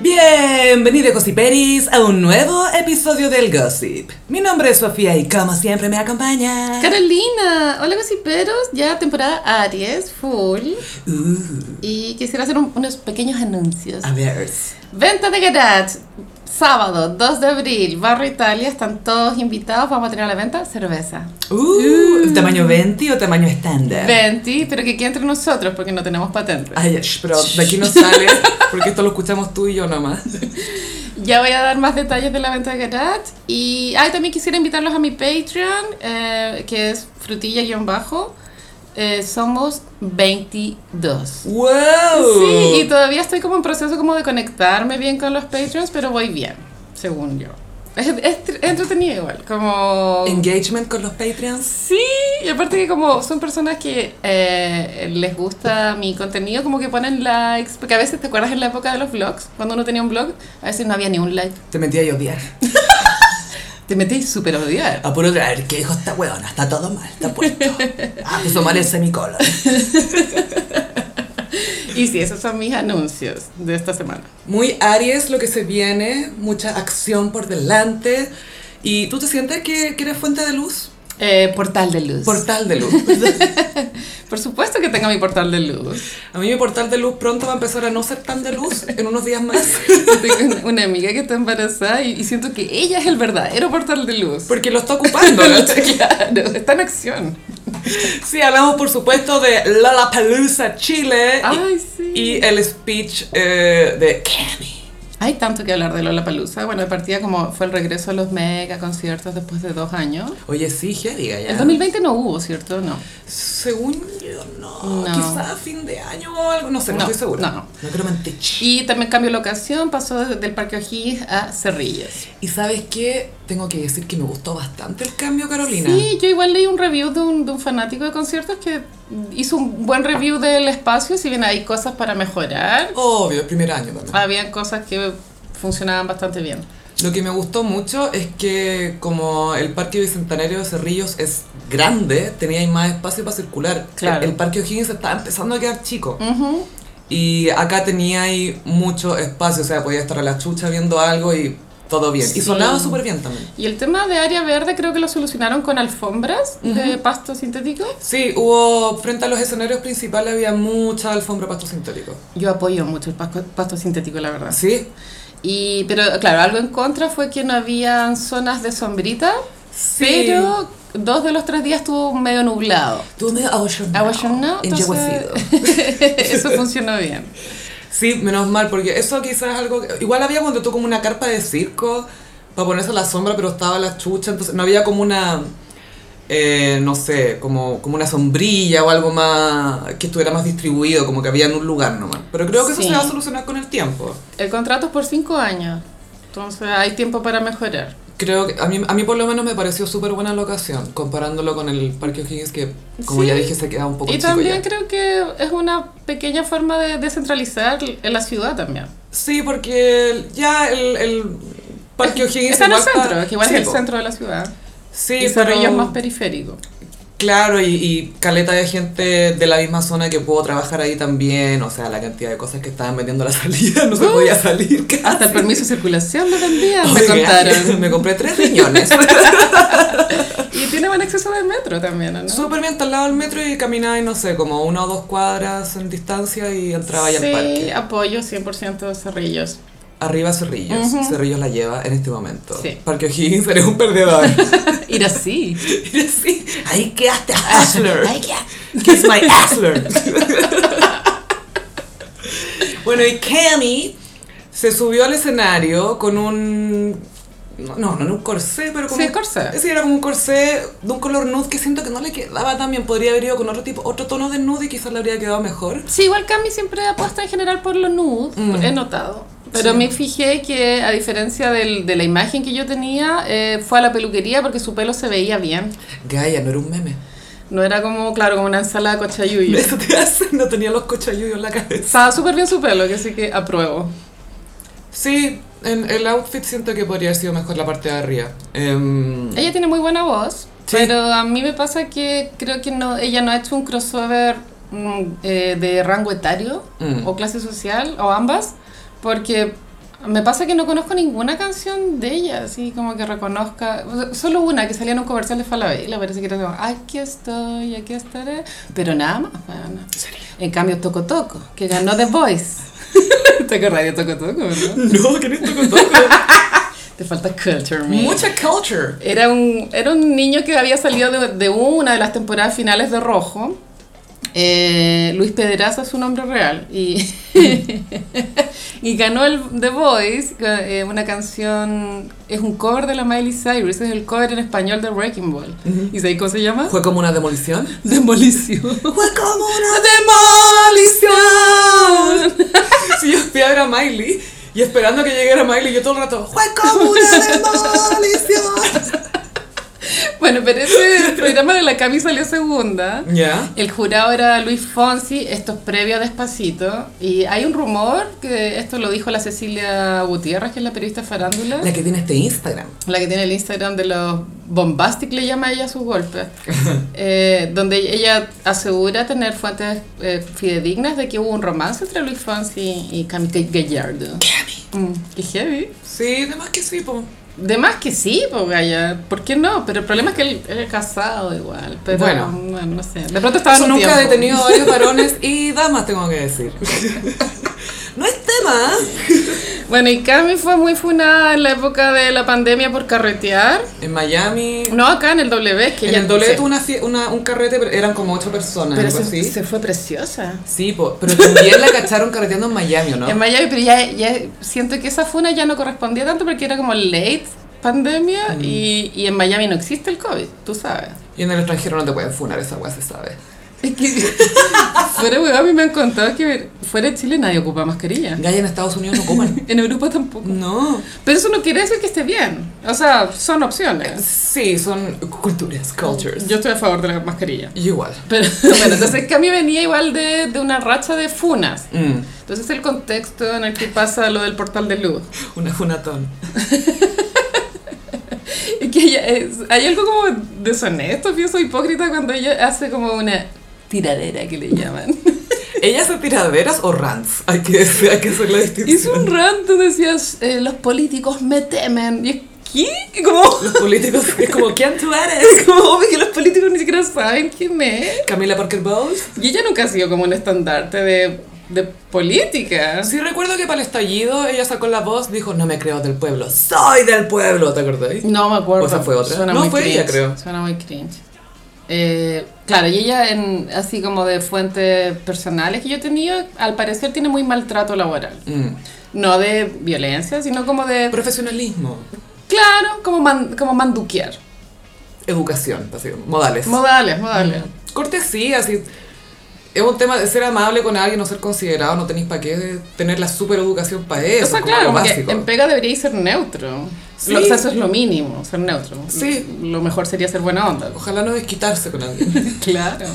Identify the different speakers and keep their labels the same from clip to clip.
Speaker 1: Bienvenido Gossiperis a un nuevo episodio del Gossip. Mi nombre es Sofía y como siempre me acompaña...
Speaker 2: Ah. Carolina, hola gossiperos, ya temporada Aries, full.
Speaker 1: Uh,
Speaker 2: Y quisiera hacer un- unos pequeños anuncios.
Speaker 1: a ver...
Speaker 2: Venta de garage, sábado 2 de abril, Barrio Italia, están todos invitados, vamos a tener a la venta cerveza.
Speaker 1: Uh, ¿Tamaño 20 o tamaño estándar?
Speaker 2: 20, pero que quede entre nosotros porque no tenemos patente.
Speaker 1: Ay, sh, pero de aquí no sale porque esto lo escuchamos tú y yo nomás.
Speaker 2: Ya voy a dar más detalles de la venta de Garage. Y ay, también quisiera invitarlos a mi Patreon, eh, que es frutilla-bajo. Eh, somos 22.
Speaker 1: ¡Wow!
Speaker 2: Sí, y todavía estoy como en proceso como de conectarme bien con los Patreons, pero voy bien, según yo. Es, es tr- es entretenido igual, como...
Speaker 1: Engagement con los Patreons.
Speaker 2: Sí, y aparte que como son personas que eh, les gusta mi contenido, como que ponen likes, porque a veces te acuerdas en la época de los vlogs, cuando uno tenía un blog, a veces no había ni un like.
Speaker 1: Te metí a lloviar.
Speaker 2: Te metéis súper a odiar.
Speaker 1: A puro traer, ¿qué dijo esta huevona? Está todo mal, está puesto. Ah, puso mal el semicolon.
Speaker 2: Y sí, esos son mis anuncios de esta semana.
Speaker 1: Muy Aries lo que se viene, mucha acción por delante. ¿Y tú te sientes que, que eres fuente de luz?
Speaker 2: Eh, portal de luz.
Speaker 1: Portal de luz.
Speaker 2: Por supuesto que tenga mi portal de luz.
Speaker 1: A mí mi portal de luz pronto va a empezar a no ser tan de luz en unos días más.
Speaker 2: Tengo una- una amiga que está embarazada y, y siento que ella es el verdadero portal de luz.
Speaker 1: Porque lo está ocupando. ¿cachai?
Speaker 2: claro, está en acción.
Speaker 1: Sí, hablamos por supuesto de Lollapalooza Chile. y-
Speaker 2: Ay, sí.
Speaker 1: Y el speech eh, de Cami.
Speaker 2: Hay tanto que hablar de Lola Palusa. Bueno, de partida como fue el regreso a los mega conciertos después de dos años.
Speaker 1: Oye, sí, ya diga ya.
Speaker 2: El 2020 no hubo, ¿cierto? No.
Speaker 1: Según yo, no.
Speaker 2: No.
Speaker 1: Quizás a fin de año o algo. No sé, no,
Speaker 2: No,
Speaker 1: estoy segura.
Speaker 2: no.
Speaker 1: No quiero mentir.
Speaker 2: Y también cambió la ocasión, pasó desde del Parque O'Higgins a Cerrillas.
Speaker 1: Y sabes qué, tengo que decir que me gustó bastante el cambio, Carolina.
Speaker 2: Sí, yo igual leí un review de un, de un fanático de conciertos que hizo un buen review del espacio, si bien hay cosas para mejorar,
Speaker 1: Obvio, el primer año también.
Speaker 2: habían cosas que funcionaban bastante bien.
Speaker 1: Lo que me gustó mucho es que como el Parque Bicentenario de Cerrillos es grande, tenía ahí más espacio para circular.
Speaker 2: Claro.
Speaker 1: El, el Parque O'Higgins estaba empezando a quedar chico. Y acá tenía ahí mucho espacio, o sea, podía estar a la chucha viendo algo y todo bien. Y
Speaker 2: Sí.
Speaker 1: sonaba súper bien también.
Speaker 2: Y el tema de área verde creo que lo solucionaron con alfombras de pasto sintético.
Speaker 1: Sí, hubo, frente a los escenarios principales había mucha alfombra pasto sintético.
Speaker 2: Yo apoyo mucho el pasco- pasto sintético, la verdad.
Speaker 1: Sí,
Speaker 2: Y, pero claro, algo en contra fue que no habían zonas de sombrita,
Speaker 1: Sí.
Speaker 2: pero dos de los tres días estuvo medio nublado.
Speaker 1: tú medio aguayonado.
Speaker 2: Aguayonado, entonces-
Speaker 1: Enyeguecido.
Speaker 2: Eso funcionó bien.
Speaker 1: Sí, menos mal, porque eso quizás es algo... que- Igual había cuando tú como una carpa de circo para ponerse a la sombra, pero estaba la chucha, entonces no había como una... eh, no sé, como, como una sombrilla o algo más que estuviera más distribuido, como que había en un lugar nomás. Pero creo que eso
Speaker 2: Sí.
Speaker 1: se va a solucionar con el tiempo.
Speaker 2: El contrato es por cinco años, entonces hay tiempo para mejorar.
Speaker 1: Creo que a mí, a mí por lo menos me pareció súper buena la ocasión, comparándolo con el Parque O'Higgins, que como
Speaker 2: Sí.
Speaker 1: ya dije se queda un poco
Speaker 2: Y
Speaker 1: chico ya.
Speaker 2: también creo que es una pequeña forma de descentralizar en la ciudad también.
Speaker 1: Sí, porque el- ya el, el Parque O'Higgins...
Speaker 2: Está en el
Speaker 1: igual
Speaker 2: centro, que igual
Speaker 1: Sí,
Speaker 2: es el
Speaker 1: po.
Speaker 2: centro de la ciudad.
Speaker 1: Sí,
Speaker 2: y Cerrillo es
Speaker 1: pero-
Speaker 2: más periférico.
Speaker 1: Claro, y, y caleta de gente de la misma zona que pudo trabajar ahí también. O sea, la cantidad de cosas que estaban metiendo a la salida, no se podía salir. casi.
Speaker 2: Uh, Hasta el permiso de circulación lo vendían, me
Speaker 1: Oye,
Speaker 2: contaron.
Speaker 1: Me compré tres riñones.
Speaker 2: Y tiene buen acceso del metro también, ¿o ¿no?
Speaker 1: Súper bien, al lado del metro y caminaba, y no sé, como una o dos cuadras en distancia y entraba ya
Speaker 2: sí,
Speaker 1: al parque.
Speaker 2: apoyo 100% de Cerrillos.
Speaker 1: Arriba Cerrillos.
Speaker 2: Ujú.
Speaker 1: Cerrillos la lleva en este momento.
Speaker 2: Sí.
Speaker 1: Parque O'Higgins, eres un perdedor.
Speaker 2: Ir así.
Speaker 1: Y así, ahí quedaste,
Speaker 2: Ah,
Speaker 1: Asler. Kiss my Asler. bueno, y Cami se subió al escenario con un. No, no, no era un corsé, pero con
Speaker 2: Sí,
Speaker 1: un
Speaker 2: corsé.
Speaker 1: Sí, era como un corsé de un color nude que siento que no le quedaba tan bien. Podría haber ido con otro tipo, otro tono de nude y quizás le habría quedado mejor.
Speaker 2: Sí, igual Cami siempre apuesta en general por lo nude,
Speaker 1: Mm.
Speaker 2: he notado. Pero
Speaker 1: Sí.
Speaker 2: me fijé que, a diferencia del- de la imagen que yo tenía, eh, fue a la peluquería porque su pelo se veía bien.
Speaker 1: Gaia, no era un meme.
Speaker 2: No era como, claro, como una ensalada de cochayuyo.
Speaker 1: Eso te hace, no tenía los cochayuyos en la cabeza.
Speaker 2: Estaba súper bien su pelo, que sí que apruebo.
Speaker 1: Sí, en el outfit siento que podría haber sido mejor la parte de arriba. Em,
Speaker 2: Ella tiene muy buena voz,
Speaker 1: Sí.
Speaker 2: pero a mí me pasa que creo que no, ella no ha hecho un crossover mm, eh, de rango etario
Speaker 1: Mm.
Speaker 2: o clase social o ambas, porque Me pasa que no conozco ninguna canción de ella, así como que reconozca. o sea, Solo una que salía en un comercial de Falabella, parece que era como, aquí estoy, aquí estaré. Pero nada más, bueno. En cambio, Toco Toco, que ganó The Voice. ¿Te acordás de Toco Toco, verdad?
Speaker 1: No, que esto con todo.
Speaker 2: Te falta culture, man.
Speaker 1: Mucha culture.
Speaker 2: Era un, era un niño que había salido de, de una de las temporadas finales de Rojo. Eh, Luis Pedraza es su nombre real. Y, y ganó el The Voice, eh, una canción, es un cover de la Miley Cyrus, es el cover en español de Wrecking Ball. ¿Y sabes cómo se llama?
Speaker 1: ¿Fue como una demolición?
Speaker 2: Demolición.
Speaker 1: ¡Fue como una
Speaker 2: ¡Demolición!
Speaker 1: Si yo fui a ver a Miley y esperando que llegara Miley, yo todo el rato, ¡Fue como una demolición!
Speaker 2: Bueno, pero ese programa de la Cami salió segunda.
Speaker 1: ¿Ya?
Speaker 2: El jurado era Luis Fonsi, esto es previo a Despacito. Y hay un rumor que esto lo dijo la Cecilia Gutiérrez, que es la periodista farándula,
Speaker 1: La que tiene este Instagram.
Speaker 2: la que tiene el Instagram de los Bombastic, le llama a ella sus golpes. Eh, donde ella asegura tener fuentes eh, fidedignas de que hubo un romance entre Luis Fonsi y Camille Gallardo. Mm, qué heavy.
Speaker 1: Sí, además que sí, po.
Speaker 2: De más que sí, pues Gaya, ¿por qué no? Pero el problema es que él él es casado igual, pero
Speaker 1: Bueno.
Speaker 2: bueno, no sé. De pronto estaba en
Speaker 1: Yo
Speaker 2: un
Speaker 1: nunca he
Speaker 2: tiempo.
Speaker 1: detenido a varios varones y damas, tengo que decir. No es tema. ¿eh?
Speaker 2: Bueno, y Cami fue muy funada en la época de la pandemia por carretear.
Speaker 1: En Miami.
Speaker 2: No acá en el W, que
Speaker 1: en
Speaker 2: ella
Speaker 1: el doble
Speaker 2: se-
Speaker 1: tuvo una, fie- una- un carrete, pero eran como ocho personas,
Speaker 2: pero
Speaker 1: algo
Speaker 2: se,
Speaker 1: así.
Speaker 2: se fue preciosa.
Speaker 1: Sí, po, pero también la cacharon carreteando en Miami, ¿o no?
Speaker 2: En Miami, pero ya, ya siento que esa funa ya no correspondía tanto porque era como late pandemia y, y en Miami no existe el COVID, tú sabes.
Speaker 1: Y en el extranjero no te pueden funar, esa weá se sabe.
Speaker 2: Es que fuera huevón, a mí me han contado que fuera de Chile nadie ocupa mascarilla.
Speaker 1: Gaya en Estados Unidos no coman.
Speaker 2: En Europa tampoco.
Speaker 1: No.
Speaker 2: Pero eso no quiere decir que esté bien. O sea, son opciones.
Speaker 1: Sí, son culturas, cultures.
Speaker 2: Yo estoy a favor de la mascarilla.
Speaker 1: Y igual.
Speaker 2: Pero bueno, entonces Cami venía igual de, de una racha de funas.
Speaker 1: Mm,
Speaker 2: Entonces el contexto en el que pasa lo del portal de luz.
Speaker 1: una funatón.
Speaker 2: Es que ella es- hay algo como deshonesto, pienso hipócrita cuando ella hace como una tiradera que le llaman.
Speaker 1: ¿Ella hace tiraderas o rants? Hay que, hay que hacer la
Speaker 2: Hizo
Speaker 1: distinción.
Speaker 2: un rant donde decías, eh, los políticos me temen. Y es, ¿qué? Como,
Speaker 1: Los políticos, es como, ¿quién tú eres?
Speaker 2: como obvio que los políticos ni siquiera saben quién es.
Speaker 1: Camila Parker Bowles.
Speaker 2: Y ella nunca ha sido como un estandarte de, de política.
Speaker 1: Sí, recuerdo que para el estallido ella sacó la voz, dijo, no me creo del pueblo, soy del pueblo, ¿te acordáis?
Speaker 2: No me acuerdo.
Speaker 1: ¿O esa fue otra?
Speaker 2: Suena
Speaker 1: No,
Speaker 2: muy
Speaker 1: fue
Speaker 2: cringe,
Speaker 1: ella, creo.
Speaker 2: Suena muy cringe. Eh, claro, y ella, en, así como de fuentes personales que yo he tenido, al parecer tiene muy maltrato laboral.
Speaker 1: Mm.
Speaker 2: No de violencia, sino como de.
Speaker 1: Profesionalismo,
Speaker 2: Claro, como, man- como manduquear.
Speaker 1: educación, así, modales.
Speaker 2: Modales, modales.
Speaker 1: Cortesía, así. Es un tema de ser amable con alguien, no ser considerado, no tenéis para qué tener la super educación para eso.
Speaker 2: o sea,
Speaker 1: como
Speaker 2: claro,
Speaker 1: algo
Speaker 2: porque
Speaker 1: básico.
Speaker 2: en pega deberíais ser neutro.
Speaker 1: Sí.
Speaker 2: Lo- o sea, eso es lo mínimo, ser neutro.
Speaker 1: Sí.
Speaker 2: Lo mejor sería ser buena onda.
Speaker 1: Ojalá no desquitarse con alguien.
Speaker 2: claro.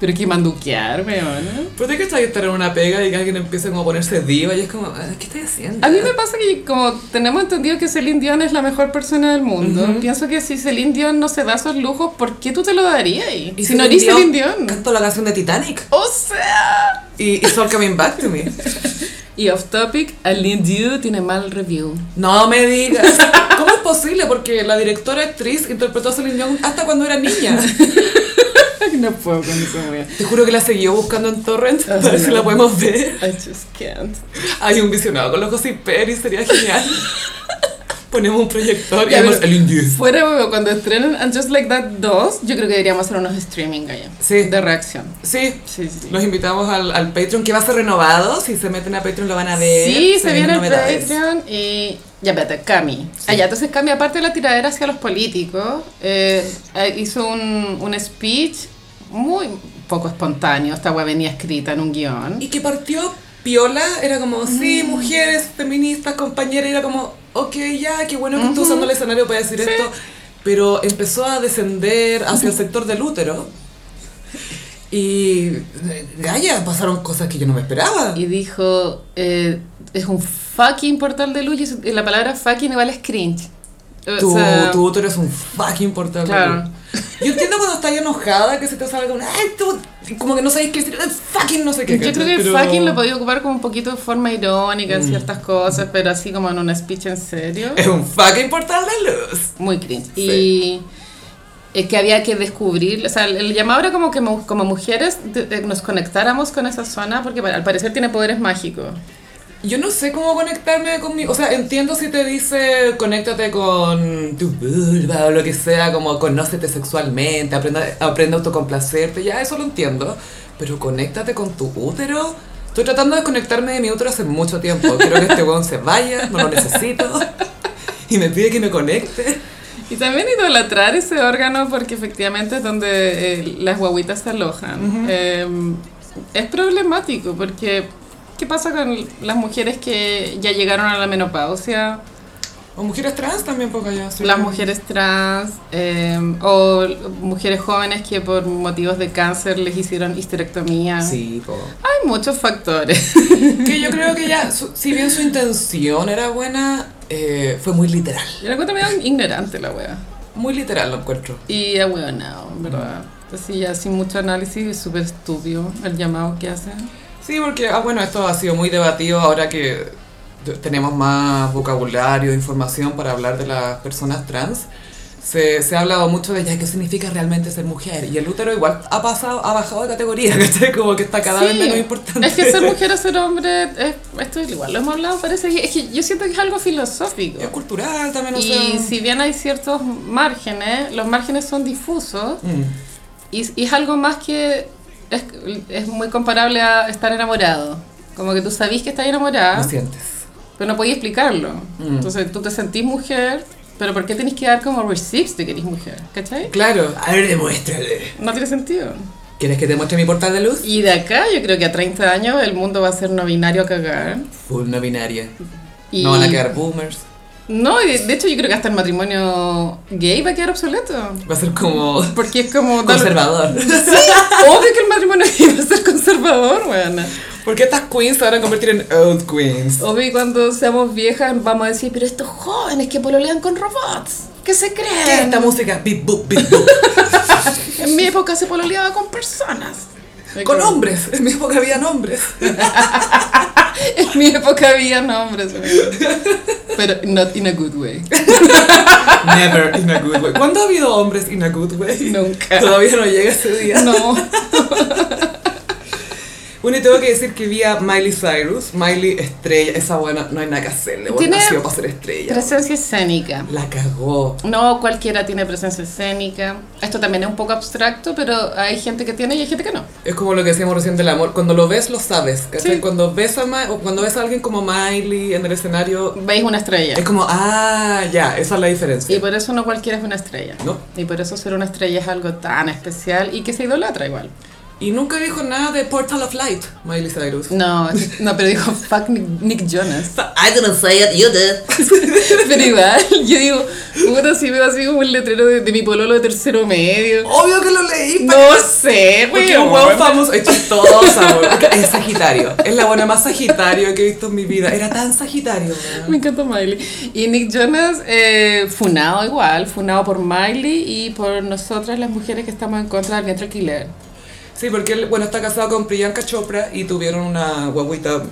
Speaker 2: Pero que manduquear, weón.
Speaker 1: Pero te cachai estar en una pega y que alguien empiece como a ponerse diva y es como, "Ah, ¿qué estás haciendo?
Speaker 2: A mí me pasa que como tenemos entendido que Celine Dion es la mejor persona del mundo, pienso que si Celine Dion no se da esos lujos, ¿por qué tú te lo darías?
Speaker 1: Y
Speaker 2: si no eres
Speaker 1: Celine
Speaker 2: Celine Dion.
Speaker 1: Canto la canción de Titanic
Speaker 2: O sea...
Speaker 1: y It's All Coming Back to Me.
Speaker 2: Y off topic, Celine Dion tiene mal review.
Speaker 1: No me digas. ¿Cómo es posible? Porque la directora actriz interpretó a Celine Dion hasta cuando era niña.
Speaker 2: no puedo con eso, wea.
Speaker 1: Te juro que la siguió buscando en Torrent
Speaker 2: Ah,
Speaker 1: para ver si
Speaker 2: no.
Speaker 1: la podemos ver.
Speaker 2: I just can't.
Speaker 1: Hay un visionado con los gossiperis, sería genial. Ponemos un proyector y
Speaker 2: Ya,
Speaker 1: vemos
Speaker 2: pero-
Speaker 1: el indio.
Speaker 2: Fuera, wea, cuando estrenen And Just Like That 2, yo creo que deberíamos hacer unos streaming allá.
Speaker 1: Sí.
Speaker 2: De reacción.
Speaker 1: Sí,
Speaker 2: Sí, sí.
Speaker 1: los invitamos al, al Patreon que va a ser renovado. Si se meten a Patreon lo van a ver.
Speaker 2: Sí, se
Speaker 1: vienen
Speaker 2: viene el
Speaker 1: novedades.
Speaker 2: Patreon y... Ya, espérate, Cami. Allá, entonces Cami, aparte de la tiradera hacia los políticos, eh, eh, hizo un, un speech muy poco espontáneo. Esta hueá venía escrita en un guión.
Speaker 1: Y que partió Piola, era como,
Speaker 2: Mm.
Speaker 1: sí, mujeres, feministas, compañeras, y era como, ok, ya, qué bueno que estoy usando el escenario para decir esto. Pero empezó a descender hacia el sector del útero. Y, eh, Gaya, pasaron cosas que yo no me esperaba.
Speaker 2: Y dijo, eh, es un fucking portal de luz y eso- y la palabra fucking igual es cringe. O
Speaker 1: Tu,
Speaker 2: sea,
Speaker 1: tu útero es un fucking portal. de
Speaker 2: Claro.
Speaker 1: luz. Yo entiendo cuando estás enojada que se te salga un. ¡Ay, tú! y Como que no sabéis qué decir. "Ay, ¡Fucking no sé qué!
Speaker 2: Yo creo
Speaker 1: ¿cachai?
Speaker 2: que el
Speaker 1: Pero- Mm.
Speaker 2: fucking lo podía ocupar como un poquito de forma irónica en ciertas cosas, pero así como en un speech en serio.
Speaker 1: Es un fucking portal de luz.
Speaker 2: Muy cringe.
Speaker 1: Sí.
Speaker 2: Y es que había que descubrir, o sea, el llamado era como que mu- como mujeres de- de- nos conectáramos con esa zona porque bueno, al parecer tiene poderes mágicos.
Speaker 1: Yo no sé cómo conectarme con mi... O sea, entiendo si te dice conéctate con tu vulva o lo que sea, como conócete sexualmente, aprenda, aprende a autocomplacerte, ya eso lo entiendo. Pero conéctate con tu útero. Estoy tratando de desconectarme de mi útero hace mucho tiempo. Quiero que este weón se vaya, no lo necesito. Y me pide que me conecte.
Speaker 2: Y también idolatrar ese órgano porque efectivamente es donde eh, las guaguitas se alojan. Eh, es problemático porque ¿qué pasa con las mujeres que ya llegaron a la menopausia?
Speaker 1: O mujeres trans también, porque ya
Speaker 2: Las mujeres trans eh, o mujeres jóvenes que por motivos de cáncer les hicieron histerectomía.
Speaker 1: Sí, po.
Speaker 2: Hay muchos factores.
Speaker 1: Que yo creo que ya, su- si bien su intención era buena, eh, fue muy literal.
Speaker 2: Yo la encuentro medio ignorante la wea.
Speaker 1: Muy literal lo encuentro.
Speaker 2: Y a wea no, en verdad.
Speaker 1: Mm.
Speaker 2: Así ya sin mucho análisis, es súper estúpido el llamado que hacen.
Speaker 1: Sí, porque, ah, bueno, esto ha sido muy debatido ahora que t- tenemos más vocabulario, información para hablar de las personas trans. Se, se ha hablado mucho de ya qué significa realmente ser mujer. Y el útero igual ha pasado, ha bajado de categoría, ¿cachai? Como que está cada vez
Speaker 2: Sí,
Speaker 1: menos importante.
Speaker 2: Es que ser mujer o ser hombre, es- esto igual lo hemos hablado, parece que es que yo siento que es algo filosófico.
Speaker 1: Es cultural también, o
Speaker 2: Y
Speaker 1: sea.
Speaker 2: si bien hay ciertos márgenes, los márgenes son difusos
Speaker 1: Mm.
Speaker 2: y, y es algo más que es, es muy comparable a estar enamorado. Como que tú sabís que estás enamorada,
Speaker 1: Lo sientes.
Speaker 2: pero no podías explicarlo.
Speaker 1: Mm.
Speaker 2: Entonces tú te sentís mujer, pero ¿por qué tenés que dar como receipts de que eres mujer? ¿Cachai?
Speaker 1: Claro. A ver, demuéstrale.
Speaker 2: No tiene sentido.
Speaker 1: ¿Quieres que te muestre mi portal de luz?
Speaker 2: Y de acá yo creo que a 30 años el mundo va a ser no binario a cagar.
Speaker 1: Full no binaria.
Speaker 2: Y-
Speaker 1: No van a quedar boomers.
Speaker 2: No, y de, de hecho yo creo que hasta el matrimonio gay va a quedar obsoleto.
Speaker 1: Va a ser como
Speaker 2: Porque es como... da lo-
Speaker 1: conservador.
Speaker 2: Obvio que el matrimonio iba a ser conservador, weona.
Speaker 1: ¿Por qué estas queens se van a convertir en old queens?
Speaker 2: Obvio que cuando seamos viejas vamos a decir, pero estos jóvenes que pololean con robots, ¿qué se creen?
Speaker 1: Esta música, beep, boop, beep, boop.
Speaker 2: En mi época se pololeaba con personas.
Speaker 1: Con hombres, en mi época habían hombres.
Speaker 2: En mi época había nombres, weona. pero not in a good way.
Speaker 1: Never in a good way. ¿Cuándo ha habido hombres in a good way?
Speaker 2: Nunca.
Speaker 1: Todavía no llega ese día.
Speaker 2: No.
Speaker 1: Bueno, y tengo que decir que vi a Miley Cyrus. Miley, estrella, esa buena, no hay nada que hacerle. Bueno,
Speaker 2: Tiene
Speaker 1: nació para ser estrella.
Speaker 2: Presencia escénica.
Speaker 1: La cagó.
Speaker 2: No cualquiera tiene presencia escénica. Esto también es un poco abstracto, pero hay gente que tiene y hay gente que no.
Speaker 1: Es como lo que decíamos recién del amor. Cuando lo ves, lo sabes. ¿cachai?
Speaker 2: Sí.
Speaker 1: Cuando, ves a Ma- o cuando ves a alguien como Miley en el escenario,
Speaker 2: Veis una estrella.
Speaker 1: es como, ah, ya, esa es la diferencia.
Speaker 2: Y pues por eso no cualquiera es una estrella.
Speaker 1: No.
Speaker 2: Y por eso ser una estrella es algo tan especial y que se idolatra igual.
Speaker 1: Y nunca dijo nada de Portal of Light, Miley Cyrus.
Speaker 2: No, no, pero dijo fuck Nick, Nick Jonas.
Speaker 1: I didn't say it, you did.
Speaker 2: Pero igual, yo digo, puta, si veo así como un letrero de, de mi pololo de tercero medio.
Speaker 1: Obvio que lo leí. pa-
Speaker 2: No sé,
Speaker 1: Porque un
Speaker 2: weón.
Speaker 1: huevo famoso es chistoso, amor, porque es Sagitario. Es la buena más Sagitario que he visto en mi vida. Era tan Sagitario,
Speaker 2: Me
Speaker 1: weón.
Speaker 2: encanta Miley. Y Nick Jonas, eh, funado igual, funado por Miley y por nosotras las mujeres que estamos en contra del vientre alquiler.
Speaker 1: Sí, porque él, bueno, está casado con Priyanka Chopra y tuvieron una guaguita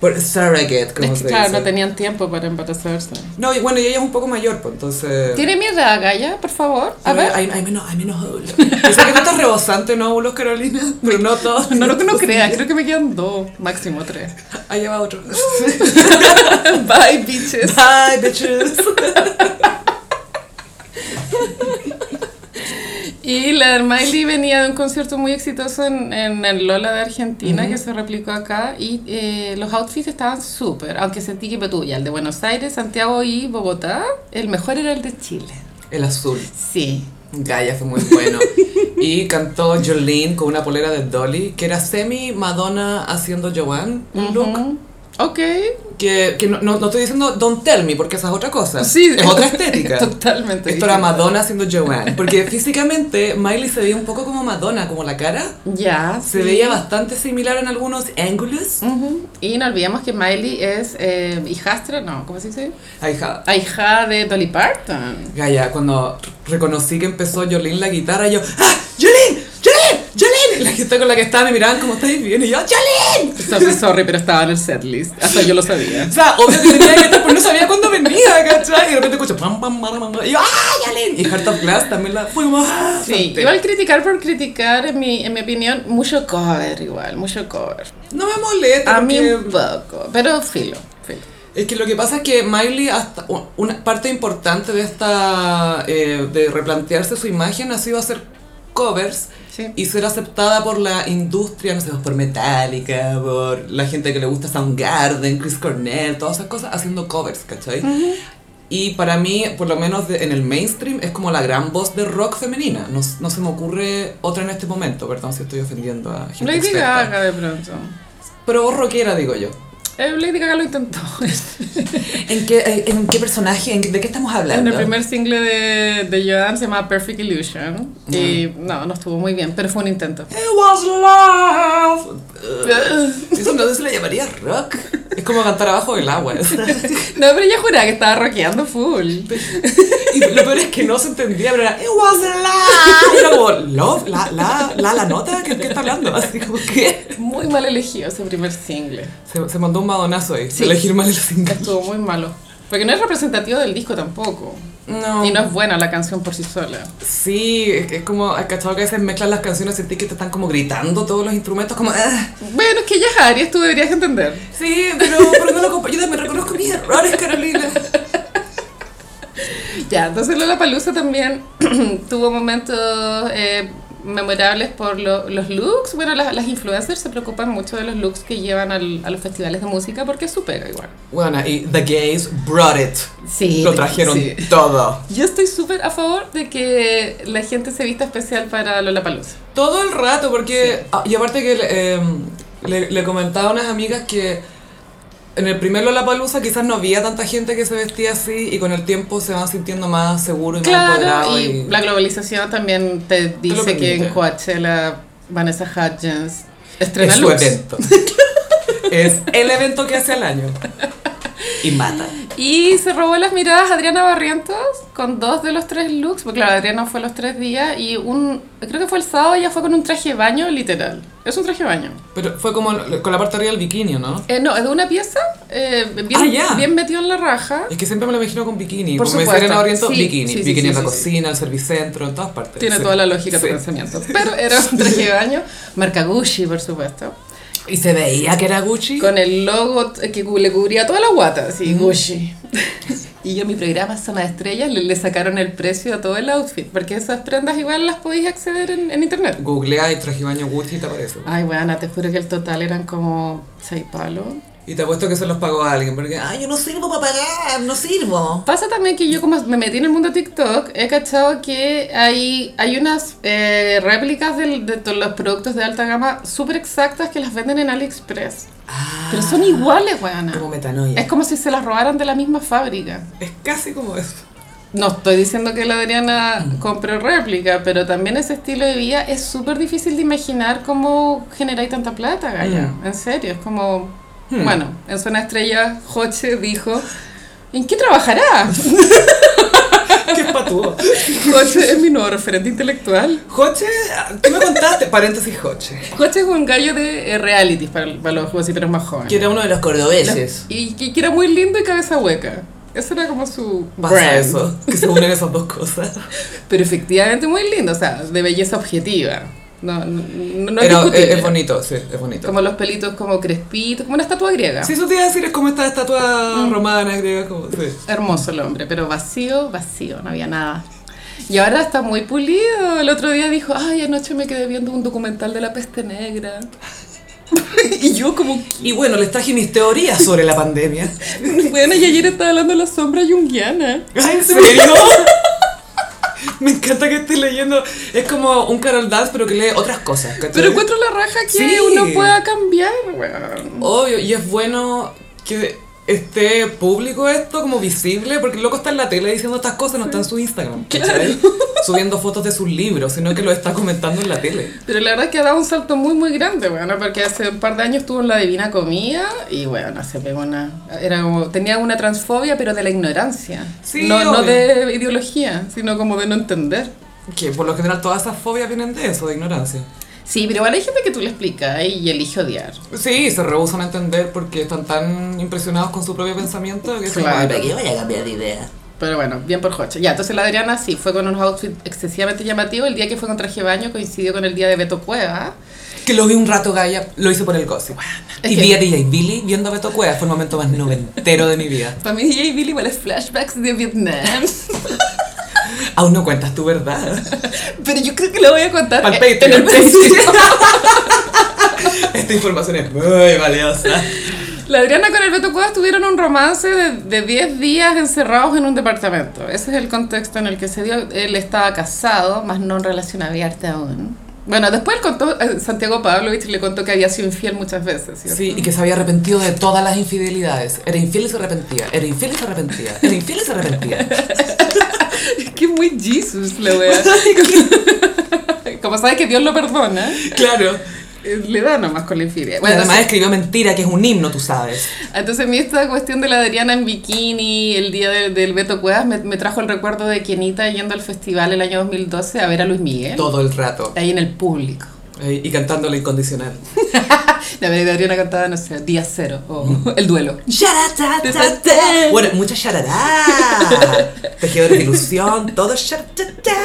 Speaker 1: por surrogate, como
Speaker 2: Es
Speaker 1: se
Speaker 2: que claro,
Speaker 1: dice.
Speaker 2: no tenían tiempo para embarazarse.
Speaker 1: No, y bueno, y ella es un poco mayor, pues entonces...
Speaker 2: ¿Tiene mierda, Gaya? Por favor. A
Speaker 1: Sí,
Speaker 2: ver.
Speaker 1: Hay, hay menos, hay menos óvulos. Yo sé que no estás rebosante en óvulos, Carolina, pero no todos.
Speaker 2: No lo que no crea, creo que me quedan dos, máximo tres.
Speaker 1: Allá va otro.
Speaker 2: Bye, bitches.
Speaker 1: Bye, bitches.
Speaker 2: Y la de Miley venía de un concierto muy exitoso en, en el Lola de Argentina, que se replicó acá, y eh, los outfits estaban súper, aunque sentí que petuya, el de Buenos Aires, Santiago y Bogotá, el mejor era el de Chile.
Speaker 1: El azul.
Speaker 2: Sí.
Speaker 1: Gaia fue muy bueno. Y cantó Jolene con una polera de Dolly, que era semi Madonna haciendo Joanne. Un look.
Speaker 2: Ujú. Ok.
Speaker 1: Que, que no, no, no estoy diciendo Don't Tell Me, porque esa es otra cosa.
Speaker 2: Sí,
Speaker 1: es otra estética.
Speaker 2: Totalmente.
Speaker 1: Esto era
Speaker 2: distinto.
Speaker 1: Madonna haciendo Joanne. Porque físicamente Miley se veía un poco como Madonna, como la cara.
Speaker 2: Ya.
Speaker 1: Se
Speaker 2: sí.
Speaker 1: veía bastante similar en algunos ángulos.
Speaker 2: Ujú. Y no olvidemos que Miley es eh, hijastra, no, ¿cómo se dice?
Speaker 1: Ay, ja.
Speaker 2: Hija de Dolly Parton.
Speaker 1: Gaya, cuando reconocí que empezó Jolene la guitarra, yo ¡Ah! ¡Jolene! ¡Jolene! ¡Jolene! La gente con la que estaba me miraban como ¿estáis bien? Y yo ¡Jolene!
Speaker 2: Sorry, sorry, pero estaba en el setlist. Hasta yo lo sabía.
Speaker 1: O sea, obvio que tenía que estar, pero no sabía cuándo venía, ¿cachai? Y de repente escucho pam, pam, pam, pam, pam, y yo ¡Ah! ¡Jolene! Y Heart of Glass también la fue más.
Speaker 2: Sí, igual criticar por criticar, en mi, en mi opinión, mucho cover igual, mucho cover.
Speaker 1: No me molesta.
Speaker 2: A mí
Speaker 1: Este porque-
Speaker 2: un poco, pero filo, filo.
Speaker 1: Es que lo que pasa es que Miley, hasta u- una parte importante de esta, eh, de replantearse su imagen ha sido hacer covers
Speaker 2: Sí.
Speaker 1: y ser aceptada por la industria, no sé, pues, por Metallica, por la gente que le gusta Soundgarden, Chris Cornell, todas esas cosas, haciendo covers, ¿cachai? Y para mí, por lo menos de- en el mainstream, es como la gran voz de rock femenina. No, s- no se me ocurre otra en este momento, perdón si estoy ofendiendo a gente
Speaker 2: Lady
Speaker 1: experta.
Speaker 2: Gaga de pronto.
Speaker 1: Pero voz rockera, digo yo.
Speaker 2: Eh, Lady Gaga lo intentó.
Speaker 1: ¿En qué, eh, en qué personaje? ¿En qué- ¿De qué estamos hablando?
Speaker 2: En el primer single de, de Joan se llama Perfect Illusion. Y no, no estuvo muy bien, pero fue un intento.
Speaker 1: It was love. Eso no se le llamaría rock. Es como cantar abajo del agua.
Speaker 2: No, pero ella juraba que estaba rockeando full.
Speaker 1: Y lo peor es que no se entendía, pero era It was love. Era como love, la, la, la, la nota que, que está hablando. Así como que
Speaker 2: Muy mal elegido ese primer single.
Speaker 1: se, se mandó un madonazo ahí.
Speaker 2: Sí.
Speaker 1: Elegir mal el single.
Speaker 2: Estuvo muy malo. Porque no es representativo del disco tampoco.
Speaker 1: No.
Speaker 2: Y no es buena la canción por sí sola.
Speaker 1: Sí, es, es como, ¿has cachado que a veces mezclan las canciones sentí que te están como gritando todos los instrumentos? Como, "Ah".
Speaker 2: Bueno, es que ella es Aries, tú deberías entender.
Speaker 1: sí, pero, pero no lo comp- Yo también reconozco mis errores, Carolina.
Speaker 2: Ya, entonces Lola Palusa también tuvo momentos eh, memorables por lo- los looks. Bueno, las, las influencers se preocupan mucho de los looks que llevan al- a los festivales de música porque es su pega igual.
Speaker 1: Bueno, y The Gays brought it.
Speaker 2: Sí.
Speaker 1: Lo trajeron todo.
Speaker 2: Yo estoy súper a favor de que la gente se vista especial para Lola Palusa.
Speaker 1: Todo el rato, porque... ah, y aparte que eh, le, le comentaba a unas amigas que en el primer Lollapalooza quizás no había tanta gente que se vestía así y con el tiempo se van sintiendo más seguro y más
Speaker 2: Claro,
Speaker 1: empoderado.
Speaker 2: y, la globalización también te dice
Speaker 1: permite.
Speaker 2: que en Coachella Vanessa Hudgens estrena
Speaker 1: es su
Speaker 2: looks.
Speaker 1: evento. es el evento que hace al año. Y mata.
Speaker 2: Y se robó las miradas Adriana Barrientos con dos de los tres looks, porque claro, Adriana fue los tres días y un, creo que fue el sábado, ella fue con un traje de baño literal. Es un traje de baño.
Speaker 1: Pero fue como con la parte arriba del bikini, ¿no?
Speaker 2: Eh, no, es de una pieza, eh, bien,
Speaker 1: Ah, ya.
Speaker 2: bien metido en la raja.
Speaker 1: Es que siempre me lo imagino con bikini.
Speaker 2: Por
Speaker 1: como me
Speaker 2: supuesto.
Speaker 1: decían en Oriente,
Speaker 2: Sí,
Speaker 1: bikini.
Speaker 2: sí, sí,
Speaker 1: bikini
Speaker 2: sí,
Speaker 1: en la
Speaker 2: sí, sí.
Speaker 1: cocina, el servicentro, en todas partes.
Speaker 2: Tiene
Speaker 1: Sí.
Speaker 2: toda la lógica tu
Speaker 1: Sí.
Speaker 2: pensamiento. Pero era un traje de baño, marca Gucci, por supuesto.
Speaker 1: Y se veía que era Gucci.
Speaker 2: Con el logo t- que cu- le cubría toda la guata,
Speaker 1: Mm.
Speaker 2: así, Gucci. Y yo, mi programa Zona de Estrellas, le, le sacaron el precio a todo el outfit, porque esas prendas igual las podéis acceder en- en internet.
Speaker 1: Googlea y traje baño Gucci y te aparece.
Speaker 2: Ay, bueno, te juro que el total eran como seis palos.
Speaker 1: Y te apuesto que se los pagó a alguien, porque, ay, yo no sirvo para pagar, no sirvo.
Speaker 2: Pasa también que yo como me metí en el mundo TikTok, he cachado que hay, hay unas eh, réplicas del- de todos los productos de alta gama súper exactas que las venden en AliExpress.
Speaker 1: Ah,
Speaker 2: Pero son iguales, weona.
Speaker 1: como metanoia.
Speaker 2: Es
Speaker 1: Es,
Speaker 2: como si se las robaran de la misma fábrica.
Speaker 1: casi como eso.
Speaker 2: No estoy diciendo que la Adriana compre réplica, pero también ese estilo de vida es súper difícil de imaginar cómo generáis tanta plata, Gaya.
Speaker 1: Mm.
Speaker 2: En serio, es como...
Speaker 1: Hmm.
Speaker 2: Bueno, en Zona Estrella, Joche dijo... ¿En qué trabajará?
Speaker 1: Qué patúo.
Speaker 2: Joche es mi nuevo referente intelectual.
Speaker 1: Joche, ¿qué me contaste? Paréntesis Joche.
Speaker 2: Joche es un gallo de eh, realities para, para los jovencitos más jóvenes.
Speaker 1: Que era uno de los cordobeses.
Speaker 2: Y, y que era muy lindo y cabeza hueca. Eso era como su
Speaker 1: Pasa
Speaker 2: brand.
Speaker 1: eso, que se unen esas dos cosas.
Speaker 2: Pero efectivamente muy lindo, o sea, de belleza objetiva. No, no, no
Speaker 1: Pero eh,
Speaker 2: es
Speaker 1: es,
Speaker 2: discutible.
Speaker 1: es bonito, sí, es bonito.
Speaker 2: Como los pelitos como crespitos, como una estatua griega.
Speaker 1: Sí, eso te iba a decir, es como esta estatua
Speaker 2: Mm.
Speaker 1: romana, griega, como, sí.
Speaker 2: Hermoso el hombre, pero vacío, vacío, no había nada. Y ahora está muy pulido. El otro día dijo, ay, anoche me quedé viendo un documental de la peste negra. y yo como,
Speaker 1: Y bueno, les traje mis teorías sobre la pandemia.
Speaker 2: bueno, y ayer estaba hablando de la sombra junguiana.
Speaker 1: ¿En serio? Me encanta que estés leyendo. Es como un Carol Dance, pero que lee otras cosas. ¿cachai?
Speaker 2: Pero encuentro la raja que
Speaker 1: Sí.
Speaker 2: uno pueda cambiar, weón.
Speaker 1: Obvio, y es bueno que esté público esto, como visible, porque el loco está en la tele diciendo estas cosas, no está en su Instagram, ¿cachai? Subiendo fotos de sus libros, sino que lo está comentando en la tele.
Speaker 2: Pero la verdad es que ha dado un salto muy, muy grande, bueno, porque hace un par de años estuvo en la Divina Comida y, bueno, se pegó una... Era como, tenía una transfobia, pero de la ignorancia.
Speaker 1: Sí,
Speaker 2: no, no
Speaker 1: obvio.
Speaker 2: de ideología, sino como de no entender.
Speaker 1: Que por lo general todas esas fobias vienen de eso, de ignorancia.
Speaker 2: Sí, pero igual hay gente que tú le explicas ¿eh? y elige odiar.
Speaker 1: Sí, se rehusan a entender porque están tan impresionados con su propio pensamiento que es como,
Speaker 2: Claro.
Speaker 1: "Ay, ¿para qué voy a cambiar de idea?
Speaker 2: Pero bueno, bien por Joche. Ya, entonces la Adriana sí, fue con unos outfits excesivamente llamativos. El día que fue con traje de baño coincidió con el día de Beto Cueva.
Speaker 1: Que lo vi un rato, Gaia, lo hice por el gossip.
Speaker 2: Es
Speaker 1: Y
Speaker 2: que-
Speaker 1: vi a DJ Billy viendo a Beto Cuevas, fue el momento más noventero de mi vida.
Speaker 2: Para mí DJ Billy igual es flashbacks de Vietnam.
Speaker 1: Aún no cuentas tu verdad.
Speaker 2: Pero yo creo que lo voy a contar
Speaker 1: Pa'l
Speaker 2: en en
Speaker 1: Patreon.
Speaker 2: el Patreon.
Speaker 1: Esta información es muy valiosa.
Speaker 2: La Adriana con el Beto Cuevas tuvieron un romance de de 10 días encerrados en un departamento. Ese es el contexto en el que se dio. Él estaba casado, más no en relación abierta aún. Bueno, después él contó, eh, Santiago Pavlovich le contó que había sido infiel muchas veces. ¿cierto?
Speaker 1: Sí, y que se había arrepentido de todas las infidelidades. Era infiel y se arrepentía. Era infiel y se arrepentía. Era infiel y se arrepentía.
Speaker 2: Es que es muy Jesus la wea. Como sabe que Dios lo perdona,
Speaker 1: claro.
Speaker 2: eh, le da nomás con la infidelidad.
Speaker 1: Bueno,
Speaker 2: Bueno,
Speaker 1: además
Speaker 2: entonces,
Speaker 1: escribió mentira, que es un himno, tú sabes.
Speaker 2: entonces a mí esta cuestión de la Adriana en bikini, el día de- del Beto Cuevas, me, me trajo el recuerdo de Quienita yendo al festival el año 2012 a ver a Luis Miguel.
Speaker 1: Todo el rato.
Speaker 2: Ahí en el público.
Speaker 1: Eh, Y cantándole incondicional.
Speaker 2: La verdad que Adriana cantaba, no sé, Día Cero o
Speaker 1: Mm.
Speaker 2: El Duelo.
Speaker 1: Yaratatatá. Bueno, mucha yarará. Tejedores de ilusión, todo yaratatatá.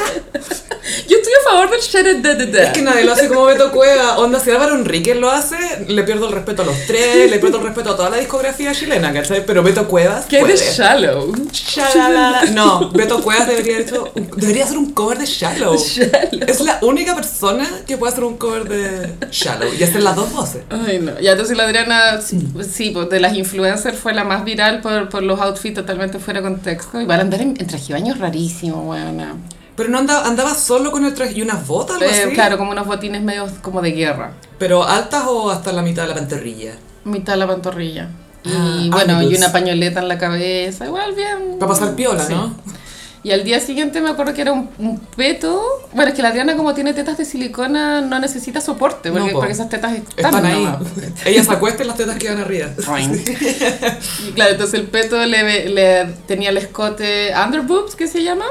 Speaker 2: Yo estoy a favor del shut it, da, da, da.
Speaker 1: Es que nadie lo hace como Beto Cueva. Onda, si Álvaro Enríquez lo hace, le pierdo el respeto a los tres, le pierdo el respeto a toda la discografía chilena, ¿cachai? Pero Beto Cuevas.
Speaker 2: ¿Qué
Speaker 1: puede.
Speaker 2: es de Shallow?
Speaker 1: Shalalala. No, Beto Cuevas debería, haber hecho, debería hacer un cover de Shallow.
Speaker 2: Shallow.
Speaker 1: Es la única persona que puede hacer un cover de Shallow y hacer las dos voces.
Speaker 2: Ay, no. Ya entonces la Adriana, sí, sí, pues, de las influencers fue la más viral por, por los outfits totalmente fuera de contexto. Y van a andar en, en traje de baño rarísimo, weona.
Speaker 1: Pero no andaba, andaba solo con el traje y unas botas, algo
Speaker 2: Eh,
Speaker 1: así.
Speaker 2: claro, como unos botines medios como de guerra.
Speaker 1: Pero altas o hasta la mitad de la pantorrilla.
Speaker 2: Mitad de la pantorrilla. Y
Speaker 1: Ah,
Speaker 2: bueno, y
Speaker 1: ámbitos.
Speaker 2: una pañoleta en la cabeza, igual bien.
Speaker 1: Para pasar piola,
Speaker 2: Sí.
Speaker 1: ¿no?
Speaker 2: Y al día siguiente me acuerdo que era un, un peto. Bueno, es que la Adriana, como tiene tetas de silicona, no necesita soporte, porque,
Speaker 1: No, po.
Speaker 2: porque esas tetas están,
Speaker 1: Están ahí.
Speaker 2: nomás.
Speaker 1: Ella se acuesta y las tetas quedan arriba.
Speaker 2: Y claro, entonces el peto le, ve- le tenía el escote underboobs, que se llama,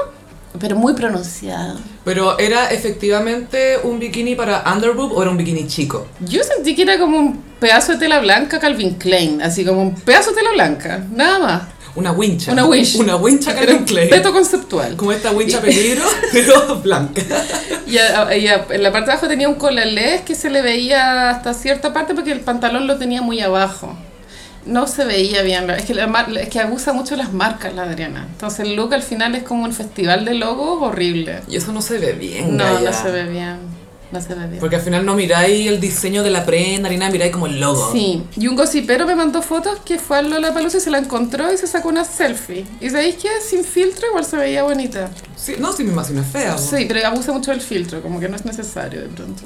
Speaker 2: pero muy pronunciado.
Speaker 1: Pero era efectivamente un bikini para underboob o era un bikini chico.
Speaker 2: Yo sentí que era como un pedazo de tela blanca Calvin Klein, así como un pedazo de tela blanca, nada más.
Speaker 1: Una wincha.
Speaker 2: Una wish.
Speaker 1: Una wincha
Speaker 2: Era
Speaker 1: Calvin
Speaker 2: un
Speaker 1: Klein.
Speaker 2: Peto conceptual.
Speaker 1: Como esta wincha peligro, pero blanca.
Speaker 2: Y, a- y a- en la parte de abajo tenía un colalés que se le veía hasta cierta parte porque el pantalón lo tenía muy abajo. No se veía bien. la- Es que, la mar- es que abusa mucho las marcas la Adriana. Entonces el look al final es como un festival de logos horrible.
Speaker 1: Y eso no se ve bien,
Speaker 2: No,
Speaker 1: Gaia.
Speaker 2: no se ve bien. No se ve bien.
Speaker 1: Porque al final no miráis el diseño de la prenda ni nada, miráis como el logo.
Speaker 2: Sí, y un gocipero me mandó fotos que fue a Lola y se la encontró y se sacó una selfie. Y sabéis que sin filtro igual se veía bonita.
Speaker 1: Sí, no, sí, mi imagino es fea. po.
Speaker 2: Sí, pero abusa mucho del filtro, como que no es necesario de pronto.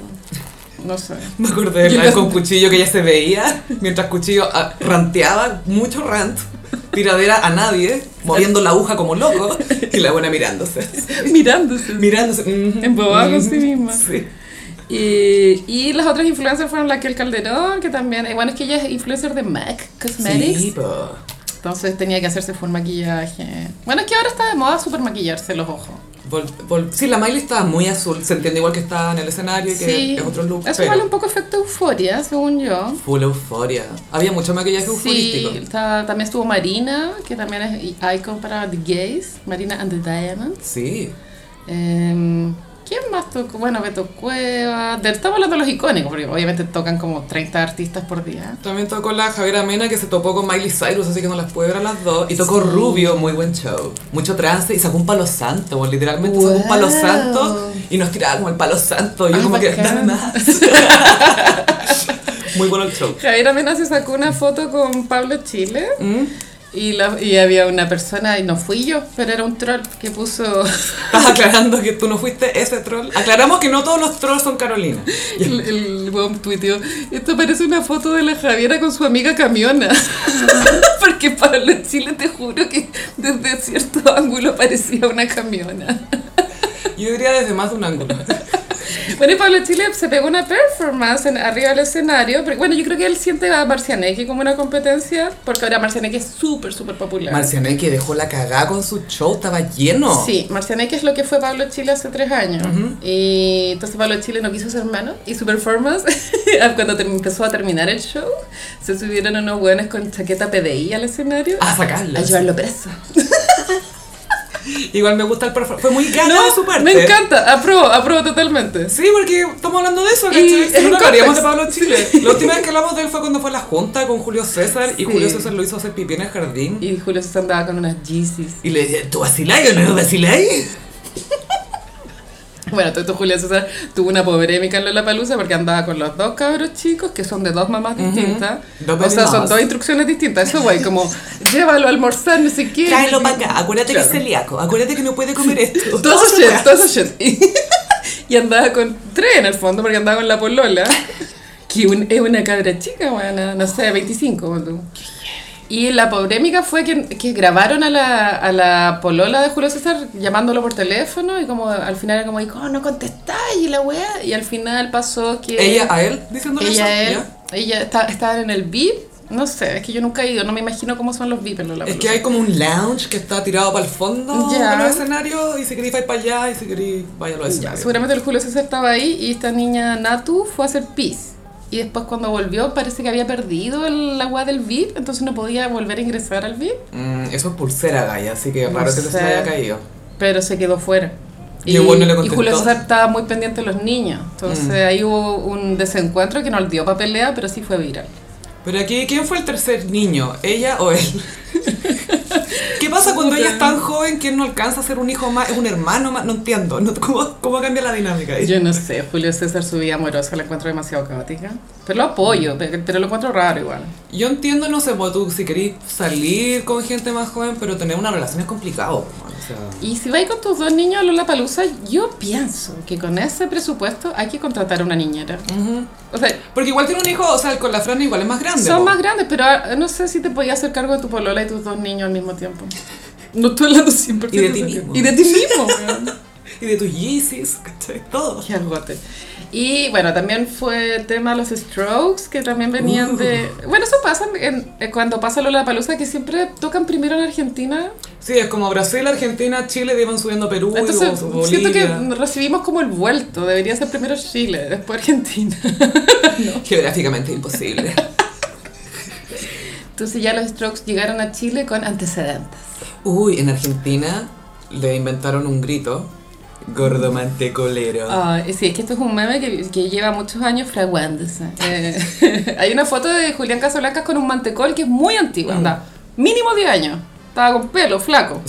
Speaker 2: No sé.
Speaker 1: Me acordé de
Speaker 2: Yo
Speaker 1: la
Speaker 2: no-
Speaker 1: con cuchillo que ella se veía, mientras cuchillo ah, ranteaba mucho rant, tiradera a nadie, moviendo la aguja como loco, y la buena mirándose.
Speaker 2: Mirándose.
Speaker 1: Mirándose. mhm,
Speaker 2: Embobada con
Speaker 1: mhm,
Speaker 2: sí misma.
Speaker 1: Sí.
Speaker 2: Y, y las otras influencers fueron la Kel Calderón, que también, eh, bueno, es que ella es influencer de MAC Cosmetics.
Speaker 1: Sí, po.
Speaker 2: Entonces tenía que hacerse full maquillaje. Bueno, es que ahora está de moda super maquillarse los ojos.
Speaker 1: Vol- vol- sí, la Miley estaba muy azul, se entiende igual que estaba en el escenario y que
Speaker 2: Sí,
Speaker 1: es otro look.
Speaker 2: eso
Speaker 1: pero
Speaker 2: vale un poco efecto euforia, según yo.
Speaker 1: Full euforia. Había mucho maquillaje
Speaker 2: Sí,
Speaker 1: euforístico.
Speaker 2: está- también estuvo Marina, que también es i- icon para The Gays, Marina and the Diamonds.
Speaker 1: Sí.
Speaker 2: Em, ¿Quién más tocó? Bueno, Beto Cueva. De, estamos hablando de los icónicos, porque obviamente tocan como 30 artistas por día.
Speaker 1: También tocó la Javiera Mena que se topó con Miley Cyrus, así que no las puede ver a las dos. Y tocó Rubio, muy buen show. Mucho trance y sacó un palo santo, bueno, literalmente sacó un palo
Speaker 2: Wow.
Speaker 1: santo y nos tiraba como el palo santo. Y yo
Speaker 2: Ah,
Speaker 1: como que, dame
Speaker 2: bacán.
Speaker 1: más. muy bueno el show.
Speaker 2: Javier Amena se sacó una foto con Pablo Chile.
Speaker 1: Mm,
Speaker 2: Y, la- y había una persona, y no fui yo, pero era un troll que puso.
Speaker 1: Estás aclarando que tú no fuiste ese troll. Aclaramos que no todos los trolls son Carolina.
Speaker 2: El, el weón tuiteó: Esto parece una foto de la Javiera con su amiga Camiona. Porque Pablo en Chile, te juro que desde cierto ángulo parecía una Camiona.
Speaker 1: Yo diría desde más de un ángulo.
Speaker 2: Bueno, y Pablo Chile se pegó una performance en- arriba del escenario. Pero, bueno, yo creo que él siente a Marcianeque como una competencia, porque ahora Marcianeque es súper, súper popular.
Speaker 1: Marcianeque dejó la cagada con su show, estaba lleno.
Speaker 2: Sí, Marcianeque es lo que fue Pablo Chile hace tres años.
Speaker 1: Ujú.
Speaker 2: Y entonces Pablo Chile no quiso ser hermano. Y su performance, cuando ter- empezó a terminar el show, se subieron unos hueones con chaqueta PDI al escenario
Speaker 1: A
Speaker 2: a
Speaker 1: sacarla.
Speaker 2: llevarlo preso.
Speaker 1: Igual me gusta el performance. Fue muy gana de su parte.
Speaker 2: me encanta, apruebo, apruebo totalmente.
Speaker 1: Sí, porque estamos hablando de eso,
Speaker 2: Y
Speaker 1: ¿cachai?
Speaker 2: es
Speaker 1: Si
Speaker 2: un
Speaker 1: no, no hablaríamos
Speaker 2: contexto.
Speaker 1: de Pablo Chile. La última vez que hablamos de él fue cuando fue a la junta con Julio César
Speaker 2: Sí.
Speaker 1: y Julio César lo hizo hacer pipí en el jardín.
Speaker 2: Y Julio se andaba con unas Yeezys.
Speaker 1: Y le decía, ¿tú vaciláis o no vaciláis?
Speaker 2: Bueno, todo esto Julio César tuvo una polémica en Lollapalooza porque andaba con los dos cabros chicos que son de dos mamás
Speaker 1: Ujú.
Speaker 2: distintas.
Speaker 1: Dos
Speaker 2: O sea, son
Speaker 1: babymamas.
Speaker 2: dos instrucciones distintas. Eso, güey, como llévalo a almorzar, no sé qué.
Speaker 1: para acá, acuérdate
Speaker 2: Claro.
Speaker 1: que es celíaco, acuérdate que no puede comer esto.
Speaker 2: Todo
Speaker 1: Todos
Speaker 2: eso shit, todo eso shit. Y, y andaba con tres en el fondo, porque andaba con la polola, que un- es una cabra chica, bueno, no sé, 25. ponte tú. Y la polémica fue que, que grabaron a la, a la polola de Julio César llamándolo por teléfono y como al final era como, dijo, "Oh, no contestáis y la weá. Y al final pasó que
Speaker 1: Ella a él, diciéndole
Speaker 2: ella,
Speaker 1: eso.
Speaker 2: él,
Speaker 1: ¿ya?
Speaker 2: ella está- estaban en el VIP. No sé, es que yo nunca he ido, no me imagino cómo son los VIP en los
Speaker 1: Es que hay como un lounge que está tirado para el fondo
Speaker 2: Ya.
Speaker 1: de los escenarios y si queréis vais para allá y si queréis vaya a los
Speaker 2: Ya,
Speaker 1: escenarios.
Speaker 2: seguramente el Julio César estaba ahí y esta niña Natu fue a hacer pis. Y después cuando volvió parece que había perdido el agua del VIP, entonces no podía volver a ingresar al VIP,
Speaker 1: Mm, eso es pulsera, Gaya, así que
Speaker 2: No
Speaker 1: raro que se
Speaker 2: sé.
Speaker 1: le haya caído.
Speaker 2: pero se quedó fuera.
Speaker 1: Y el güey no le
Speaker 2: y
Speaker 1: contestó.
Speaker 2: Julio César estaba muy pendiente de los niños, entonces
Speaker 1: Mm.
Speaker 2: ahí hubo un desencuentro que no le dio para pelea, pero sí fue viral.
Speaker 1: Pero aquí, ¿quién fue el tercer niño? ¿Ella o él? ¿Qué pasa cuando ella es tan joven que él no alcanza a ser un hijo más, es un hermano más? No entiendo, no- ¿cómo, cómo cambia la dinámica? ahí?
Speaker 2: Yo no sé, Julio César su vida amorosa la encuentro demasiado caótica, pero lo apoyo, pe- pero lo encuentro raro igual.
Speaker 1: Yo entiendo, no sé, pues, tú si querís salir con gente más joven, pero tener una relación es complicado. o sea.
Speaker 2: Y si vais con tus dos niños a Lola Palusa, yo pienso que con ese presupuesto hay que contratar a una niñera.
Speaker 1: Ujú.
Speaker 2: O sea,
Speaker 1: Porque igual tiene un hijo, o sea, con la Fran igual es más grande.
Speaker 2: son
Speaker 1: po.
Speaker 2: más grandes, pero ah, no sé si te podías hacer cargo de tu polola y tus dos niños al mismo tiempo. No estoy hablando 100%
Speaker 1: Y de ti
Speaker 2: serio.
Speaker 1: mismo.
Speaker 2: Y de ti mismo, weón.
Speaker 1: Y de tus Yeezys, ¿cachai? Todo.
Speaker 2: Qué agote. Y bueno, también fue tema los strokes, que también venían
Speaker 1: Uh.
Speaker 2: de... Bueno, eso pasa en- en- cuando pasa Lola Palusa, que siempre tocan primero en Argentina.
Speaker 1: Sí, es como Brasil, Argentina, Chile, iban subiendo Perú,
Speaker 2: Entonces,
Speaker 1: o Bolivia.
Speaker 2: siento que recibimos como el vuelto. Debería ser primero Chile, después Argentina.
Speaker 1: Geográficamente imposible.
Speaker 2: Entonces ya los Strokes llegaron a Chile con antecedentes.
Speaker 1: Uy, en Argentina le inventaron un grito. Gordo mantecolero.
Speaker 2: Ay, Ah, sí, es que esto es un meme que, que lleva muchos años fraguándose. Eh, hay una foto de Julián Casablancas con un mantecol que es muy antigua,
Speaker 1: Mm.
Speaker 2: anda, mínimo 10 años. Estaba con pelo, flaco.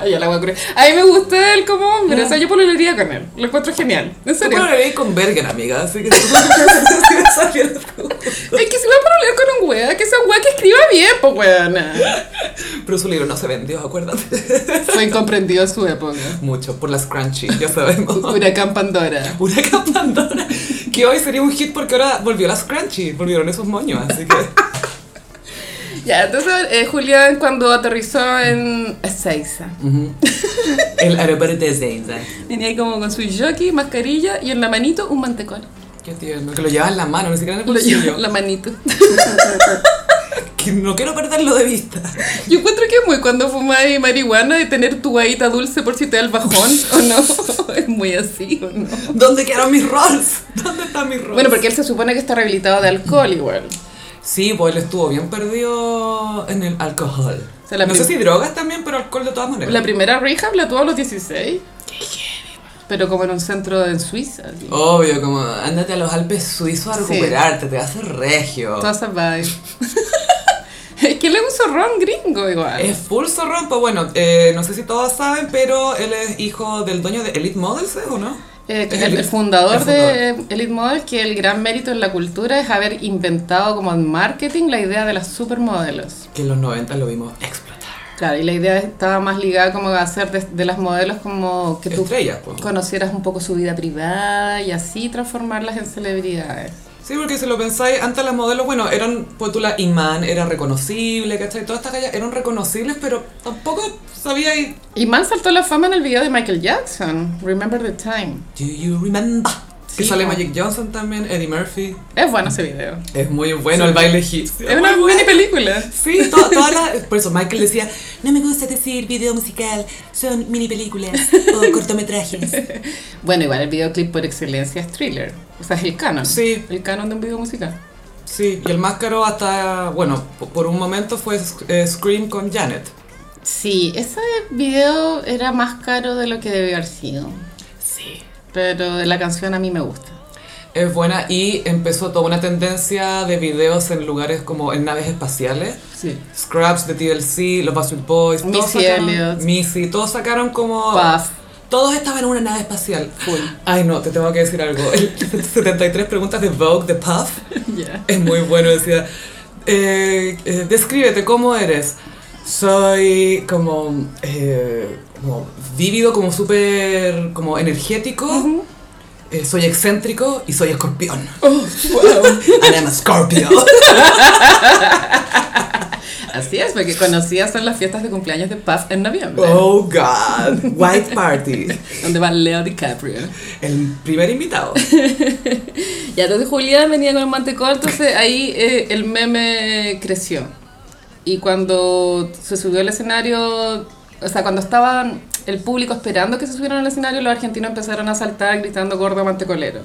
Speaker 2: Ay, ya la voy a creer. A mí me gusta él como hombre, o sea, yo pololearía con él. Lo encuentro genial, en
Speaker 1: Tú
Speaker 2: serio.
Speaker 1: pololeáis con Bergen, amiga, así que tú
Speaker 2: Es que si voy a pololear con un wea, que sea un wea que escriba bien, pues weona.
Speaker 1: Pero su libro no se vendió, acuérdate.
Speaker 2: Fue incomprendido en su época.
Speaker 1: Mucho, por las crunchy, ya sabemos.
Speaker 2: Huracán Pandora.
Speaker 1: Huracán Pandora, que hoy sería un hit porque ahora volvió las crunchy, volvieron esos moños, así que...
Speaker 2: Ya, entonces eh, Julián cuando aterrizó en Ezeiza
Speaker 1: Ujú. El aeropuerto de Zeinza.
Speaker 2: Tenía ahí como con su jockey, mascarilla y en la manito un mantecón.
Speaker 1: Qué tierno, que lo lleva en la mano, ni siquiera en el
Speaker 2: Lo llevo
Speaker 1: bolsillo.
Speaker 2: en la manito.
Speaker 1: Que no quiero perderlo de vista.
Speaker 2: Yo encuentro que es muy cuando fumáis marihuana de tener tu guaita dulce por si te da el bajón o no. Es muy así o no.
Speaker 1: ¿Dónde quedaron mis rolls? ¿Dónde están mis rolls?
Speaker 2: Bueno, porque él se supone que está rehabilitado de alcohol igual.
Speaker 1: Sí, pues él estuvo bien perdido en el alcohol.
Speaker 2: O sea, la
Speaker 1: no
Speaker 2: prim-
Speaker 1: sé si drogas también, pero alcohol de todas maneras.
Speaker 2: La primera rehab la tuvo a los 16. Pero como en un centro en Suiza. así.
Speaker 1: Obvio, como ándate a los Alpes suizos a
Speaker 2: Sí.
Speaker 1: recuperarte, te hace regio.
Speaker 2: Todas esas vibes. Es que él es un zorrón gringo igual.
Speaker 1: Es full zorrón, pues bueno, eh, no sé si todos saben, pero él es hijo del dueño de Elite Models, ¿eh? ¿o no?
Speaker 2: eh,
Speaker 1: Es
Speaker 2: el,
Speaker 1: el-
Speaker 2: el fundador
Speaker 1: el
Speaker 2: de eh, Elite Models, que el gran mérito en la cultura es haber inventado como en marketing la idea de las supermodelos.
Speaker 1: Que en los 90 lo vimos explotar.
Speaker 2: Claro, y la idea estaba más ligada como a hacer de, de las modelos como que tú
Speaker 1: Estrellas, pues.
Speaker 2: conocieras un poco su vida privada y así transformarlas en celebridades.
Speaker 1: Sí, porque si lo pensáis, antes las modelos, bueno, eran, pues tú la imán, era reconocible, ¿cachai? Todas estas gallas eran reconocibles, pero tampoco sabíais.
Speaker 2: Y man saltó a la fama en el video de Michael Jackson, Remember the Time.
Speaker 1: Do you remember? que
Speaker 2: Sí,
Speaker 1: sale
Speaker 2: po.
Speaker 1: Magic Johnson también, Eddie Murphy.
Speaker 2: Es bueno ese video.
Speaker 1: Es muy bueno el baile egipcio.
Speaker 2: Es una
Speaker 1: muy bueno.
Speaker 2: mini película.
Speaker 1: Sí, to- todas las- Por eso Michael decía, no me gusta decir video musical, son mini películas o cortometrajes.
Speaker 2: Bueno, igual el videoclip por excelencia es thriller. O sea, es el canon.
Speaker 1: Sí.
Speaker 2: El canon de un video musical.
Speaker 1: Sí, y el más caro hasta, bueno, po- por un momento fue eh, Scream con Janet.
Speaker 2: Sí, ese video era más caro de lo que debió haber sido.
Speaker 1: Sí.
Speaker 2: Pero la canción a mí me gusta.
Speaker 1: Es buena y empezó toda una tendencia de videos en lugares como en naves espaciales.
Speaker 2: Sí.
Speaker 1: Scraps de TLC, los Backstreet Boys, todos
Speaker 2: Missy
Speaker 1: sacaron-
Speaker 2: Elliott.
Speaker 1: Missy, todos sacaron como...
Speaker 2: Puff.
Speaker 1: Todos estaban en una nave espacial. Ay, no, te tengo que decir algo. El 73 preguntas de Vogue, de Puff,
Speaker 2: Ya.
Speaker 1: es muy bueno. Decía, eh, eh, descríbete, ¿cómo eres? Soy como, eh, como vívido, como súper como energético. Eh, soy excéntrico y soy escorpión. And I'm a Scorpio.
Speaker 2: Así es, porque conocías son las fiestas de cumpleaños de Puff en noviembre.
Speaker 1: Oh, God. White Party.
Speaker 2: Donde va Leo DiCaprio.
Speaker 1: El primer invitado.
Speaker 2: Ya, entonces Julián venía con el mantecón, entonces ahí eh, el meme creció. Y cuando se subió al escenario, o sea, cuando estaban el público esperando que se subieran al escenario, los argentinos empezaron a saltar gritando gordo mantecolero.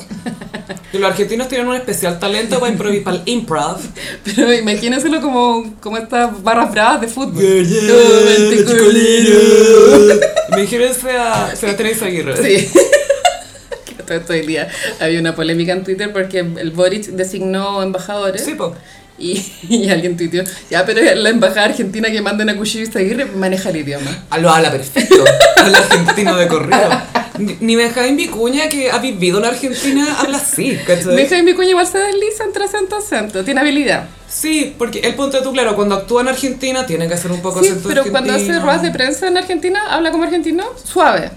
Speaker 1: Y los argentinos tienen un especial talento para improvisar para el improv.
Speaker 2: Pero imagínenselo como, como estas barras bravas de fútbol. Gordo mantecolero.
Speaker 1: Me dijeron a Sebastián Aguirre.
Speaker 2: Sí. Que todo, todo el día había una polémica en Twitter porque el Boric designó embajadores.
Speaker 1: Sí, po.
Speaker 2: Y, y alguien tuiteó, ya, pero la embajada argentina que manden a Cuchillo y Aguirre maneja el idioma.
Speaker 1: Ah, Lo habla perfecto. Habla argentino de corrido. Ni, ni Benjamín Vicuña, que ha vivido en Argentina, habla así, ¿cachai?
Speaker 2: Deja mi cuña igual se desliza entre acento a acento, tiene habilidad.
Speaker 1: Sí, porque el punto de tú, claro, cuando actúa en Argentina tiene que hacer un poco
Speaker 2: Sí,
Speaker 1: acento
Speaker 2: pero cuando hace
Speaker 1: argentino,
Speaker 2: ruedas de prensa en Argentina, habla como argentino, suave.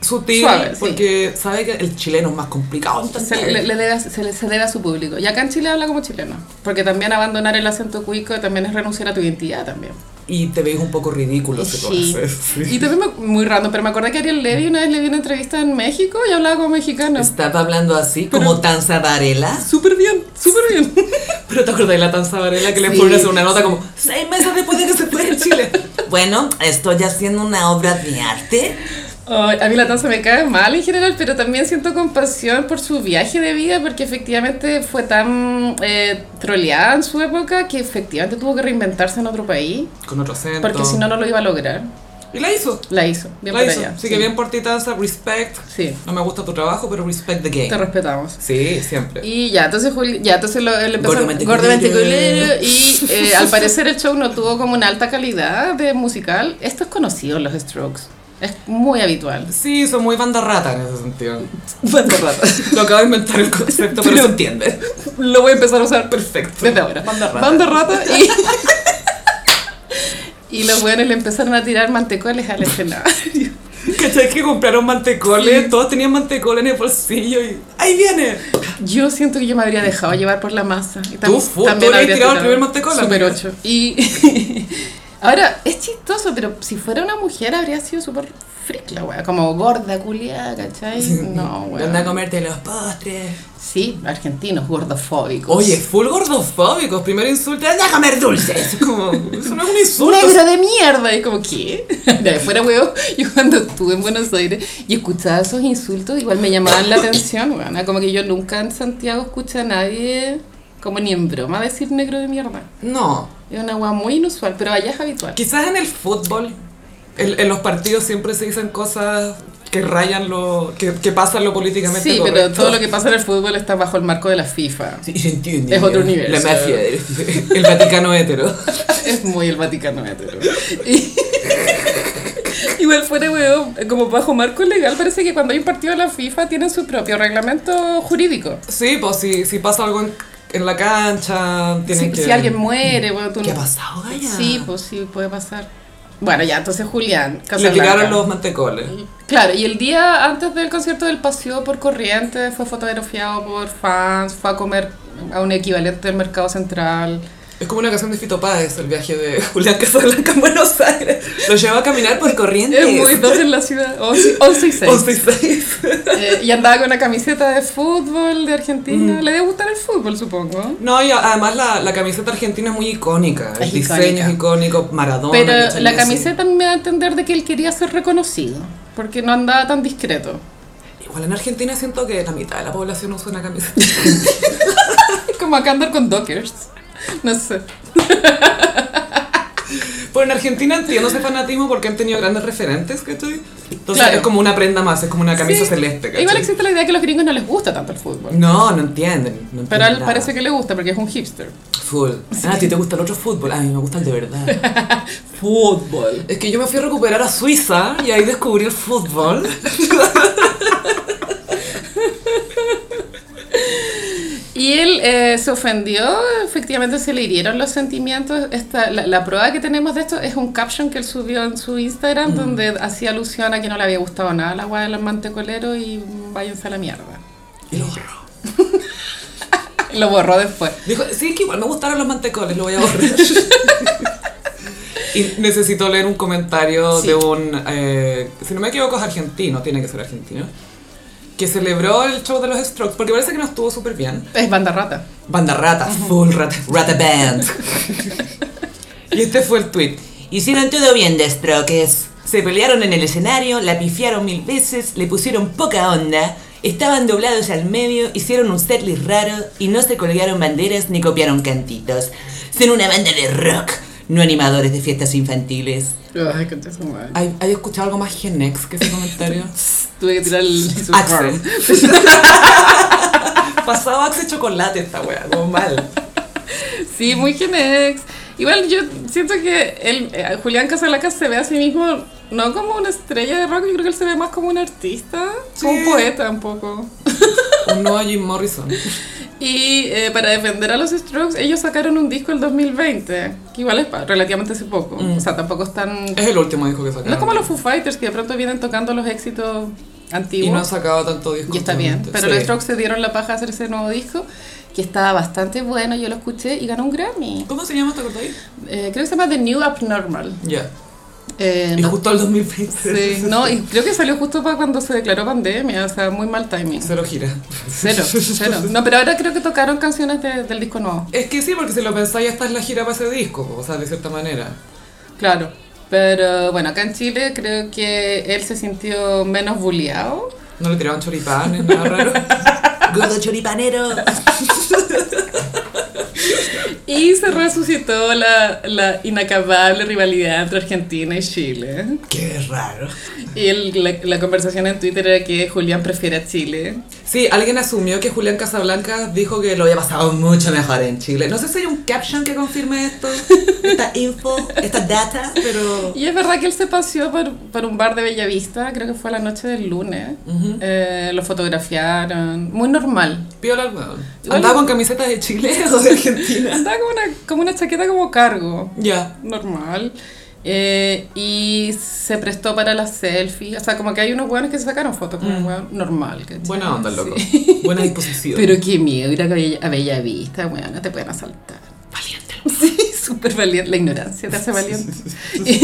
Speaker 1: Sutil,
Speaker 2: suave, sí.
Speaker 1: porque sabe que el chileno es más complicado.
Speaker 2: Se
Speaker 1: entonces-
Speaker 2: le, le debe a- se le- se debe a su público. Y acá en Chile habla como chileno, porque también abandonar el acento cuico también es renunciar a tu identidad también.
Speaker 1: Y te veis un poco ridículo si
Speaker 2: Sí.
Speaker 1: lo haces. sí.
Speaker 2: Y también me- muy random, pero me acordé que Ariel Levy una vez le vi una entrevista en México y hablaba como mexicano.
Speaker 1: Estaba hablando así, como Tanza Varela.
Speaker 2: Súper bien, súper bien.
Speaker 1: Pero te acordás de la Tanza Varela que le
Speaker 2: Sí.
Speaker 1: ponen a hacer una nota como seis meses después de que se fue de Chile. Bueno, estoy haciendo una obra de arte.
Speaker 2: Ay, a mí la tanza me cae mal en general, pero también siento compasión por su viaje de vida, porque efectivamente fue tan eh, troleada en su época que efectivamente tuvo que reinventarse en otro país,
Speaker 1: Con otro acento.
Speaker 2: porque si no, no lo iba a lograr.
Speaker 1: Y la hizo.
Speaker 2: La hizo, bien
Speaker 1: la
Speaker 2: por
Speaker 1: hizo.
Speaker 2: allá.
Speaker 1: Así que bien por ti, Tanza. Respect.
Speaker 2: Sí,
Speaker 1: No me gusta tu trabajo, pero respect the
Speaker 2: te
Speaker 1: game.
Speaker 2: respetamos.
Speaker 1: Sí, siempre.
Speaker 2: Y ya, entonces Juli- ya, entonces lo, él empezó
Speaker 1: Gordamente
Speaker 2: gordamente
Speaker 1: culero.
Speaker 2: culero, y eh, al parecer el show no tuvo como una alta calidad de musical. Esto es conocido en los Strokes, es muy habitual.
Speaker 1: Sí, son muy banda rata en ese sentido.
Speaker 2: Banda rata.
Speaker 1: Lo acabo de inventar el concepto, pero,
Speaker 2: Pero-
Speaker 1: se entiende.
Speaker 2: Lo voy a empezar a usar
Speaker 1: Perfecto.
Speaker 2: Desde ahora.
Speaker 1: Banda rata.
Speaker 2: Banda rata y. y los weones le empezaron a tirar mantecoles al escenario.
Speaker 1: ¿Cachai que compraron mantecoles?
Speaker 2: Sí.
Speaker 1: Todos tenían mantecoles en el bolsillo y... ¡Ahí viene!
Speaker 2: Yo siento que yo me habría dejado llevar por la masa. Y
Speaker 1: Tú fu- tú habrías
Speaker 2: habría
Speaker 1: tirado el primer mantecol,
Speaker 2: Super
Speaker 1: amiga.
Speaker 2: 8. Y. Ahora, es chistoso, pero si fuera una mujer habría sido súper freak la wea. Como gorda, culiada, ¿cachai? No,
Speaker 1: Anda a
Speaker 2: wea.
Speaker 1: comerte los postres.
Speaker 2: Sí, argentinos, gordofóbicos.
Speaker 1: Oye, full gordofóbicos. Primero insulta, anda a comer dulces. Como, eso no es un
Speaker 2: ¡Un
Speaker 1: insulto.
Speaker 2: negro de mierda! Y como, ¿qué? De fuera, huevo. Yo cuando estuve en Buenos Aires y escuchaba esos insultos, igual me llamaban la atención, weona. Como que yo nunca en Santiago escuché a nadie, como ni en broma, decir negro de mierda.
Speaker 1: No,
Speaker 2: Es una hueá muy inusual, pero allá es habitual.
Speaker 1: quizás en el fútbol, en, en los partidos siempre se dicen cosas que rayan lo. que, que pasan lo políticamente
Speaker 2: Sí, pero
Speaker 1: correcto.
Speaker 2: todo lo que pasa en el fútbol está bajo el marco de la FIFA.
Speaker 1: Sí, se entiende.
Speaker 2: Es otro universo.
Speaker 1: La mafia, el Vaticano hétero.
Speaker 2: Es muy el Vaticano hetero. Y, y Igual fuera, weón, como bajo marco legal, parece que cuando hay un partido de la FIFA tienen su propio reglamento jurídico.
Speaker 1: Sí, pues si, si pasa algo en, en la cancha, tienen
Speaker 2: Si,
Speaker 1: que...
Speaker 2: si alguien muere, weón, tú
Speaker 1: ¿Qué ha
Speaker 2: no-
Speaker 1: pasado, Gaya?
Speaker 2: Sí, pues sí, puede pasar. Bueno, ya, entonces Julián,
Speaker 1: Le
Speaker 2: Casablanca.
Speaker 1: tiraron los mantecoles.
Speaker 2: Claro, y el día antes del concierto del paseo por corriente fue fotografiado por fans, fue a comer a un equivalente del mercado central.
Speaker 1: Es como una canción de Fito Páez, el viaje de Julián Casablanca a Buenos Aires. Lo llevó a caminar por corrientes.
Speaker 2: Es muy dos en la ciudad, 11 y 6.
Speaker 1: 11 y 6.
Speaker 2: y andaba con una camiseta de fútbol de Argentina. Le debe gustar el fútbol, supongo.
Speaker 1: No, y a- además la, la camiseta argentina es muy icónica. El
Speaker 2: Es
Speaker 1: diseño
Speaker 2: icónica.
Speaker 1: es icónico, Maradona.
Speaker 2: Pero
Speaker 1: Lionel
Speaker 2: la
Speaker 1: Messi.
Speaker 2: camiseta a mí me da a entender de que él quería ser reconocido, porque no andaba tan discreto.
Speaker 1: Igual en Argentina siento que la mitad de la población usa una camiseta.
Speaker 2: Es como acá andar con dockers. No sé.
Speaker 1: Pero en Argentina entiendo ese fanatismo porque han tenido grandes referentes, ¿cachai? Entonces
Speaker 2: Claro.
Speaker 1: es como una prenda más, es como una camisa
Speaker 2: Sí.
Speaker 1: celeste, ¿cachai?
Speaker 2: Igual existe la idea que a los gringos no les gusta tanto el fútbol.
Speaker 1: No, no entienden. No
Speaker 2: Pero a él
Speaker 1: entienden
Speaker 2: parece
Speaker 1: nada.
Speaker 2: que le gusta porque es un hipster.
Speaker 1: Full. Ah, a ti te gusta el otro fútbol. A mí me gusta el de verdad.
Speaker 2: Fútbol.
Speaker 1: Es que yo me fui a recuperar a Suiza y ahí descubrí el fútbol.
Speaker 2: Y él eh, se ofendió, efectivamente se le hirieron los sentimientos. Esta, la, la prueba que tenemos de esto es un caption que él subió en su Instagram donde hacía alusión a que no le había gustado nada la agua de los mantecoleros y mm, váyanse a la mierda.
Speaker 1: Y lo borró.
Speaker 2: Lo borró después.
Speaker 1: Dijo, sí, es que igual me gustaron los mantecoles, lo voy a borrar. y necesito leer un comentario
Speaker 2: Sí.
Speaker 1: de un, eh, si no me equivoco es argentino, tiene que ser argentino, que celebró el show de los Strokes, porque parece que no estuvo súper bien.
Speaker 2: Es banda rata.
Speaker 1: Banda rata, full rata, rata band. y este fue el tweet.
Speaker 3: Hicieron todo bien The Strokes. Se pelearon en el escenario, la pifiaron mil veces, le pusieron poca onda, estaban doblados al medio, hicieron un setlist raro y no se colgaron banderas ni copiaron cantitos. Son una banda de rock, no animadores de fiestas infantiles.
Speaker 2: Ay, concha su madre.
Speaker 1: ¿Hay, hay escuchado algo más Genex que ese comentario?
Speaker 2: Ah, Tuve que tirar el
Speaker 1: Axel. Pasado Axe Chocolate esta wea, como mal.
Speaker 2: Sí, muy Genex. Igual yo siento que el, eh, Julián Casablancas se ve a sí mismo no como una estrella de rock, yo creo que él se ve más como un artista, como un
Speaker 1: Sí.
Speaker 2: poeta un poco.
Speaker 1: Un nuevo Jim Morrison.
Speaker 2: Y eh, para defender a los Strokes, ellos sacaron un disco el 2020, que igual es pa- relativamente hace poco. O sea, tampoco es tan...
Speaker 1: Mm. Es el último disco que sacaron.
Speaker 2: No es como los Foo Fighters, que de pronto vienen tocando los éxitos antiguos.
Speaker 1: Y no han sacado tanto disco.
Speaker 2: Y está bien.
Speaker 1: últimamente.
Speaker 2: Pero
Speaker 1: Sí.
Speaker 2: los Strokes se dieron la paja a hacer ese nuevo disco, que estaba bastante bueno, yo lo escuché y ganó un Grammy.
Speaker 1: ¿Cómo se llama esta corta ahí?
Speaker 2: Eh, creo que se llama The New Abnormal.
Speaker 1: Ya.
Speaker 2: Eh,
Speaker 1: Y
Speaker 2: no-
Speaker 1: justo el 2020.
Speaker 2: sí, no, y creo que salió justo para cuando se declaró pandemia, o sea, muy mal timing.
Speaker 1: Se lo gira.
Speaker 2: Cero, cero. No, pero ahora creo que tocaron canciones de- del disco nuevo.
Speaker 1: Es que sí, porque si lo pensáis, esta es la gira para ese disco, o sea, de cierta manera.
Speaker 2: Claro. Pero bueno, acá en Chile creo que él se sintió menos bulleado.
Speaker 1: No le tiraban choripanes, nada raro.
Speaker 3: Gordo choripanero.
Speaker 2: Y se resucitó la, la inacabable rivalidad entre Argentina y Chile.
Speaker 1: Qué raro.
Speaker 2: Y el- la, la conversación en Twitter era que Julián prefiere a Chile.
Speaker 1: Sí, alguien asumió que Julián Casablanca dijo que lo había pasado mucho mejor en Chile. No sé si hay un caption que confirme esto,
Speaker 3: Esta info, esta data.
Speaker 1: pero.
Speaker 2: Y es verdad que él se paseó por, por un bar de Bellavista, creo que fue la noche del lunes. Eh, lo fotografiaron, muy normal.
Speaker 1: Piola el weón.
Speaker 2: Igual-
Speaker 1: Andaba con camisetas de Chile o de Argentina.
Speaker 2: Andaba como una, como una chaqueta como cargo,
Speaker 1: Ya.
Speaker 2: normal. Eh, y se prestó para las selfies. O sea, como que hay unos hueones que se sacaron fotos con un hueón normal. ¿cachai?
Speaker 1: Mm. Buena onda, loco.
Speaker 2: Sí.
Speaker 1: Buena disposición.
Speaker 2: Pero qué miedo ir a Bella- a Bellavista, hueón, no te pueden asaltar. Valiente. Sí, súper valiente. La ignorancia te hace valiente.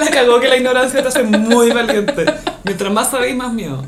Speaker 1: La cagó que la ignorancia te hace muy valiente. Mientras más sabéis, más miedo.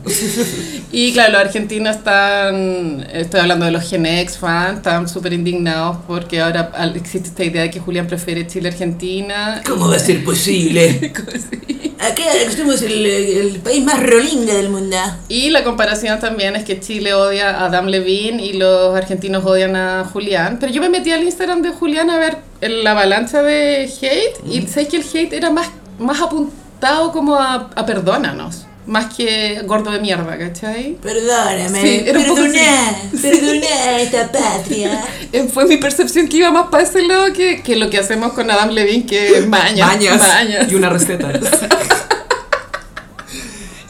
Speaker 2: Y claro, los argentinos están, estoy hablando de los Gen X fans, están súper indignados porque ahora al- existe esta idea de que Julián prefiere Chile a Argentina.
Speaker 3: ¿Cómo va a ser posible? Acá somos el, el país más rolinga del mundo.
Speaker 2: Y la comparación también es que Chile odia a Adam Levine y los argentinos odian a Julián. Pero yo me metí al Instagram de Julián a ver el- la avalancha de hate y sé que el hate era más, más apuntado como a, a perdónanos. Más que gordo de mierda, ¿cachai?
Speaker 3: Perdóname,
Speaker 2: Sí, era un poco
Speaker 3: perdoná, perdoná a esta patria.
Speaker 2: Eh, Fue mi percepción que iba más para ese lado que, que lo que hacemos con Adam Levine, que es mañas.
Speaker 1: Bañas,
Speaker 2: mañas.
Speaker 1: y una receta.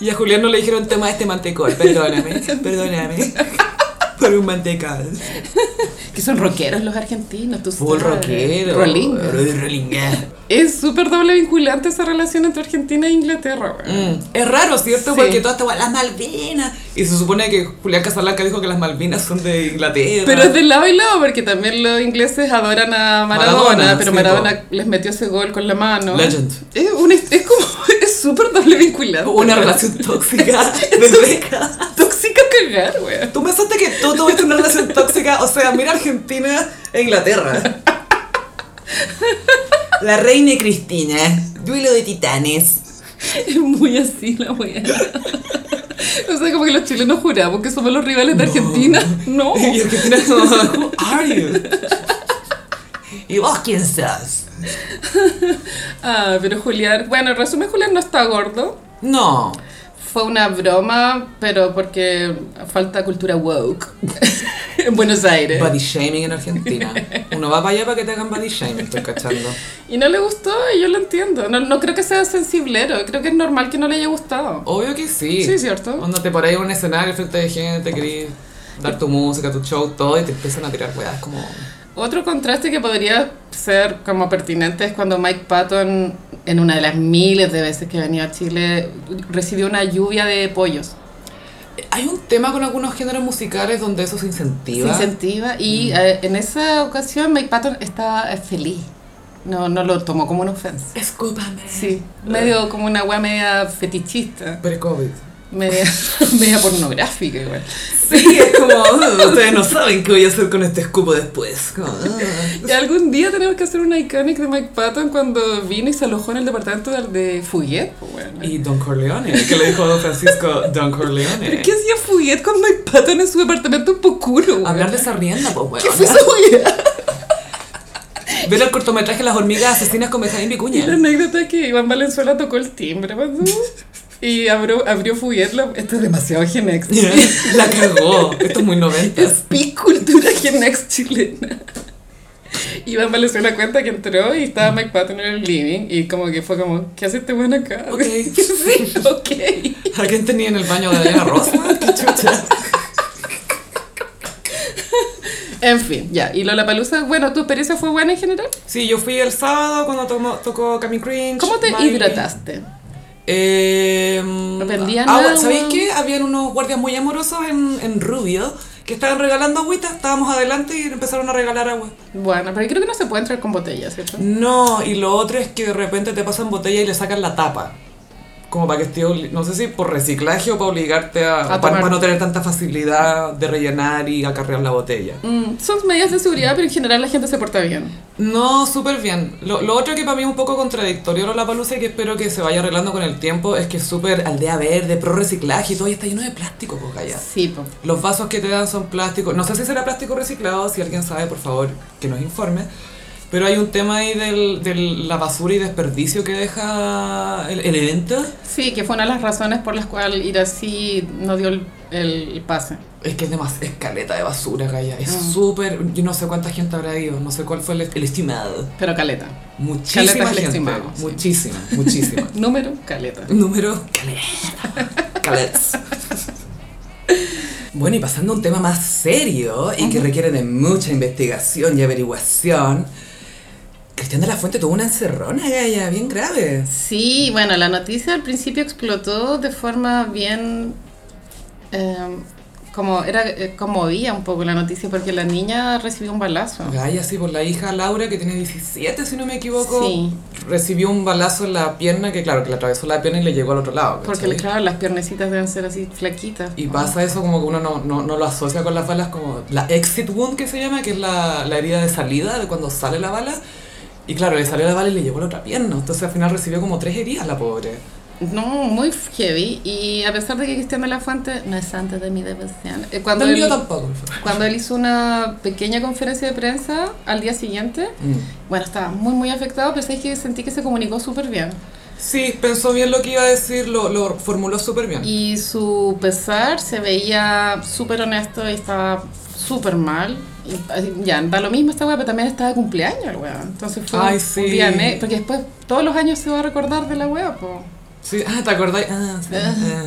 Speaker 1: y a Julián no le dijeron toma este mantecol, perdóname, perdóname. Por un mantecado.
Speaker 2: Que son rockeros los argentinos, tú
Speaker 1: Full
Speaker 2: sabes.
Speaker 1: rockero.
Speaker 2: Rolling.
Speaker 1: Ro- rolinga.
Speaker 2: Es súper doble vinculante esa relación entre Argentina e Inglaterra, weón.
Speaker 1: Mm. Es raro, ¿cierto?
Speaker 2: Sí.
Speaker 1: Porque todas estas las Malvinas. Y se supone que Julián Casablanca dijo que las Malvinas son de Inglaterra.
Speaker 2: Pero es de lado y lado, porque también los ingleses adoran a Maradona,
Speaker 1: Maradona,
Speaker 2: pero
Speaker 1: sí,
Speaker 2: Maradona les metió ese gol con la mano.
Speaker 1: Legend.
Speaker 2: Es, una- es como, es súper doble vinculante.
Speaker 1: Una relación tóxica de décadas.
Speaker 2: tóxica a cagar, weón.
Speaker 1: Tú pensaste que tú tuviste una relación tóxica, o sea, mira Argentina e Inglaterra.
Speaker 3: La reina Cristina, duelo de titanes.
Speaker 2: Es muy así la weá. O sea, como que los chilenos juramos que somos los rivales de Argentina. No.
Speaker 1: Y Argentina es como, "Who are you?"
Speaker 3: ¿Y vos quién sos?
Speaker 2: Ah, pero Julián, bueno, en resumen, Julián no está gordo.
Speaker 1: No.
Speaker 2: Fue una broma, pero porque falta cultura woke en Buenos Aires.
Speaker 1: Body shaming en Argentina. Uno va para allá para que te hagan body shaming, estoy cachando.
Speaker 2: Y no le gustó y yo lo entiendo. No, no creo que sea sensiblero, creo que es normal que no le haya gustado.
Speaker 1: Obvio que sí.
Speaker 2: Sí, cierto.
Speaker 1: Cuando te paráis en un escenario frente de gente, querís dar tu música, tu show, todo, y te empiezan a tirar weas como.
Speaker 2: Otro contraste que podría ser como pertinente es cuando Mike Patton, en una de las miles de veces que venía a Chile, recibió una lluvia de pollos.
Speaker 1: Hay un tema con algunos géneros musicales donde eso se
Speaker 2: Se
Speaker 1: incentiva.
Speaker 2: incentiva y eh, en esa ocasión Mike Patton estaba eh, feliz. No, no lo tomó como una ofensa.
Speaker 1: Escúpame.
Speaker 2: Sí, medio como una wea media fetichista,
Speaker 1: Pre-COVID.
Speaker 2: media, media pornográfica igual.
Speaker 1: Sí, es como, "Uh, ustedes no saben qué voy a hacer con este escupo después. Como, "Ah".
Speaker 2: Y algún día tenemos que hacer un iconic de Mike Patton cuando vino y se alojó en el departamento del de Fuguet. pues, bueno.
Speaker 1: Y Don Corleone, que le dijo a Don Francisco, Don Corleone.
Speaker 2: ¿Pero qué hacía Fuguet con Mike Patton en su departamento un poco
Speaker 1: Hablar de esa rienda, pues,
Speaker 2: ¿Qué fue
Speaker 1: weón.
Speaker 2: esa weá?
Speaker 1: Ver el cortometraje Las hormigas asesinas con Benjamín
Speaker 2: Y la
Speaker 1: Vicuña.
Speaker 2: anécdota es que Iván Valenzuela tocó el timbre, pasó, Y abrió, abrió Fuguet. la- Esto es demasiado Genex.
Speaker 1: La cagó. Esto es muy noventas.
Speaker 2: Es peak cultura Genex chilena. Iván Valenzuela cuenta que entró y estaba Mike Patton en el living. Y como que fue como, ¿qué hace este weón acá?
Speaker 1: Ok.
Speaker 2: sí, ok.
Speaker 1: ¿A quién tenía en el baño de Diana Rosa? ¿Qué chucha?
Speaker 2: En fin, ya. Y Lola Palusa, bueno, ¿tu experiencia fue buena en general?
Speaker 1: Sí, yo fui el sábado cuando tomó- tocó Cami Cringe.
Speaker 2: ¿Cómo te
Speaker 1: Miley.
Speaker 2: hidrataste?
Speaker 1: Eh,
Speaker 2: Vendían
Speaker 1: ah,
Speaker 2: agua.
Speaker 1: ¿Sabéis qué? Habían unos guardias muy amorosos en, en Rubio que estaban regalando agüita. Estábamos adelante y empezaron a regalar agua.
Speaker 2: Bueno, pero creo que no se puede entrar con botellas, ¿cierto?
Speaker 1: No, y lo otro es que de repente te pasan botella y le sacan la tapa. Como para que esté, obli- no sé si por reciclaje o para obligarte a, para,
Speaker 2: tomar.
Speaker 1: para no tener tanta facilidad de rellenar y acarrear la botella.
Speaker 2: Mm, son medidas de seguridad, pero en general la gente se porta bien.
Speaker 1: No, súper bien. Lo, lo otro que para mí es un poco contradictorio la palusa y que espero que se vaya arreglando con el tiempo es que es súper aldea verde, pro reciclaje y todo y está lleno de plástico, pues calla.
Speaker 2: Sí, po.
Speaker 1: Los vasos que te dan son plástico. No sé si será plástico reciclado, si alguien sabe, por favor, que nos informe. Pero hay un tema ahí del- de la basura y desperdicio que deja el, el evento.
Speaker 2: Sí, que fue una de las razones por las cuales ir así no dio el, el pase.
Speaker 1: Es que es demasiada escaleta de basura, Gaya. Es
Speaker 2: Ah.
Speaker 1: súper. Yo no sé cuánta gente habrá ido, no sé cuál fue el, est- el estimado.
Speaker 2: Pero caleta.
Speaker 1: Muchísima
Speaker 2: Caleta es el
Speaker 1: gente.
Speaker 2: estimado, sí.
Speaker 1: Muchísima, muchísima.
Speaker 2: Número, caleta.
Speaker 1: Número caleta. Calets. Bueno, y pasando a un tema más serio y que requiere de mucha investigación y averiguación, Cristian de la Fuente tuvo una encerrona, Gaya, bien grave.
Speaker 2: Sí, bueno, la noticia al principio explotó de forma bien... eh, como era eh, conmovía un poco la noticia porque la niña recibió un balazo.
Speaker 1: Gaya, sí, por la hija Laura, que tiene 17, si no me equivoco,
Speaker 2: Sí.
Speaker 1: recibió un balazo en la pierna, que claro, que le atravesó la pierna y le llegó al otro lado.
Speaker 2: Porque
Speaker 1: ¿cachai?
Speaker 2: claro, las piernecitas deben ser así flaquitas.
Speaker 1: Y
Speaker 2: ¿no?
Speaker 1: pasa eso como que uno no, no, no lo asocia con las balas, como la exit wound que se llama, que es la, la herida de salida de cuando sale la bala. Y claro, le salió la bala y le llevó la otra pierna. Entonces al final recibió como tres heridas la pobre.
Speaker 2: No, muy heavy. Y a pesar de que Cristian de la Fuente no es antes de mi devoción. eh,
Speaker 1: No
Speaker 2: Cuando
Speaker 1: el mío
Speaker 2: él,
Speaker 1: tampoco.
Speaker 2: cuando él hizo una pequeña conferencia de prensa al día siguiente,
Speaker 1: Mm.
Speaker 2: bueno, estaba muy, muy afectado, pero sabes que sentí que se comunicó súper bien.
Speaker 1: Sí, pensó bien lo que iba a decir, lo, lo formuló súper bien.
Speaker 2: Y su pesar se veía súper honesto y estaba súper mal. Y, ay, ya, da lo mismo esta weá, pero también estaba de cumpleaños el weá. Entonces fue
Speaker 1: Ay,
Speaker 2: un,
Speaker 1: sí.
Speaker 2: un día ne- Porque después todos los años se va a recordar de la weá, po.
Speaker 1: Sí, ah, ¿te acordás? Ah, sí, ah.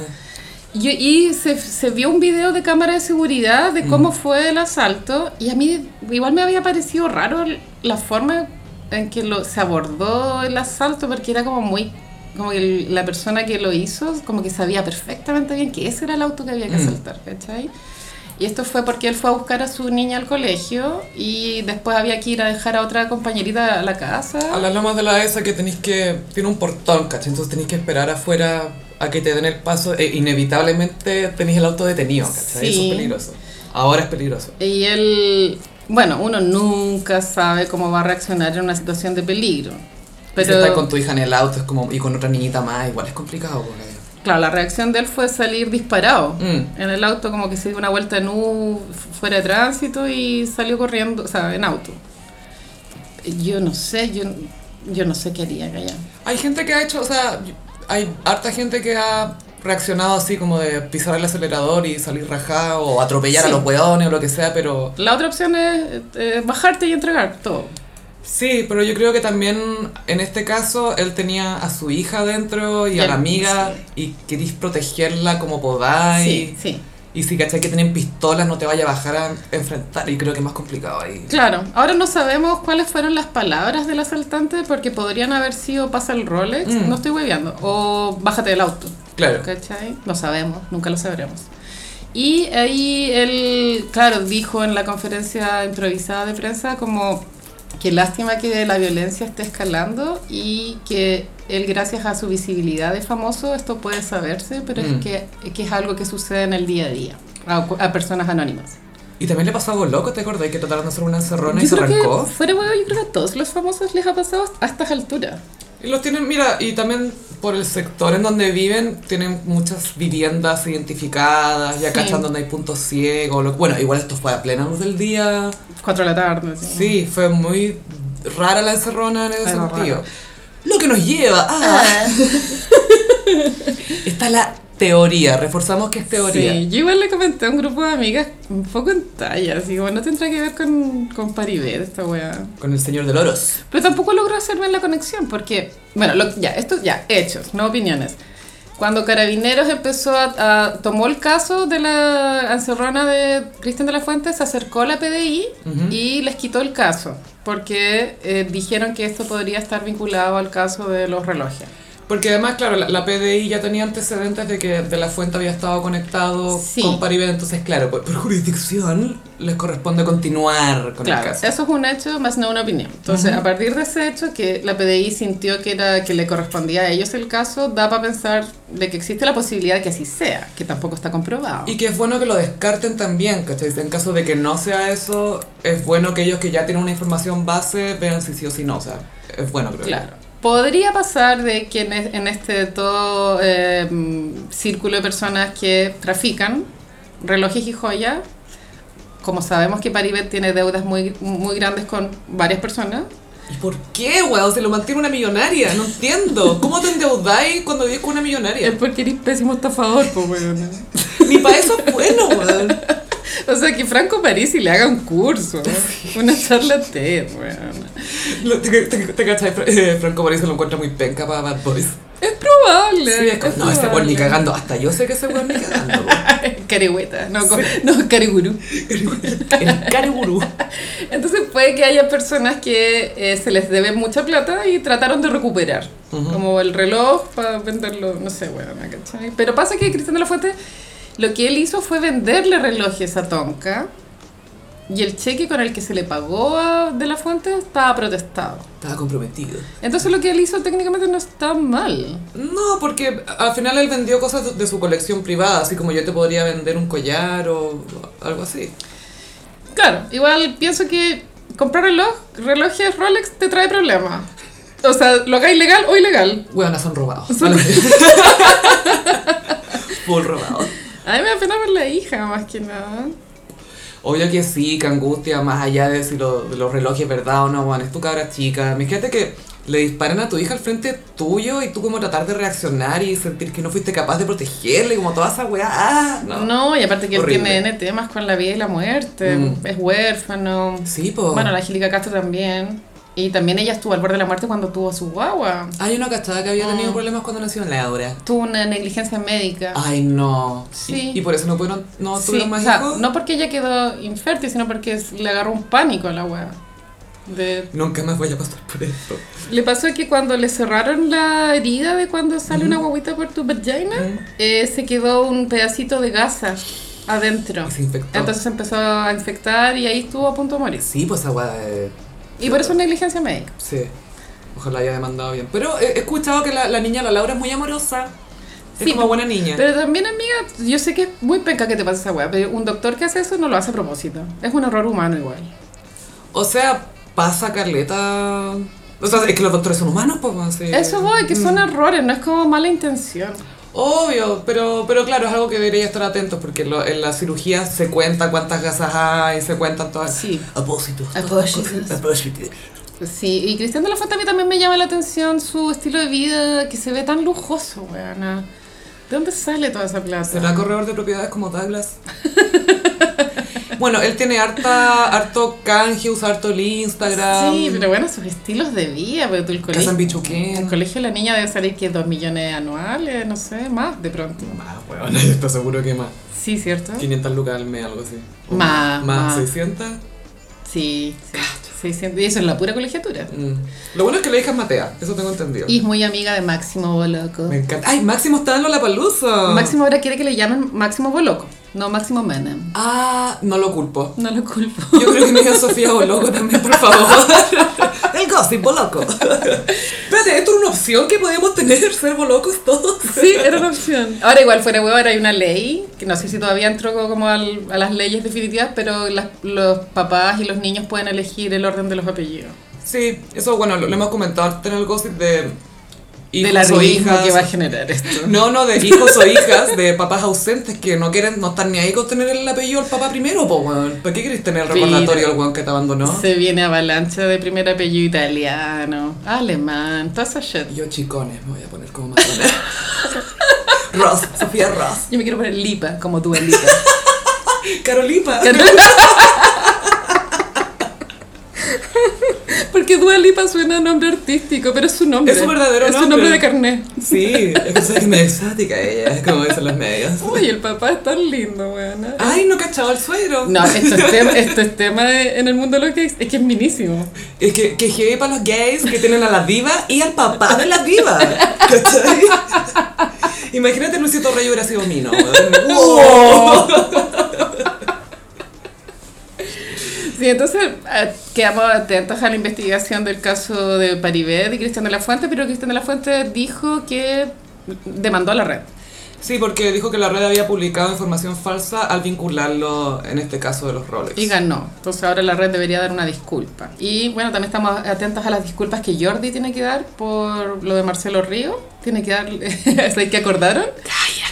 Speaker 2: Y, y se, se vio un video de cámara de seguridad de cómo fue el asalto y a mí igual me había parecido raro el- la forma en que lo, se abordó el asalto porque era como muy como que el- la persona que lo hizo como que sabía perfectamente bien que ese era el auto que había que
Speaker 1: Mm.
Speaker 2: asaltar, ¿cachai? Y esto fue porque él fue a buscar a su niña al colegio y después había que ir a dejar a otra compañerita a la casa.
Speaker 1: A las lomas de la ESA que tenéis que... Tiene un portón, ¿cachai? Entonces tenéis que esperar afuera a que te den el paso. e inevitablemente tenéis el auto detenido, ¿cachai? Eso
Speaker 2: Sí.
Speaker 1: es peligroso. Ahora es peligroso.
Speaker 2: Y él, bueno, uno nunca sabe cómo va a reaccionar en una situación de peligro.
Speaker 1: Pero... Si estás
Speaker 2: Pero,
Speaker 1: con tu hija en el auto es como, y con otra niñita más, igual es complicado. Porque...
Speaker 2: claro, la reacción de él fue salir disparado.
Speaker 1: Mm.
Speaker 2: En el auto como que se dio una vuelta en U fu- fuera de tránsito y salió corriendo, o sea, en auto. Yo no sé, yo, yo no sé qué haría Gaya.
Speaker 1: Hay gente que ha hecho, o sea, hay harta gente que ha reaccionado así como de pisar el acelerador y salir rajado o atropellar
Speaker 2: Sí.
Speaker 1: a los hueones o lo que sea, pero
Speaker 2: La otra opción es eh, bajarte y entregar todo.
Speaker 1: Sí, pero yo creo que también en este caso él tenía a su hija dentro y
Speaker 2: Y
Speaker 1: a
Speaker 2: él-
Speaker 1: la amiga y querís protegerla como podáis.
Speaker 2: Sí, sí.
Speaker 1: Y si cachai que tienen pistolas no te vaya a bajar a enfrentar y creo que es más complicado ahí.
Speaker 2: Claro, ahora no sabemos cuáles fueron las palabras del asaltante porque podrían haber sido pasa el Rolex,
Speaker 1: Mm.
Speaker 2: no estoy hueveando, o bájate del auto.
Speaker 1: Claro.
Speaker 2: ¿Cachai? No sabemos, nunca lo sabremos. Y ahí él, claro, dijo en la conferencia improvisada de prensa como que lástima que la violencia esté escalando y que él gracias a su visibilidad de famoso esto puede saberse, pero
Speaker 1: Mm.
Speaker 2: es que, que es algo que sucede en el día a día a- a personas anónimas.
Speaker 1: Y también le pasó algo loco, ¿te acordás? Que trataron de hacer una encerrona y
Speaker 2: Yo
Speaker 1: se
Speaker 2: creo
Speaker 1: arrancó.
Speaker 2: que fuera huevo, yo creo que a todos los famosos les ha pasado a estas alturas.
Speaker 1: Y los tienen, mira, y también por el sector en donde viven, tienen muchas viviendas identificadas, ya
Speaker 2: Sí.
Speaker 1: cachan donde hay puntos ciegos. lo- bueno, igual esto fue a plena luz del día.
Speaker 2: Cuatro de la tarde. así.
Speaker 1: Sí, fue muy rara la encerrona en ese
Speaker 2: Algo
Speaker 1: sentido.
Speaker 2: raro.
Speaker 1: Lo que nos lleva a...
Speaker 2: Ah.
Speaker 1: Está la teoría, reforzamos que es teoría.
Speaker 2: Sí, yo igual le comenté a un grupo de amigas un poco en talla, así como no tendrá que ver con, con Paribet esta weá.
Speaker 1: Con el señor de loros.
Speaker 2: Pero tampoco logro hacerme la conexión porque, bueno, lo- ya, esto ya, hechos, no opiniones. Cuando Carabineros empezó a, a- tomó el caso de la encerrona de Cristian de la Fuente, se acercó a la PDI y les quitó el caso porque eh, dijeron que esto podría estar vinculado al caso de los relojes.
Speaker 1: Porque además, claro, la, la PDI ya tenía antecedentes de que de la fuente había estado conectado
Speaker 2: Sí.
Speaker 1: con Paribet, entonces claro, por, por jurisdicción les corresponde continuar con el
Speaker 2: Claro,
Speaker 1: caso.
Speaker 2: eso es un hecho más no una opinión. Entonces, a partir de ese hecho que la PDI sintió que era que le correspondía a ellos el caso, da para pensar de que existe la posibilidad de que así sea, que tampoco está comprobado.
Speaker 1: Y que es bueno que lo descarten también, ¿cachai? En caso de que no sea eso, es bueno que ellos que ya tienen una información base vean si sí o si no, o sea, es bueno creo. yo.
Speaker 2: Claro. Podría pasar de que en, es- en este todo eh, mm, círculo de personas que trafican relojes y joyas, como sabemos que Paribet tiene deudas muy, muy grandes con varias personas,
Speaker 1: ¿Y ¿Por qué, weón? Se lo mantiene una millonaria, no entiendo. ¿Cómo te endeudáis cuando vives con una
Speaker 2: es
Speaker 1: millonaria?
Speaker 2: porque eres pésimo estafador, pues,
Speaker 1: Ni para eso es bueno, weón.
Speaker 2: O sea, que Franco Parisi le haga un curso, una charla TED, weón.
Speaker 1: Lo- Te, te, te cachai, Fra- eh, Franco Boris se lo encuentra muy penca para Bad Boys.
Speaker 2: Es probable.
Speaker 1: Sí, es como, no, ese weón
Speaker 2: probable.
Speaker 1: ni cagando. Hasta yo sé que ese weón ni cagando. weón.
Speaker 2: Carehueta, no, co- no, carigurú.
Speaker 1: El carigurú.
Speaker 2: Entonces puede que haya personas que eh, se les debe mucha plata y trataron de recuperar, como el reloj para venderlo, no sé, weón, ¿cachai? Pero pasa que Cristian de la Fuente, lo que él hizo fue venderle relojes a Tonka y el cheque con el que se le pagó a de la Fuente estaba protestado.
Speaker 1: Estaba comprometido.
Speaker 2: Entonces lo que él hizo técnicamente no está mal.
Speaker 1: No, porque al final él vendió cosas de- de su colección privada, así como yo te podría vender un collar o algo así.
Speaker 2: Claro, igual pienso que comprar reloj, relojes Rolex te trae problemas. O sea, lo hagáis legal o ilegal.
Speaker 1: Weón, son robados. Full robados.
Speaker 2: A mí me da pena por la hija, más que nada.
Speaker 1: Obvio que sí, que angustia, más allá de si lo- de los relojes verdad o no, bueno, es tu cabra chica. Imagínate que le disparan a tu hija al frente tuyo y tú como tratar de reaccionar y sentir que no fuiste capaz de protegerle, como toda esa weá. Ah, no.
Speaker 2: No. y aparte que
Speaker 1: Horrible.
Speaker 2: él tiene N temas con la vida y la muerte,
Speaker 1: Mm. Oh.
Speaker 2: es huérfano.
Speaker 1: Sí, po.
Speaker 2: Bueno, la Angélica Castro también. Y también ella estuvo al borde de la muerte cuando tuvo su guagua.
Speaker 1: Hay una cachada que
Speaker 2: Ah.
Speaker 1: había tenido problemas cuando nació en la obra.
Speaker 2: Tuvo una negligencia médica.
Speaker 1: Ay, no.
Speaker 2: Sí.
Speaker 1: Y, y por eso no pudieron, no
Speaker 2: Sí,
Speaker 1: tuvieron Ah, más
Speaker 2: o sea,
Speaker 1: hijos.
Speaker 2: no porque ella quedó infértil, sino porque es- le agarró un pánico a la wea. De-
Speaker 1: Nunca más voy a pasar por esto.
Speaker 2: Le pasó que cuando le cerraron la herida de cuando sale una guaguita por tu vagina, eh, se quedó un pedacito de gasa adentro.
Speaker 1: Y se infectó.
Speaker 2: Entonces se empezó a infectar y ahí estuvo a punto de morir.
Speaker 1: Sí, pues esa weá de-
Speaker 2: Y por eso es negligencia médica.
Speaker 1: Sí. Ojalá haya demandado bien. Pero he he escuchado que la, la niña, la Laura, es muy amorosa. Es
Speaker 2: Sí,
Speaker 1: como buena niña.
Speaker 2: Pero también, amiga, yo sé que es muy penca que te pase esa weá, pero un doctor que hace eso no lo hace a propósito. Es un error humano igual.
Speaker 1: O sea, pasa Carleta. O sea, es que los doctores son humanos, pues. bueno, sí.
Speaker 2: Eso voy, que son errores, no es como mala intención.
Speaker 1: Obvio, pero, pero claro, es algo que debería estar atentos porque en lo- en la cirugía se cuenta cuántas gasas hay, se cuentan todas.
Speaker 2: Sí.
Speaker 1: Apósitos.
Speaker 2: Apósitos.
Speaker 1: Apósitos.
Speaker 2: Sí, y Cristian de la Fuente a mí también me llama la atención su estilo de vida, que se ve tan lujoso, weana. ¿De dónde sale toda esa plata?
Speaker 1: ¿Será corredor de propiedades como Douglas? bueno, él tiene harta, harto canje, usa harto el Instagram.
Speaker 2: Sí, pero bueno, sus estilos de vida, pero tú el
Speaker 1: Casa en
Speaker 2: colegio... El
Speaker 1: Bichuquén.
Speaker 2: colegio de la niña debe salir que dos millones anuales, no sé, más de pronto.
Speaker 1: Más, weón, yo estoy seguro que más.
Speaker 2: Sí, ¿cierto?
Speaker 1: 500 lucas al mes, algo así. O
Speaker 2: ¿Ah? Más,
Speaker 1: Más
Speaker 2: más.
Speaker 1: 600.
Speaker 2: Sí, sí. 600. Y eso es la pura colegiatura.
Speaker 1: Mm. Lo bueno es que la hija es Matea, eso tengo entendido.
Speaker 2: Y es muy amiga de Máximo Boloco.
Speaker 1: Me encanta. ¡Ay, Máximo está en Lollapalooza!
Speaker 2: Máximo ahora quiere que le llamen Máximo Boloco, no Máximo Menem.
Speaker 1: Ah, no lo culpo.
Speaker 2: No lo culpo.
Speaker 1: Yo creo que me digan Sofía Boloco también, por favor. El gossip Boloco. Espérate, ¿esto es una opción que podemos tener? ¿Ser Bolocos todos?
Speaker 2: Sí, era una opción. Ahora igual fuera huevo, ahora hay una ley, que no sé si todavía entró co- como al- a las leyes definitivas, pero las- los papás y los niños pueden elegir el orden de los apellidos.
Speaker 1: Sí, eso, bueno, lo, lo hemos comentado antes en el gossip de... hijos
Speaker 2: Del
Speaker 1: o
Speaker 2: arribismo
Speaker 1: hijas.
Speaker 2: que va a generar esto.
Speaker 1: No, no, de hijos o hijas de papás ausentes que no quieren, no están ni ahí con tener el apellido del papá primero, po, weón. ¿Para qué querés tener el recordatorio
Speaker 2: Mira.
Speaker 1: del weón que te abandonó?
Speaker 2: Se viene avalancha de primer apellido italiano, alemán, toda esa shit.
Speaker 1: Yo chicones me voy a poner como Madonna. Ross, Sofía Ross.
Speaker 2: Yo me quiero poner Lipa, como tu Lipa.
Speaker 1: Carolipa.
Speaker 2: Porque Dua Lipa suena a nombre artístico, pero es su nombre.
Speaker 1: Es su verdadero
Speaker 2: Es su
Speaker 1: nombre.
Speaker 2: nombre de carnet.
Speaker 1: Sí, es que soy medio exótica ella, es como dicen los medios.
Speaker 2: Uy, el papá es tan lindo, weón.
Speaker 1: Ay, no cachaba el suegro.
Speaker 2: No, esto es tema, esto es tema de- en el mundo de los gays. Es que es minísimo.
Speaker 1: Es que, que heavy para los gays que tienen a la diva y al papá de la diva. ¿Cachai? Imagínate Luisito Rey hubiera sido Mino. weón. ¡Wow!
Speaker 2: Sí, entonces eh, quedamos atentos a la investigación del caso de Paribet y Cristian de la Fuente, pero Cristian de la Fuente dijo que demandó a la red.
Speaker 1: Sí, porque dijo que la red había publicado información falsa al vincularlo, en este caso, de los Rolex.
Speaker 2: Y ganó. Entonces ahora la red debería dar una disculpa. Y bueno, también estamos atentos a las disculpas que Jordi tiene que dar por lo de Marcelo Río. Tiene que dar, ¿sabes qué acordaron?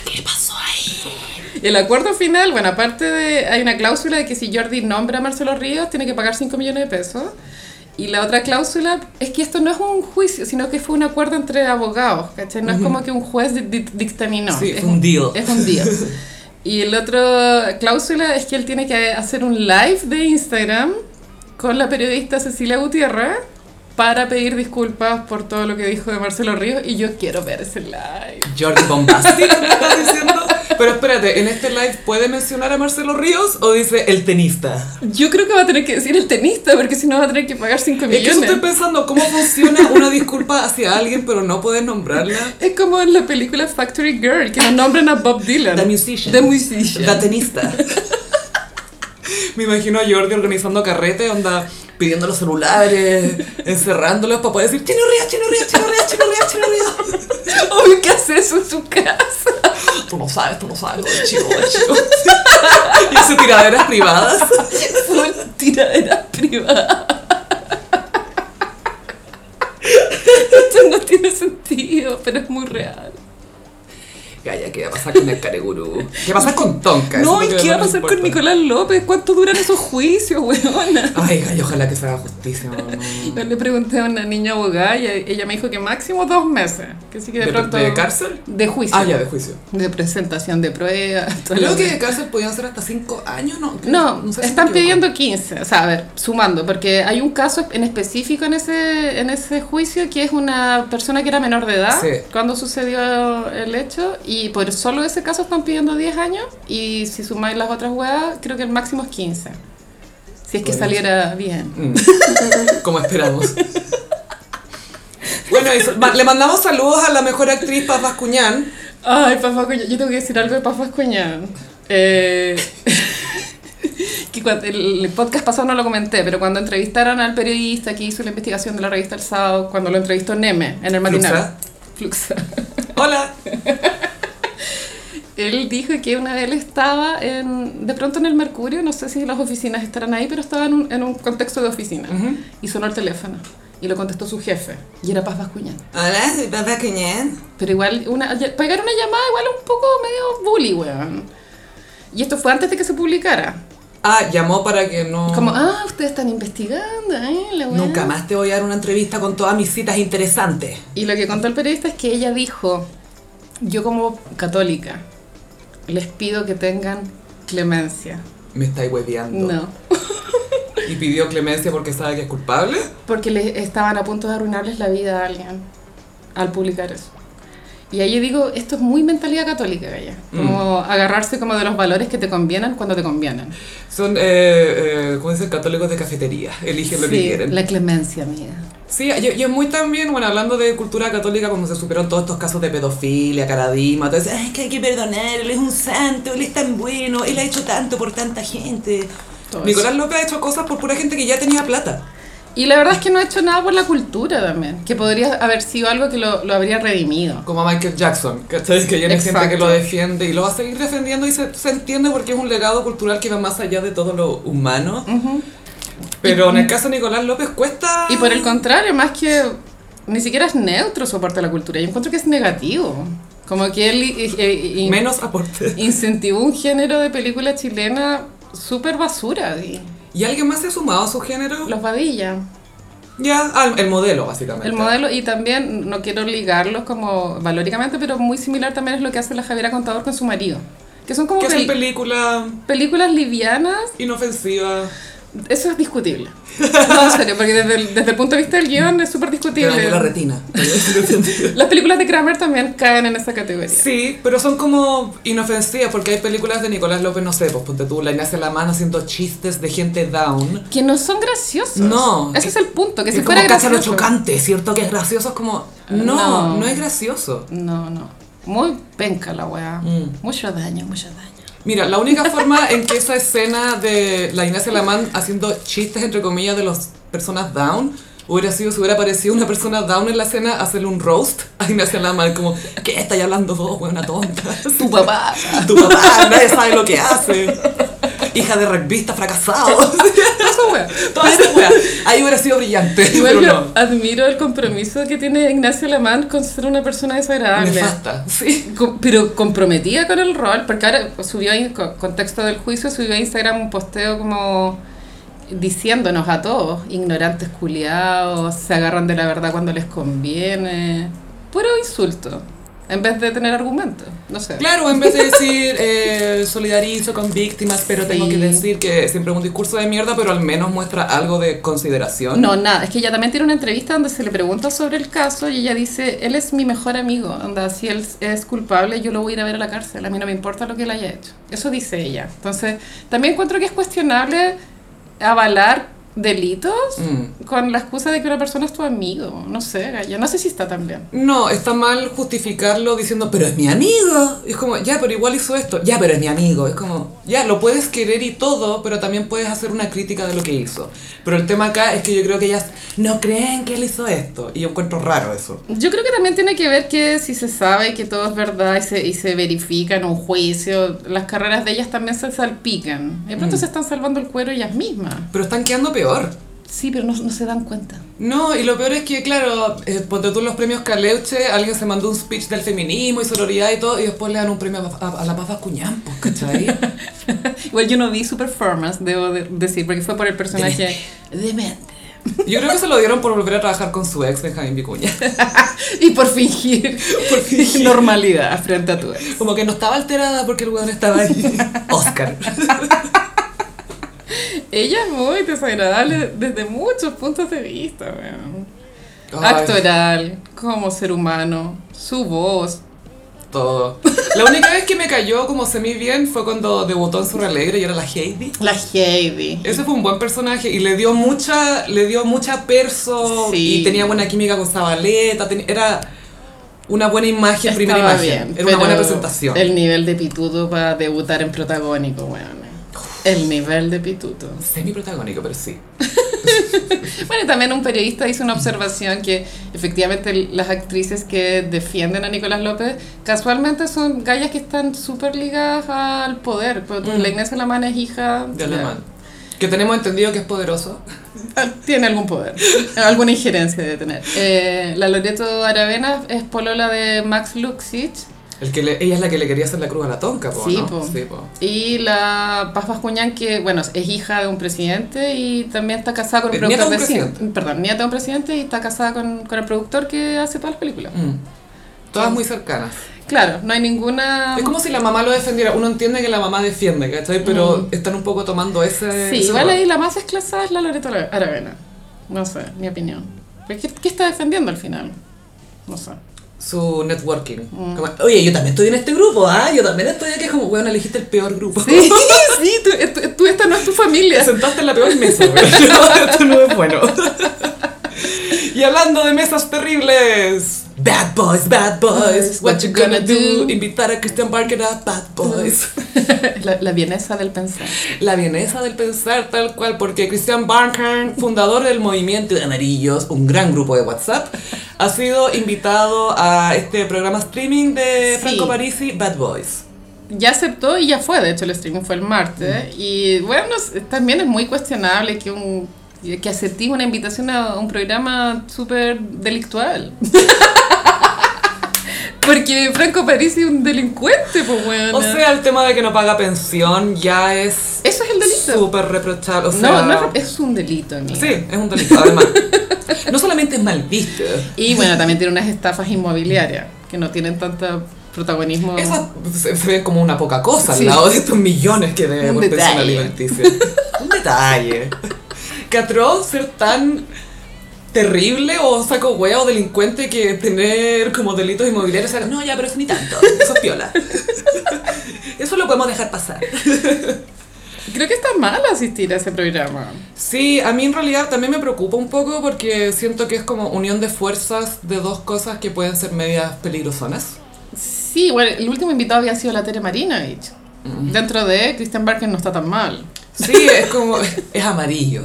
Speaker 3: ¿Qué pasó ahí?
Speaker 2: Y el acuerdo final, bueno, aparte de. Hay una cláusula de que si Jordi nombra a Marcelo Ríos, tiene que pagar 5 millones de pesos. Y la otra cláusula es que esto no es un juicio, sino que fue un acuerdo entre abogados, ¿cachai? No es como que un juez di- di- dictaminó.
Speaker 1: Sí,
Speaker 2: es
Speaker 1: fue un deal.
Speaker 2: Es un deal. Y el otro cláusula es que él tiene que hacer un live de Instagram con la periodista Cecilia Gutiérrez para pedir disculpas por todo lo que dijo de Marcelo Ríos y yo quiero ver ese live.
Speaker 1: Jordi Bombastic, ¿me estás diciendo? Pero espérate, ¿en este live puede mencionar a Marcelo Ríos o dice el tenista?
Speaker 2: Yo creo que va a tener que decir el tenista, porque si no va a tener que pagar 5
Speaker 1: Es que
Speaker 2: millones.
Speaker 1: yo estoy pensando cómo funciona una disculpa hacia alguien pero no poder nombrarla.
Speaker 2: es como en la película Factory Girl, que nos nombran a Bob Dylan.
Speaker 1: The Musician.
Speaker 2: The Musician.
Speaker 1: La tenista. Me imagino a Jordi organizando carrete, onda pidiendo los celulares, encerrándolos para poder decir Chino Ríos, Chino Ríos, Chino Ríos, Chino Ríos, Chino Ríos.
Speaker 2: Obvio que hace eso en su casa.
Speaker 1: Tú no sabes, tú no sabes, lo de chivo, lo de chivo. Y hace tiraderas privadas.
Speaker 2: Full tiradera privada. Esto no tiene sentido, pero es muy real.
Speaker 1: Gaya, ¿qué va a pasar con el caregurú? ¿Qué va a pasar con Tonka? Eso
Speaker 4: No,
Speaker 1: es
Speaker 4: ¿y
Speaker 1: lo que
Speaker 4: qué va a
Speaker 1: más
Speaker 4: pasar
Speaker 1: importa.
Speaker 4: con Nicolás López? ¿Cuánto duran esos juicios, weona?
Speaker 1: Ay, Gaya, ojalá que se haga justicia. mamá.
Speaker 2: Yo le pregunté a una niña abogada y ella me dijo que máximo dos meses. Que sí que de,
Speaker 1: ¿De-
Speaker 2: pronto.
Speaker 1: de cárcel?
Speaker 2: De juicio.
Speaker 1: Ah, ya, de juicio.
Speaker 2: De presentación de pruebas. todo
Speaker 1: Creo
Speaker 2: lo
Speaker 1: que de cárcel podían ser hasta 5 años, ¿no?
Speaker 2: No,
Speaker 1: sé si me
Speaker 2: están
Speaker 1: equivoco.
Speaker 2: pidiendo 15, o sea, a ver, sumando, porque hay un caso en específico en ese, en ese juicio que es una persona que era menor de edad
Speaker 1: Sí.
Speaker 2: cuando sucedió el hecho y por solo ese caso están pidiendo 10 años y si sumáis las otras huevas, creo que el máximo es 15. Si es que
Speaker 1: Bueno.
Speaker 2: saliera bien.
Speaker 1: Mm. Como esperamos. Bueno, y so- ma- le mandamos saludos a la mejor actriz Paz Bascuñán.
Speaker 2: Ay, Paz Cuñán, yo tengo que decir algo de Paz Cuñán. Eh, que cuando- el, el podcast pasado no lo comenté, pero cuando entrevistaron al periodista que hizo la investigación de la revista El Sábado, cuando lo entrevistó Neme en el matinal. Fluxa.
Speaker 1: Hola.
Speaker 2: Él dijo que una vez él estaba en, de pronto en el Mercurio, no sé si las oficinas estarán ahí, pero estaba en un, en un contexto de oficina. Y sonó el teléfono y lo contestó su jefe, y era Paz Bascuñán.
Speaker 3: Hola, soy Paz Bascuñán.
Speaker 2: Pero igual, una, ya- pegar una llamada igual un poco medio bully, weón. Y esto fue antes de que se publicara.
Speaker 1: Ah, llamó para que no.
Speaker 2: Como, ah, ustedes están investigando, ¿eh? La weá".
Speaker 1: Nunca más te voy a dar una entrevista con todas mis citas interesantes.
Speaker 2: Y lo que contó el periodista es que ella dijo, yo como católica, les pido que tengan clemencia.
Speaker 1: Me estáis hueveando.
Speaker 2: No.
Speaker 1: Y pidió clemencia porque sabe que es culpable.
Speaker 2: Porque le estaban a punto de arruinarles la vida a alguien al publicar eso. Y ahí yo digo, esto es muy mentalidad católica, Gaya. Como
Speaker 1: Mm.
Speaker 2: agarrarse como de los valores que te convienen cuando te convienen.
Speaker 1: Son, eh, eh, ¿cómo dicen? Católicos de cafetería. Eligen lo que
Speaker 2: Sí,
Speaker 1: quieren.
Speaker 2: la clemencia, amiga.
Speaker 1: Sí, yo, yo muy también, bueno, hablando de cultura católica, cuando se superaron todos estos casos de pedofilia, caradima, todo eso, eh,
Speaker 3: Ay, que hay que perdonar, él es un santo, él es tan bueno, él ha hecho tanto por tanta gente.
Speaker 2: Todo eso.
Speaker 1: Nicolás López ha hecho cosas por pura gente que ya tenía plata.
Speaker 2: Y la verdad es que no ha hecho nada por la cultura también, que podría haber sido algo que lo, lo habría redimido.
Speaker 1: Como a Michael Jackson, ¿cachai? Que ya hay gente
Speaker 2: Exacto.
Speaker 1: que lo defiende y lo va a seguir defendiendo y se, se entiende porque es un legado cultural que va más allá de todo lo humano. Pero en el caso de Nicolás López cuesta...
Speaker 2: Y por el contrario, más que ni siquiera es neutro su aporte a la cultura, yo encuentro que es negativo. Como que él eh, eh, in-
Speaker 1: Menos aporte.
Speaker 2: incentivó un género de película chilena súper basura, y
Speaker 1: ¿Y alguien más se ha sumado a su género?
Speaker 2: los Vadilla.
Speaker 1: Ya, ah, el modelo, básicamente.
Speaker 2: El modelo, y también no quiero ligarlos como valóricamente, pero muy similar también es lo que hace la Javiera Contador con su marido. Que son como
Speaker 1: Que
Speaker 2: pel-
Speaker 1: son películas
Speaker 2: películas livianas
Speaker 1: inofensivas.
Speaker 2: Eso es discutible. No, en serio, porque desde el, desde el punto de vista del guión es súper
Speaker 1: Te dañó la
Speaker 2: discutible.
Speaker 1: retina.
Speaker 2: Las películas de Kramer también caen en esa categoría.
Speaker 1: Sí, pero son como inofensivas porque hay películas de Nicolás López, no sé, pues ponte tú, la Ignacia la mano haciendo chistes de gente down.
Speaker 2: Que no son graciosos.
Speaker 1: No.
Speaker 2: Ese es el punto, que
Speaker 1: Es
Speaker 2: si
Speaker 1: como
Speaker 2: fuera
Speaker 1: cacha lo
Speaker 2: gracioso.
Speaker 1: chocante, ¿cierto? Que es gracioso, es como, no, no,
Speaker 2: No.
Speaker 1: es gracioso.
Speaker 2: No, no. Muy penca la weá.
Speaker 1: Mm.
Speaker 2: Mucho daño, mucho daño.
Speaker 1: Mira, la única forma en que esa escena de la Ignacia Lamán haciendo chistes, entre comillas, de las personas down, hubiera sido si hubiera aparecido una persona down en la escena hacerle un roast a Ignacia Lamán, como, ¿qué estáis hablando vos, buena tonta?
Speaker 2: Tu papá.
Speaker 1: Tu papá, nadie sabe lo que hace. Hija de rugbyista fracasado.
Speaker 2: Eso weá.
Speaker 1: Toda esa wea. Ahí hubiera sido brillante,
Speaker 2: Igual
Speaker 1: pero
Speaker 2: yo
Speaker 1: no.
Speaker 2: admiro el compromiso que tiene Ignacio Alamán con ser una persona desagradable.
Speaker 1: Nefasta. Sí.
Speaker 2: Com- pero comprometida con el rol, porque ahora subió en contexto del juicio, subió a Instagram un posteo como diciéndonos a todos, ignorantes culiados, se agarran de la verdad cuando les conviene, puro insulto, en vez de tener argumentos, no sé.
Speaker 1: Claro, en vez de decir eh, solidarizo con víctimas, pero tengo
Speaker 2: Sí.
Speaker 1: que decir que siempre es un discurso de mierda, pero al menos muestra algo de consideración.
Speaker 2: No, nada, es que ella también tiene una entrevista donde se le pregunta sobre el caso y ella dice, él es mi mejor amigo, onda, si él es culpable yo lo voy a ir a ver a la cárcel, a mí no me importa lo que él haya hecho. Eso dice ella. Entonces, también encuentro que es cuestionable avalar delitos
Speaker 1: Mm.
Speaker 2: con la excusa de que una persona es tu amigo, no sé, Gaya, no sé si está tan bien.
Speaker 1: No, está mal justificarlo diciendo, pero es mi amigo. Y es como, ya, pero igual hizo esto. Ya, pero es mi amigo. Es como, ya, lo puedes querer y todo, pero también puedes hacer una crítica de lo que hizo. Pero el tema acá es que yo creo que ellas no creen que él hizo esto. Y yo encuentro raro eso.
Speaker 2: Yo creo que también tiene que ver que si se sabe que todo es verdad y se, y se verifica en un juicio, las carreras de ellas también se salpican. De pronto se están salvando el cuero ellas mismas.
Speaker 1: Pero están quedando peor.
Speaker 2: Sí, pero no, no se dan cuenta.
Speaker 1: No, y lo peor es que, claro, eh, ponte tú en los premios Caleuche, alguien se mandó un speech del feminismo y sororidad y todo, y después le dan un premio a, a- a la Paz Bascuñán, pues, ¿cachai?
Speaker 2: Igual yo no vi su performance, debo de- decir, porque fue por el personaje demente.
Speaker 1: Yo creo que se lo dieron por volver a trabajar con su ex, Benjamín Vicuña.
Speaker 2: Y por fingir, por fingir normalidad frente a tu ex.
Speaker 1: Como que no estaba alterada porque el weón estaba ahí. Oscar.
Speaker 2: Ella es muy desagradable desde muchos puntos de vista, weón. Actoral, como ser humano, su voz.
Speaker 1: Ay, Todo. La única vez que me cayó como semi bien fue cuando debutó en Sur Alegre y era la Heidi.
Speaker 2: La Heidi.
Speaker 1: Ese fue un buen personaje y le dio mucha, le dio mucha perso
Speaker 2: Sí.
Speaker 1: y tenía buena química con Zabaleta, ten- era una buena imagen, primera
Speaker 2: Estaba
Speaker 1: imagen,
Speaker 2: bien,
Speaker 1: era una buena
Speaker 2: pero
Speaker 1: presentación.
Speaker 2: El nivel de pituto para debutar en protagónico, weón. El nivel de pituto.
Speaker 1: Semi protagónico, pero sí.
Speaker 2: Bueno, y también un periodista hizo una observación que efectivamente las actrices que defienden a Nicolás López casualmente son gallas que están súper ligadas al poder. Pero
Speaker 1: Mm.
Speaker 2: La Inés Alamán es hija
Speaker 1: De alemán. Que tenemos entendido que es poderoso.
Speaker 2: Tiene algún poder, alguna injerencia debe tener. Eh, la Loreto Aravena es polola de Max Luxich.
Speaker 1: El que le- ella es la que le quería hacer la cruz a la tonca, po,
Speaker 2: Sí,
Speaker 1: Oh, ¿no?
Speaker 2: po.
Speaker 1: Sí, po.
Speaker 2: Y la Paz Bascuñán, que bueno, es hija de un presidente y también está casada con un
Speaker 1: Es nieta
Speaker 2: productor
Speaker 1: de un
Speaker 2: de cine.
Speaker 1: presidente.
Speaker 2: Perdón, nieta de un presidente y está casada con, con el productor que hace todas las películas.
Speaker 1: Mm. Todas muy cercanas.
Speaker 2: Claro, no hay ninguna.
Speaker 1: Es como si la mamá lo defendiera. Uno entiende que la mamá defiende, ¿cachai? Pero están un poco tomando ese.
Speaker 2: Mm. Sí,
Speaker 1: ese
Speaker 2: igual
Speaker 1: rol.
Speaker 2: ahí la más esclasada es la Loreto Ara- Aravena. No sé, mi opinión. Pero ¿Qué, qué está defendiendo al final? No sé.
Speaker 1: Su networking. Como, Oye, yo también estoy en este grupo, ¿ah? Yo también estoy aquí. Es como, weón, elegiste el peor grupo.
Speaker 2: Sí, sí, tú, tú- tú- esta no es tu familia.
Speaker 1: Te sentaste en la peor mesa, weón. No, esto no es bueno. Y hablando de mesas terribles. Bad boys, bad boys. What you gonna do? Invitar a Christian Barker a Bad Boys.
Speaker 2: La, la vienesa del pensar.
Speaker 1: La vienesa del pensar tal cual, porque Christian Barnhart, fundador del movimiento de Amarillos, un gran grupo de WhatsApp, ha sido invitado a este programa streaming de
Speaker 2: Sí.
Speaker 1: Franco Parisi, Bad Boys.
Speaker 2: Ya aceptó y ya fue, de hecho el streaming fue el martes. Y bueno, no sé, también es muy cuestionable que un que acepté una invitación a un programa súper delictual. Porque Franco Parisi es un delincuente, pues bueno.
Speaker 1: O sea, el tema de que no paga pensión ya es
Speaker 2: Eso es el delito.
Speaker 1: súper reprochable. O sea,
Speaker 2: no, no es, es un delito, amiga.
Speaker 1: sí, es un delito, además. no solamente es mal visto.
Speaker 2: Y bueno, también tiene unas estafas inmobiliarias que no tienen tanto protagonismo.
Speaker 1: Esa se, se ve como una poca cosa
Speaker 2: Sí.
Speaker 1: al lado de estos millones que debe
Speaker 2: Un
Speaker 1: por pensión
Speaker 2: detalle.
Speaker 1: alimenticia. Un detalle. Que atroz ser tan terrible o saco hueá o delincuente que tener como delitos inmobiliarios. O sea, no, ya, pero eso ni tanto. Eso es piola. Eso lo podemos dejar pasar.
Speaker 2: Creo que está mal asistir a ese programa.
Speaker 1: Sí, a mí en realidad también me preocupa un poco porque siento que es como unión de fuerzas de dos cosas que pueden ser medias peligrosonas.
Speaker 2: Sí, bueno, el último invitado había sido la Tere Marinovich.
Speaker 1: Mm.
Speaker 2: Dentro de Christian Barker no está tan mal.
Speaker 1: Sí, es como. Es amarillo.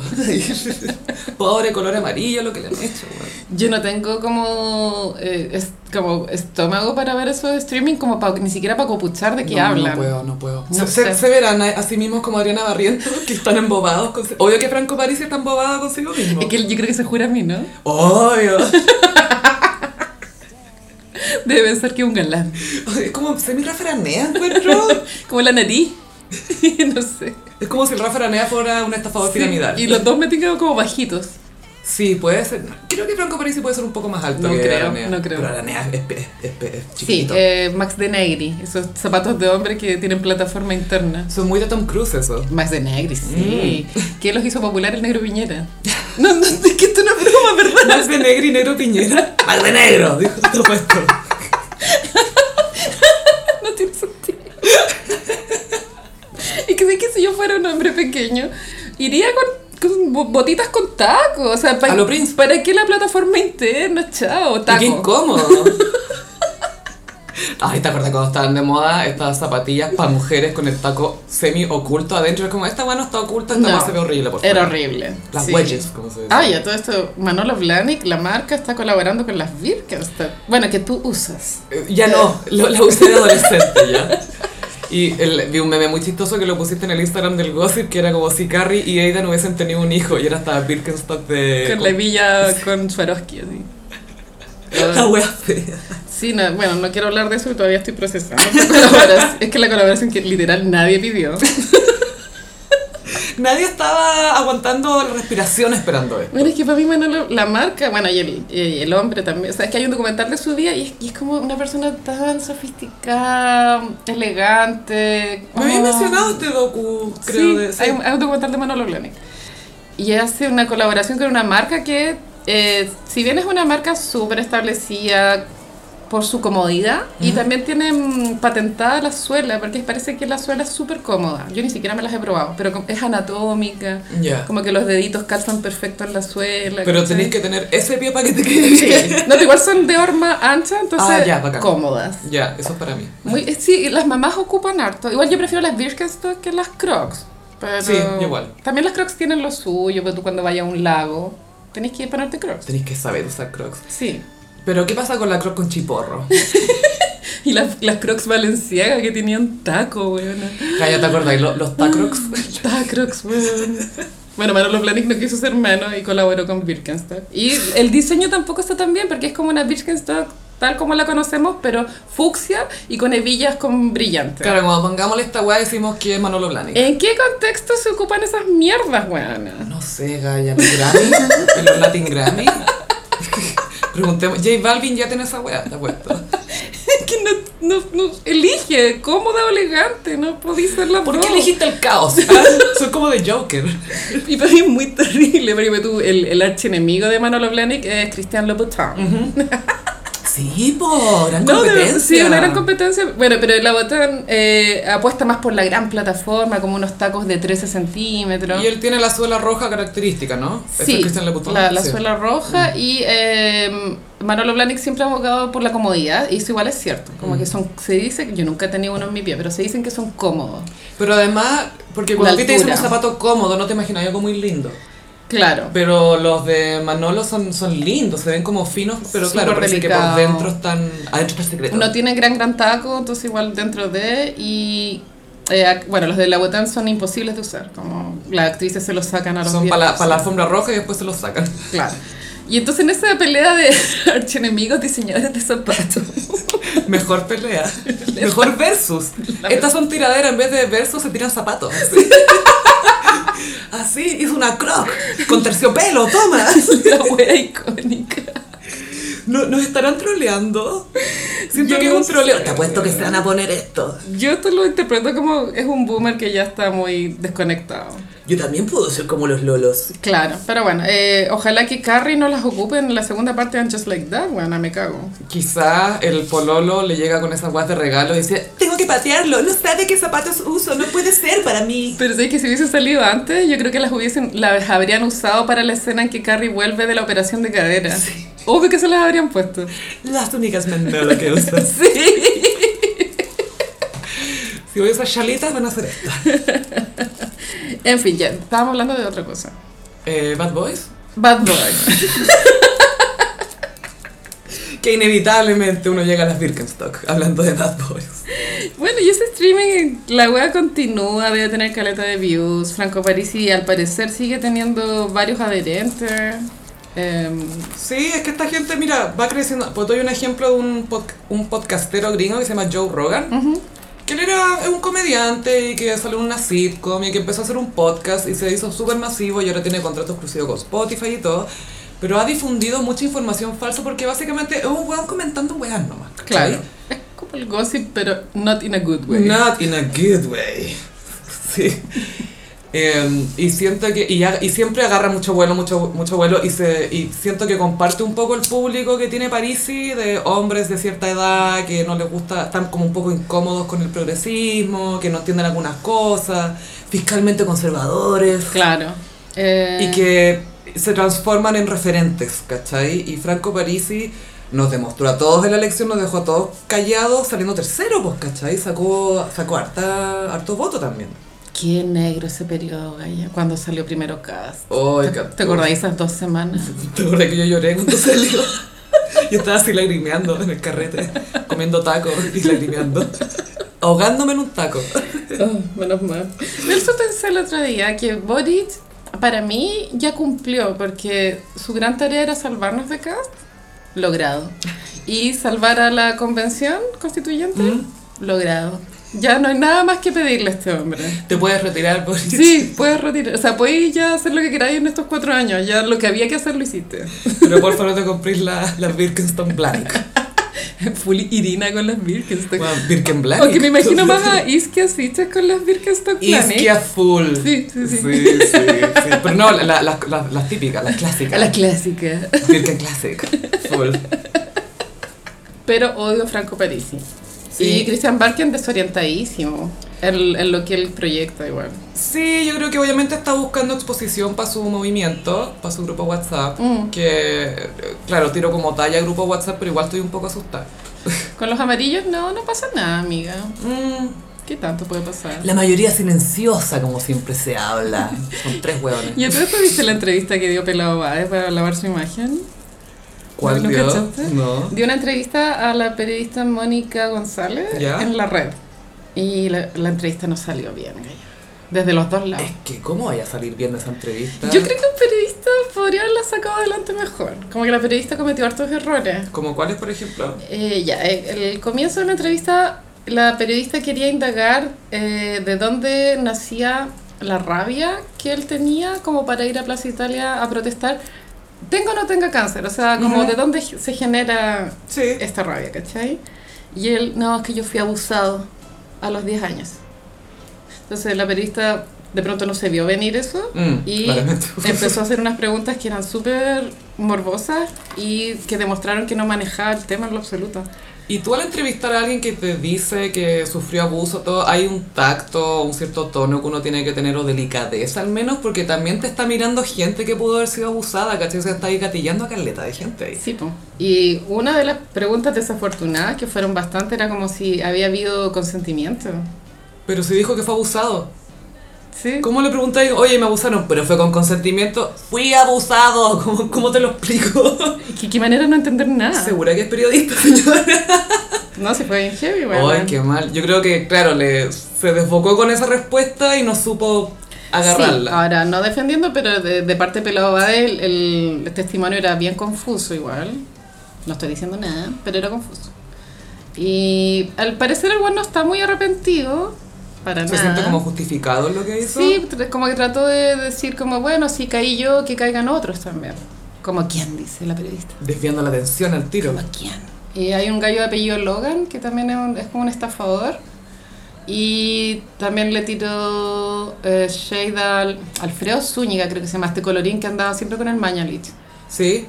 Speaker 1: Pobre color amarillo lo que le han hecho, weón.
Speaker 2: Yo no tengo como, eh, es- como estómago para ver esos streaming, como pa- ni siquiera para copuchar de qué
Speaker 1: no,
Speaker 2: hablan.
Speaker 1: No puedo, no puedo. se,
Speaker 2: No
Speaker 1: se-
Speaker 2: sé.
Speaker 1: se verán eh, a, a sí mismos como Adriana Barrientos, que están embobados. Con, obvio que Franco Parisi está embobado consigo mismo.
Speaker 2: Es que yo creo que se jura a mí, ¿no?
Speaker 1: Obvio.
Speaker 2: Debe pensar que es un galán.
Speaker 1: Es como semi-rafaranea, encuentro.
Speaker 2: Como la nariz. no sé.
Speaker 1: Es como si el rafaranea fuera un estafador piramidal.
Speaker 2: Y los dos me tienen como bajitos.
Speaker 1: Sí, puede ser. Creo que Franco Parisi puede ser un poco más alto
Speaker 2: No
Speaker 1: que
Speaker 2: creo,
Speaker 1: Aranea.
Speaker 2: no creo.
Speaker 1: Pero Aranea es, es- es- es
Speaker 2: Sí,
Speaker 1: chiquito.
Speaker 2: eh, Max de Negri, esos zapatos de hombre que tienen plataforma interna.
Speaker 1: Son muy de Tom Cruise eso.
Speaker 2: Max de Negri, sí. ¿Qué los hizo popular el negro Piñera? No, no, es que esto no es broma, ¿verdad?
Speaker 1: Más de negro y negro piñera. Más de negro, dijo todo puesto.
Speaker 2: No tiene sentido. Y que sé que si yo fuera un hombre pequeño, iría con, con bo- botitas con tacos. O sea, pa-
Speaker 1: A lo Prince.
Speaker 2: ¿para qué la plataforma interna? Chao,
Speaker 1: Y Qué
Speaker 2: taco.
Speaker 1: incómodo. Ay, ¿te acuerdas cuando estaban de moda estas zapatillas para mujeres con el taco semi oculto adentro? Es como, esta bueno está oculta, esta
Speaker 2: No,
Speaker 1: weá se ve horrible, por favor.
Speaker 2: Era horrible.
Speaker 1: Las
Speaker 2: sí.
Speaker 1: wedges, como se dice.
Speaker 2: Ah, ya todo esto, Manolo Blahnik, la marca está colaborando con las Birkenstock. Bueno, que tú usas.
Speaker 1: Eh, Ya no, lo- la usé de adolescente ya. Y el- vi un meme muy chistoso que lo pusiste en el Instagram del Gossip, que era como si Carrie y Aidan hubiesen tenido un hijo, y era hasta Birkenstock de...
Speaker 2: Con la villa con Swarovski, así. Ah.
Speaker 1: La wea fea.
Speaker 2: Sí, no, bueno, no quiero hablar de eso, todavía estoy procesando. esa colaboración. es que la colaboración que literal nadie pidió.
Speaker 1: Nadie estaba aguantando la respiración esperando esto.
Speaker 2: Bueno, es que para mí Manolo, la marca, bueno, y el, y el hombre también, o sea, es que hay un documental de su vida y es, y es como una persona tan sofisticada, elegante.
Speaker 1: Me habías
Speaker 2: ah.
Speaker 1: mencionado este docu, creo.
Speaker 2: sí,
Speaker 1: de, sí.
Speaker 2: Hay, un, hay un documental de Manolo Blahnik. Y hace una colaboración con una marca que, eh, si bien es una marca súper establecida por su comodidad, y también tiene mm, patentada la suela, porque parece que la suela es súper cómoda. Yo ni siquiera me las he probado, pero com- es anatómica,
Speaker 1: Ya.
Speaker 2: como que los deditos calzan perfecto en la suela.
Speaker 1: Pero
Speaker 2: ¿cachai?
Speaker 1: tenéis que tener ese pie para que te quede bien.
Speaker 2: Sí. No, pero igual son de horma ancha, entonces
Speaker 1: Ah, ya, bacán.
Speaker 2: cómodas.
Speaker 1: Ya, eso es para mí.
Speaker 2: Muy, eh, sí, las mamás ocupan harto. Igual yo prefiero las Birkenstock que las Crocs. Pero
Speaker 1: Sí, yo igual.
Speaker 2: También las Crocs tienen lo suyo, pero tú cuando vayas a un lago tenés que ponerte Crocs.
Speaker 1: Tenéis que saber usar crocs.
Speaker 2: Sí.
Speaker 1: Pero ¿qué pasa con la croc con chiporro?
Speaker 2: Y las, las Crocs valenciagas que tenían taco, weón.
Speaker 1: Calla, ¿te acordáis? Los, los tacrocs.
Speaker 2: Ta Crocs, weón. Bueno, Manolo Blahnik no quiso ser mano y colaboró con Birkenstock. Y el diseño tampoco está tan bien porque es como una Birkenstock tal como la conocemos, pero fucsia y con hebillas con brillantes.
Speaker 1: Claro, cuando pongámosle esta weá decimos que es Manolo Blahnik.
Speaker 2: ¿En qué contexto se ocupan esas mierdas, weón?
Speaker 1: No sé, Gaya, los Grammy, en los Latin Grammy. Preguntemos, J Balvin ya tiene esa weá, te apuesto.
Speaker 2: que no, no, no- elige, cómoda o elegante, no Ah, podéis ser la
Speaker 1: ¿Por qué
Speaker 2: dos.
Speaker 1: elegiste el caos? Soy como de Joker.
Speaker 2: Y para mí es muy terrible, porque tú, el, el archienemigo de Manolo Blahnik es Christian Louboutin.
Speaker 1: Sí, po, gran
Speaker 2: No, de-
Speaker 1: competencia.
Speaker 2: sí, una gran competencia. Bueno, pero Louboutin eh, apuesta más por la gran plataforma, como unos tacos de 13 centímetros.
Speaker 1: Y él tiene la suela roja característica, ¿no? Eso
Speaker 2: Sí,
Speaker 1: es Christian Louboutin.
Speaker 2: la, la
Speaker 1: Sí.
Speaker 2: suela roja y eh, Manolo Blahnik siempre ha abogado por la comodidad y eso igual es cierto, como que son, se dice, que yo nunca he tenido uno en mi pie, pero se dicen que son cómodos.
Speaker 1: Pero además, porque cuando
Speaker 2: La
Speaker 1: a ti te dicen un
Speaker 2: altura.
Speaker 1: zapato cómodo, no te imaginas algo muy lindo.
Speaker 2: Claro.
Speaker 1: Pero los de Manolo son, son lindos, se ven como finos, pero
Speaker 2: Súper
Speaker 1: claro, parece que por
Speaker 2: delicado.
Speaker 1: dentro están. Adentro está el secreto.
Speaker 2: No tienen gran gran taco, entonces igual dentro de y eh, ac- bueno, los de la Botan son imposibles de usar, como las actrices se los sacan a los
Speaker 1: Son
Speaker 2: viejos,
Speaker 1: para la, pa' la
Speaker 2: sí,
Speaker 1: alfombra roja y después se los sacan.
Speaker 2: Claro. Y entonces en esa pelea de archienemigos diseñadores de zapatos.
Speaker 1: Mejor pelea. Mejor versus. Estas son tiraderas, en vez de versus se tiran zapatos. Así hizo una croc con terciopelo, toma.
Speaker 2: la wea icónica.
Speaker 1: No- nos estarán troleando. Siento
Speaker 2: Yo
Speaker 1: que es
Speaker 2: no
Speaker 1: un troleo.
Speaker 2: sé.
Speaker 1: Te apuesto que se van a poner esto.
Speaker 2: Yo esto lo interpreto como es un boomer que ya está muy desconectado.
Speaker 3: Yo también puedo ser como los lolos.
Speaker 2: Claro, pero bueno, eh, ojalá que Carrie no las ocupe en la segunda parte de Just Like That, bueno, me cago.
Speaker 1: Quizá el pololo le llega con esas guas de regalo y dice,
Speaker 3: Tengo que patearlo, no sabe qué zapatos uso, no puede ser para mí.
Speaker 2: Pero sé que si hubiesen salido antes, yo creo que las hubiesen, las habrían usado para la escena en que Carrie vuelve de la operación de cadera. Obvio que se las habrían puesto.
Speaker 1: las únicas Mandela que usas. Si voy a usar chalitas van a hacer esto.
Speaker 2: En fin, ya, estábamos hablando de otra cosa.
Speaker 1: Eh, Bad Boys.
Speaker 2: Bad Boy.
Speaker 1: Que inevitablemente uno llega a las Birkenstock hablando de Bad Boys.
Speaker 2: bueno, y ese streaming, la wea continúa, debe tener caleta de views. Franco Parisi al parecer sigue teniendo varios adherentes. Em,
Speaker 1: Sí, es que esta gente, mira, va creciendo. Pues doy un ejemplo de un, pod- un podcastero gringo que se llama Joe Rogan. Que él era un comediante y que salió en una sitcom y que empezó a hacer un podcast y se hizo súper masivo y ahora tiene contrato exclusivo con Spotify y todo. Pero ha difundido mucha información falsa porque básicamente es un weón comentando weas nomás. ¿cachai?
Speaker 2: claro. Es como el gossip, pero not in a good way.
Speaker 1: Not in a good way. Sí. Em, y siento que y, a- y siempre agarra mucho vuelo, mucho mucho vuelo y se y siento que comparte un poco el público que tiene Parisi de hombres de cierta edad que no les gusta, están como un poco incómodos con el progresismo, que no entienden algunas cosas, fiscalmente conservadores
Speaker 2: Claro. Eh,
Speaker 1: y que se transforman en referentes, ¿cachai? Y Franco Parisi nos demostró a todos en la elección, nos dejó a todos callados, saliendo tercero, pues, ¿cachai? Sacó, sacó harta, harto voto también.
Speaker 2: Qué negro ese periodo, Gaya, cuando salió primero Cast.
Speaker 1: Ay,
Speaker 2: ¿Te,
Speaker 1: Cato.
Speaker 2: te acordáis esas dos semanas?
Speaker 1: ¿Te acordás que yo lloré cuando salió? Yo estaba así lagrimeando en el carrete, comiendo tacos y lagrimeando. ahogándome en un taco.
Speaker 2: Oh, menos mal. De eso pensé el otro día que Boris, para mí, ya cumplió porque su gran tarea era salvarnos de Cast, logrado. Y salvar a la convención constituyente, logrado. Ya no hay nada más que pedirle a este hombre.
Speaker 1: Te puedes retirar por
Speaker 2: Sí, puedes retirar. O sea, podéis ya hacer lo que queráis en estos cuatro años. Ya lo que había que hacer lo hiciste.
Speaker 1: Pero por favor no te compréis la, la Birkenstone Black.
Speaker 2: Full Irina con las Birkenstock.
Speaker 1: Bueno, Birken Black.
Speaker 2: O que me imagino más a Iskia Switches con las Birkenstock Planet.
Speaker 1: Isquia full.
Speaker 2: Sí, sí, sí.
Speaker 1: sí, sí, sí. Pero no, la- la- las- las- las típicas, las
Speaker 2: A
Speaker 1: clásicas.
Speaker 2: la clásica.
Speaker 1: Birken Classic. Full.
Speaker 2: Pero odio a Franco Parisi. Y Christian Barken desorientadísimo en, en lo que él proyecta igual.
Speaker 1: Sí, yo creo que obviamente está buscando exposición para su movimiento, para su grupo WhatsApp.
Speaker 2: Mm.
Speaker 1: Que, eh, claro, tiro como talla grupo WhatsApp, pero igual estoy un poco asustada.
Speaker 2: Con los amarillos no, no pasa nada, amiga.
Speaker 1: Mm,
Speaker 2: ¿Qué tanto puede pasar?
Speaker 1: La mayoría silenciosa, como siempre se habla. Son tres hueones.
Speaker 2: ¿Y entonces tú viste la entrevista que dio Pelado Báez para lavar su imagen?
Speaker 1: ¿Cuál
Speaker 2: ¿No
Speaker 1: dio?
Speaker 2: cachaste?
Speaker 1: No.
Speaker 2: Dio una entrevista a la periodista Mónica González
Speaker 1: Ya.
Speaker 2: en la red. Y la, la entrevista no salió bien, galla. Desde los dos lados.
Speaker 1: Es que, ¿cómo vaya a salir bien de esa entrevista?
Speaker 2: Yo creo que un periodista podría haberla sacado adelante mejor. Como que la periodista cometió hartos errores.
Speaker 1: ¿Como cuáles, por ejemplo?
Speaker 2: Eh, ya, eh, el comienzo de la entrevista, la periodista quería indagar eh, de dónde nacía la rabia que él tenía como para ir a Plaza Italia a protestar. Tenga o no tenga cáncer, o sea, como
Speaker 1: Ujú.
Speaker 2: de dónde ge- se genera
Speaker 1: Sí.
Speaker 2: esta rabia, ¿cachai? Y él, no, es que yo fui abusado a los 10 años. Entonces la periodista de pronto no se vio venir eso
Speaker 1: Mm,
Speaker 2: y
Speaker 1: claramente.
Speaker 2: empezó a hacer unas preguntas que eran súper morbosas y que demostraron que no manejaba el tema en lo absoluto.
Speaker 1: Y tú al entrevistar a alguien que te dice que sufrió abuso, todo, hay un tacto, un cierto tono que uno tiene que tener o delicadeza al menos, porque también te está mirando gente que pudo haber sido abusada, ¿cachai? O sea, está ahí gatillando a caleta de gente ahí.
Speaker 2: Sí, po. Y una de las preguntas desafortunadas que fueron bastante era como si había habido consentimiento.
Speaker 1: Pero si dijo que fue abusado,
Speaker 2: Sí.
Speaker 1: ¿cómo le preguntáis, oye, me abusaron, pero fue con consentimiento? Fui abusado, ¿cómo, cómo te lo explico?
Speaker 2: ¿Qué, qué manera de no entender nada?
Speaker 1: Segura que es periodista, señora.
Speaker 2: No, se fue bien heavy, bueno.
Speaker 1: Ay, qué mal. Yo creo que, claro, le, se desbocó con esa respuesta y no supo
Speaker 2: Sí,
Speaker 1: agarrarla.
Speaker 2: ahora, no defendiendo, pero de, de parte de Pelado Bade, el, el- el testimonio era bien confuso igual. No estoy diciendo nada, pero era confuso. Y al parecer el weón no está muy arrepentido, para
Speaker 1: se
Speaker 2: nada.
Speaker 1: siente como justificado en lo que hizo.
Speaker 2: Ah. Sí, tr- como que trató de decir como, bueno, si caí yo, que caigan otros también. Como quien, dice la periodista.
Speaker 1: Desviando la atención al tiro.
Speaker 2: ¿A quién? Y hay un gallo de apellido Logan, que también es, un- es como un estafador. Y también le tiró eh, shade al Alfredo Zúñiga, creo que se llama este colorín que andaba siempre con el Mañalich,
Speaker 1: Sí.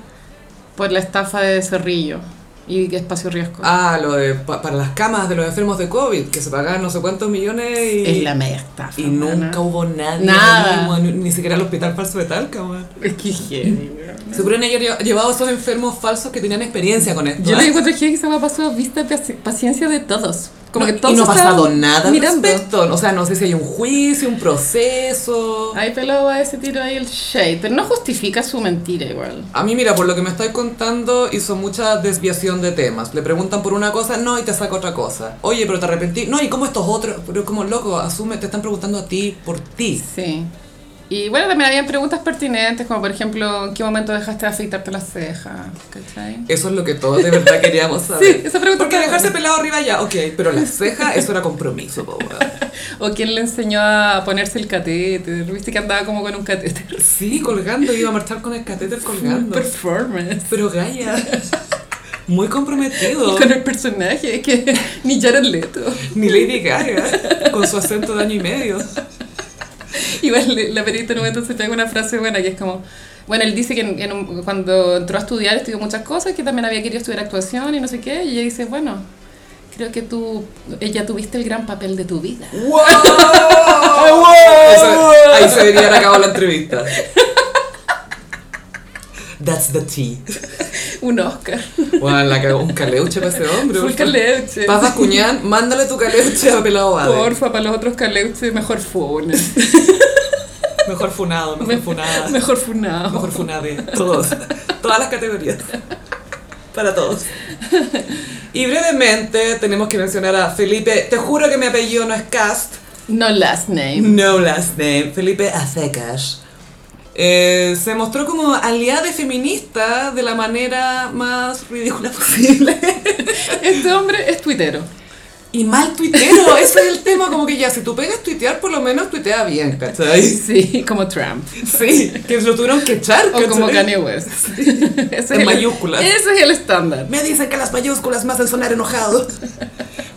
Speaker 2: por la estafa de Cerrillo y Espacio Riesgo.
Speaker 1: Ah, lo de pa- para las camas de los enfermos de COVID, que se pagaban no sé cuántos millones y,
Speaker 2: es la media estafa.
Speaker 1: y nunca
Speaker 2: mana.
Speaker 1: hubo nadie.
Speaker 2: Nada.
Speaker 1: ahí, weón, ni, ni siquiera el hospital falso de Talca, weón.
Speaker 2: Es que heavy, weón.
Speaker 1: Seguro han lle- llevado a esos enfermos falsos que tenían experiencia con esto.
Speaker 2: Yo
Speaker 1: ¿eh?
Speaker 2: le encuentro que esa va pasó vista paci- paciencia de todos. Como
Speaker 1: No,
Speaker 2: que todos
Speaker 1: y no ha
Speaker 2: estaban
Speaker 1: pasado nada al
Speaker 2: mirando.
Speaker 1: respecto. O sea, no sé si hay un juicio, un proceso.
Speaker 2: Ahí pelado va ese tiro ahí el shade, pero no justifica su mentira igual.
Speaker 1: A mí, mira, por lo que me estáis contando, hizo mucha desviación de temas. Le preguntan por una cosa, no, y te saca otra cosa. Oye, pero te arrepentí. No, ¿y cómo estos otros? Pero como loco, asume, te están preguntando a ti por ti.
Speaker 2: Sí. Y bueno, también habían preguntas pertinentes, como por ejemplo, ¿en qué momento dejaste de afeitarte las cejas? ¿Cachai?
Speaker 1: Eso es lo que todos de verdad queríamos saber.
Speaker 2: Sí, esa pregunta
Speaker 1: Porque
Speaker 2: está
Speaker 1: dejarse pelado arriba ya, ok, pero la ceja, eso era compromiso, po, weón.
Speaker 2: ¿O quién le enseñó a ponerse el catéter? ¿Viste que andaba como con un catéter?
Speaker 1: Sí, colgando, iba a marchar con el catéter colgando.
Speaker 2: Performance.
Speaker 1: Pero Gaia, muy comprometido.
Speaker 2: Y con el personaje, es que ni Jared Leto.
Speaker 1: Ni Lady Gaga, con su acento de año y medio.
Speaker 2: Igual le- la periodista en un momento se pega una frase buena que es como... Bueno, él dice que en- en un- cuando entró a estudiar estudió muchas cosas, que también había querido estudiar actuación y no sé qué, y ella dice, bueno, creo que tú ella tuviste el gran papel de tu vida.
Speaker 1: ¡Wow! Eso- ahí se debería haber acabado la entrevista. That's the tea.
Speaker 2: Un Oscar.
Speaker 1: Bueno, la cagó un caleuche para ese hombre.
Speaker 2: Full
Speaker 1: por favor.
Speaker 2: caleuche.
Speaker 1: Paz Bascuñán, mándale tu caleuche a Pelado Bade.
Speaker 2: Porfa, para los otros caleuches, mejor funa.
Speaker 1: Mejor funado, mejor funada.
Speaker 2: mejor funado.
Speaker 1: Mejor funade. Todos. Todas las categorías. para todos. Y brevemente tenemos que mencionar a Felipe. Te juro que mi apellido no es Cast.
Speaker 2: No last name.
Speaker 1: No last name. Felipe Acecas. Eh, se mostró como aliada y feminista de la manera más ridícula posible.
Speaker 2: Este hombre es tuitero.
Speaker 1: Y mal tuitero, ese es el tema, como que ya, si tú pegas tuitear, por lo menos tuitea bien, ¿cachai?
Speaker 2: Sí, como Trump.
Speaker 1: Sí, que lo tuvieron que echar,
Speaker 2: O como
Speaker 1: ¿cachai?
Speaker 2: Kanye West. Ese es el-
Speaker 1: mayúsculas.
Speaker 2: Ese es el estándar.
Speaker 1: Me dicen que las mayúsculas me hacen sonar enojado.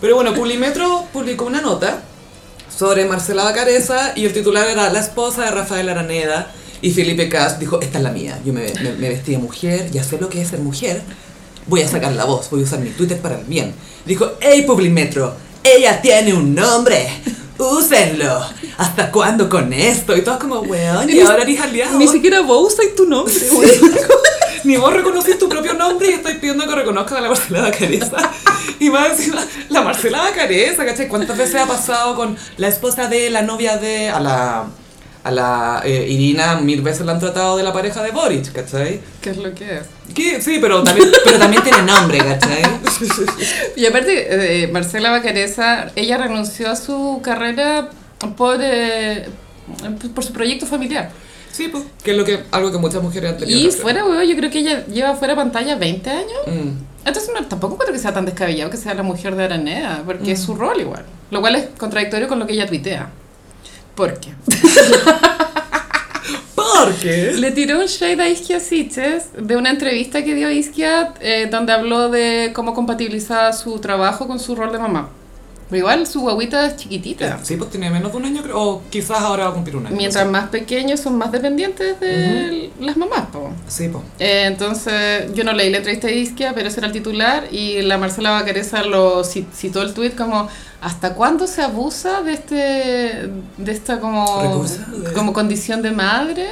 Speaker 1: Pero bueno, Publimetro publicó una nota sobre Marcela Bacareza y el titular era La esposa de Rafael Araneda. Y Felipe Cas dijo, esta es la mía, yo me, me- me vestí de mujer, ya sé lo que es ser mujer, voy a sacar la voz, voy a usar mi Twitter para el bien. Dijo, hey Publimetro, ella tiene un nombre, úsenlo, ¿hasta cuándo con esto? Y todos como, weón, y
Speaker 4: Ni-
Speaker 1: ahora eres aliado.
Speaker 4: Ni siquiera vos usáis tu nombre, güey.
Speaker 1: Ni vos reconocís tu propio nombre y estáis pidiendo que reconozcan a la Marcela Bacareza. Y más encima, la Marcela Bacareza, ¿cachai? ¿Cuántas veces ha pasado con la esposa de, la novia de, a la, a la eh, Irina? Mil veces la han tratado de la pareja de Boric, ¿cachai?
Speaker 2: ¿Qué es lo que es?
Speaker 1: Que Sí, pero también, pero también tiene nombre, ¿cachai?
Speaker 2: Y aparte, eh, Marcela Bacareza, ella renunció a su carrera por, eh, por su proyecto familiar.
Speaker 1: Sí, pues, que es lo que, algo que muchas mujeres han tenido. que
Speaker 2: Y
Speaker 1: hacer.
Speaker 2: fuera, huevo, yo creo que ella lleva fuera pantalla 20 años.
Speaker 1: Mm.
Speaker 2: Entonces no, tampoco creo que sea tan descabellado que sea la mujer de Araneda, porque es su rol igual. Lo cual es contradictorio con lo que ella tuitea. Porque
Speaker 1: ¿Por qué?
Speaker 2: le tiró un shade a Isquia Siches de una entrevista que dio Isquia eh, donde habló de cómo compatibilizaba su trabajo con su rol de mamá. Pero igual su guaguita es chiquitita.
Speaker 1: Sí, pues tiene menos de un año, creo, o quizás ahora va a cumplir un año.
Speaker 2: Mientras más pequeños son más dependientes de las mamás. po.
Speaker 1: Sí, pues.
Speaker 2: Eh, entonces yo no leí la entrevista de Isquia, pero ese era el titular y la Marcela Bacareza lo ci- citó el tuit como ¿hasta cuándo se abusa de este de esta como,
Speaker 1: Recurso, de-
Speaker 2: como condición de madre?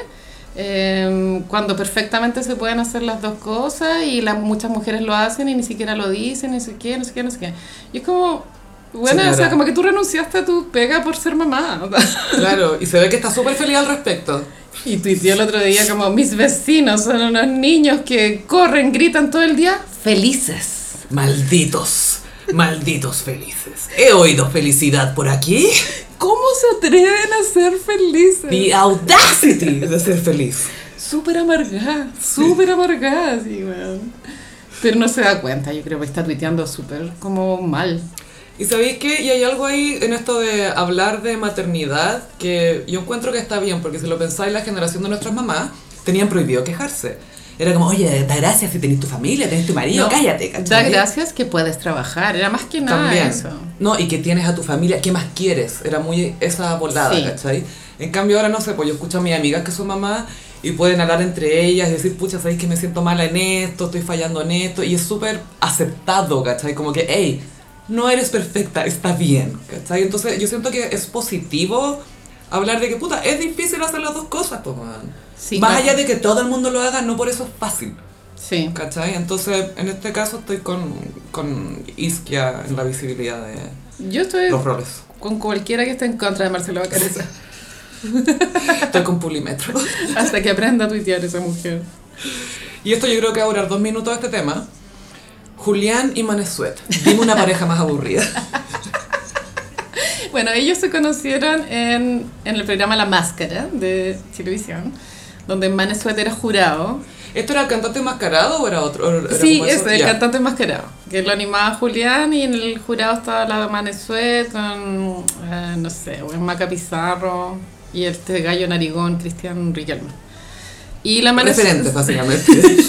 Speaker 2: Eh, cuando perfectamente se pueden hacer las dos cosas y las muchas mujeres lo hacen y ni siquiera lo dicen, ni sé qué, no sé qué, no sé qué. Y es como, bueno, o sea,
Speaker 1: Señora.
Speaker 2: como que tú renunciaste a tu pega por ser mamá.
Speaker 1: Claro, y se ve que está súper feliz al respecto.
Speaker 2: Y tuiteó el otro día como mis vecinos son unos niños que corren, gritan todo el día felices.
Speaker 1: Malditos, malditos felices. He oído felicidad por aquí.
Speaker 4: ¿Cómo se atreven a ser felices?
Speaker 1: The audacity de ser feliz.
Speaker 2: Súper amargada, súper amargada, sí, weón. Pero no se da cuenta, yo creo que está tuiteando súper como mal.
Speaker 1: Y sabéis que y hay algo ahí en esto de hablar de maternidad que yo encuentro que está bien, porque si lo pensáis, la generación de nuestras mamás tenían prohibido quejarse.
Speaker 3: Era como, oye, da gracias si tenés tu familia, tenés tu marido,
Speaker 2: No,
Speaker 3: cállate,
Speaker 2: Da
Speaker 3: ¿cachai?
Speaker 2: gracias que puedes trabajar, era más que nada
Speaker 1: También.
Speaker 2: eso.
Speaker 1: No, y que tienes a tu familia, ¿qué más quieres? Era muy esa volada,
Speaker 2: Sí.
Speaker 1: ¿cachai? En cambio ahora no sé, pues yo escucho a mis amigas que son mamás y pueden hablar entre ellas y decir, pucha, sabéis que me siento mala en esto, estoy fallando en esto, y es súper aceptado, ¿cachai? Como que, hey, no eres perfecta, está bien, ¿cachai? Entonces yo siento que es positivo hablar de que, puta, es difícil hacer las dos cosas, pues, man.
Speaker 2: Sí,
Speaker 1: Más
Speaker 2: claro.
Speaker 1: allá de que todo el mundo lo haga, no por eso es fácil.
Speaker 2: Sí.
Speaker 1: ¿Cachai? Entonces, en este caso estoy con, con Isquia en la visibilidad de
Speaker 2: Yo estoy
Speaker 1: los roles.
Speaker 2: con cualquiera que esté en contra de Marcelo Bacareza
Speaker 1: Estoy con Pulimetro.
Speaker 2: hasta que aprenda a tuitear esa mujer.
Speaker 1: Y esto yo creo que va a durar dos minutos este tema. Julián y Manesuet. Dime una pareja más aburrida.
Speaker 2: Bueno, ellos se conocieron en, en el programa La Máscara de televisión, donde Manesuet era jurado.
Speaker 1: ¿Esto era el cantante mascarado o era otro? o era
Speaker 2: sí,
Speaker 1: como eso?
Speaker 2: es el
Speaker 1: Ya.
Speaker 2: cantante enmascarado, que lo animaba Julián y en el jurado estaba la Manesuet con, eh, no sé, o en Maca Pizarro y este gallo narigón, Cristian Riquelme. Y la Manesuet...
Speaker 1: Referentes, básicamente.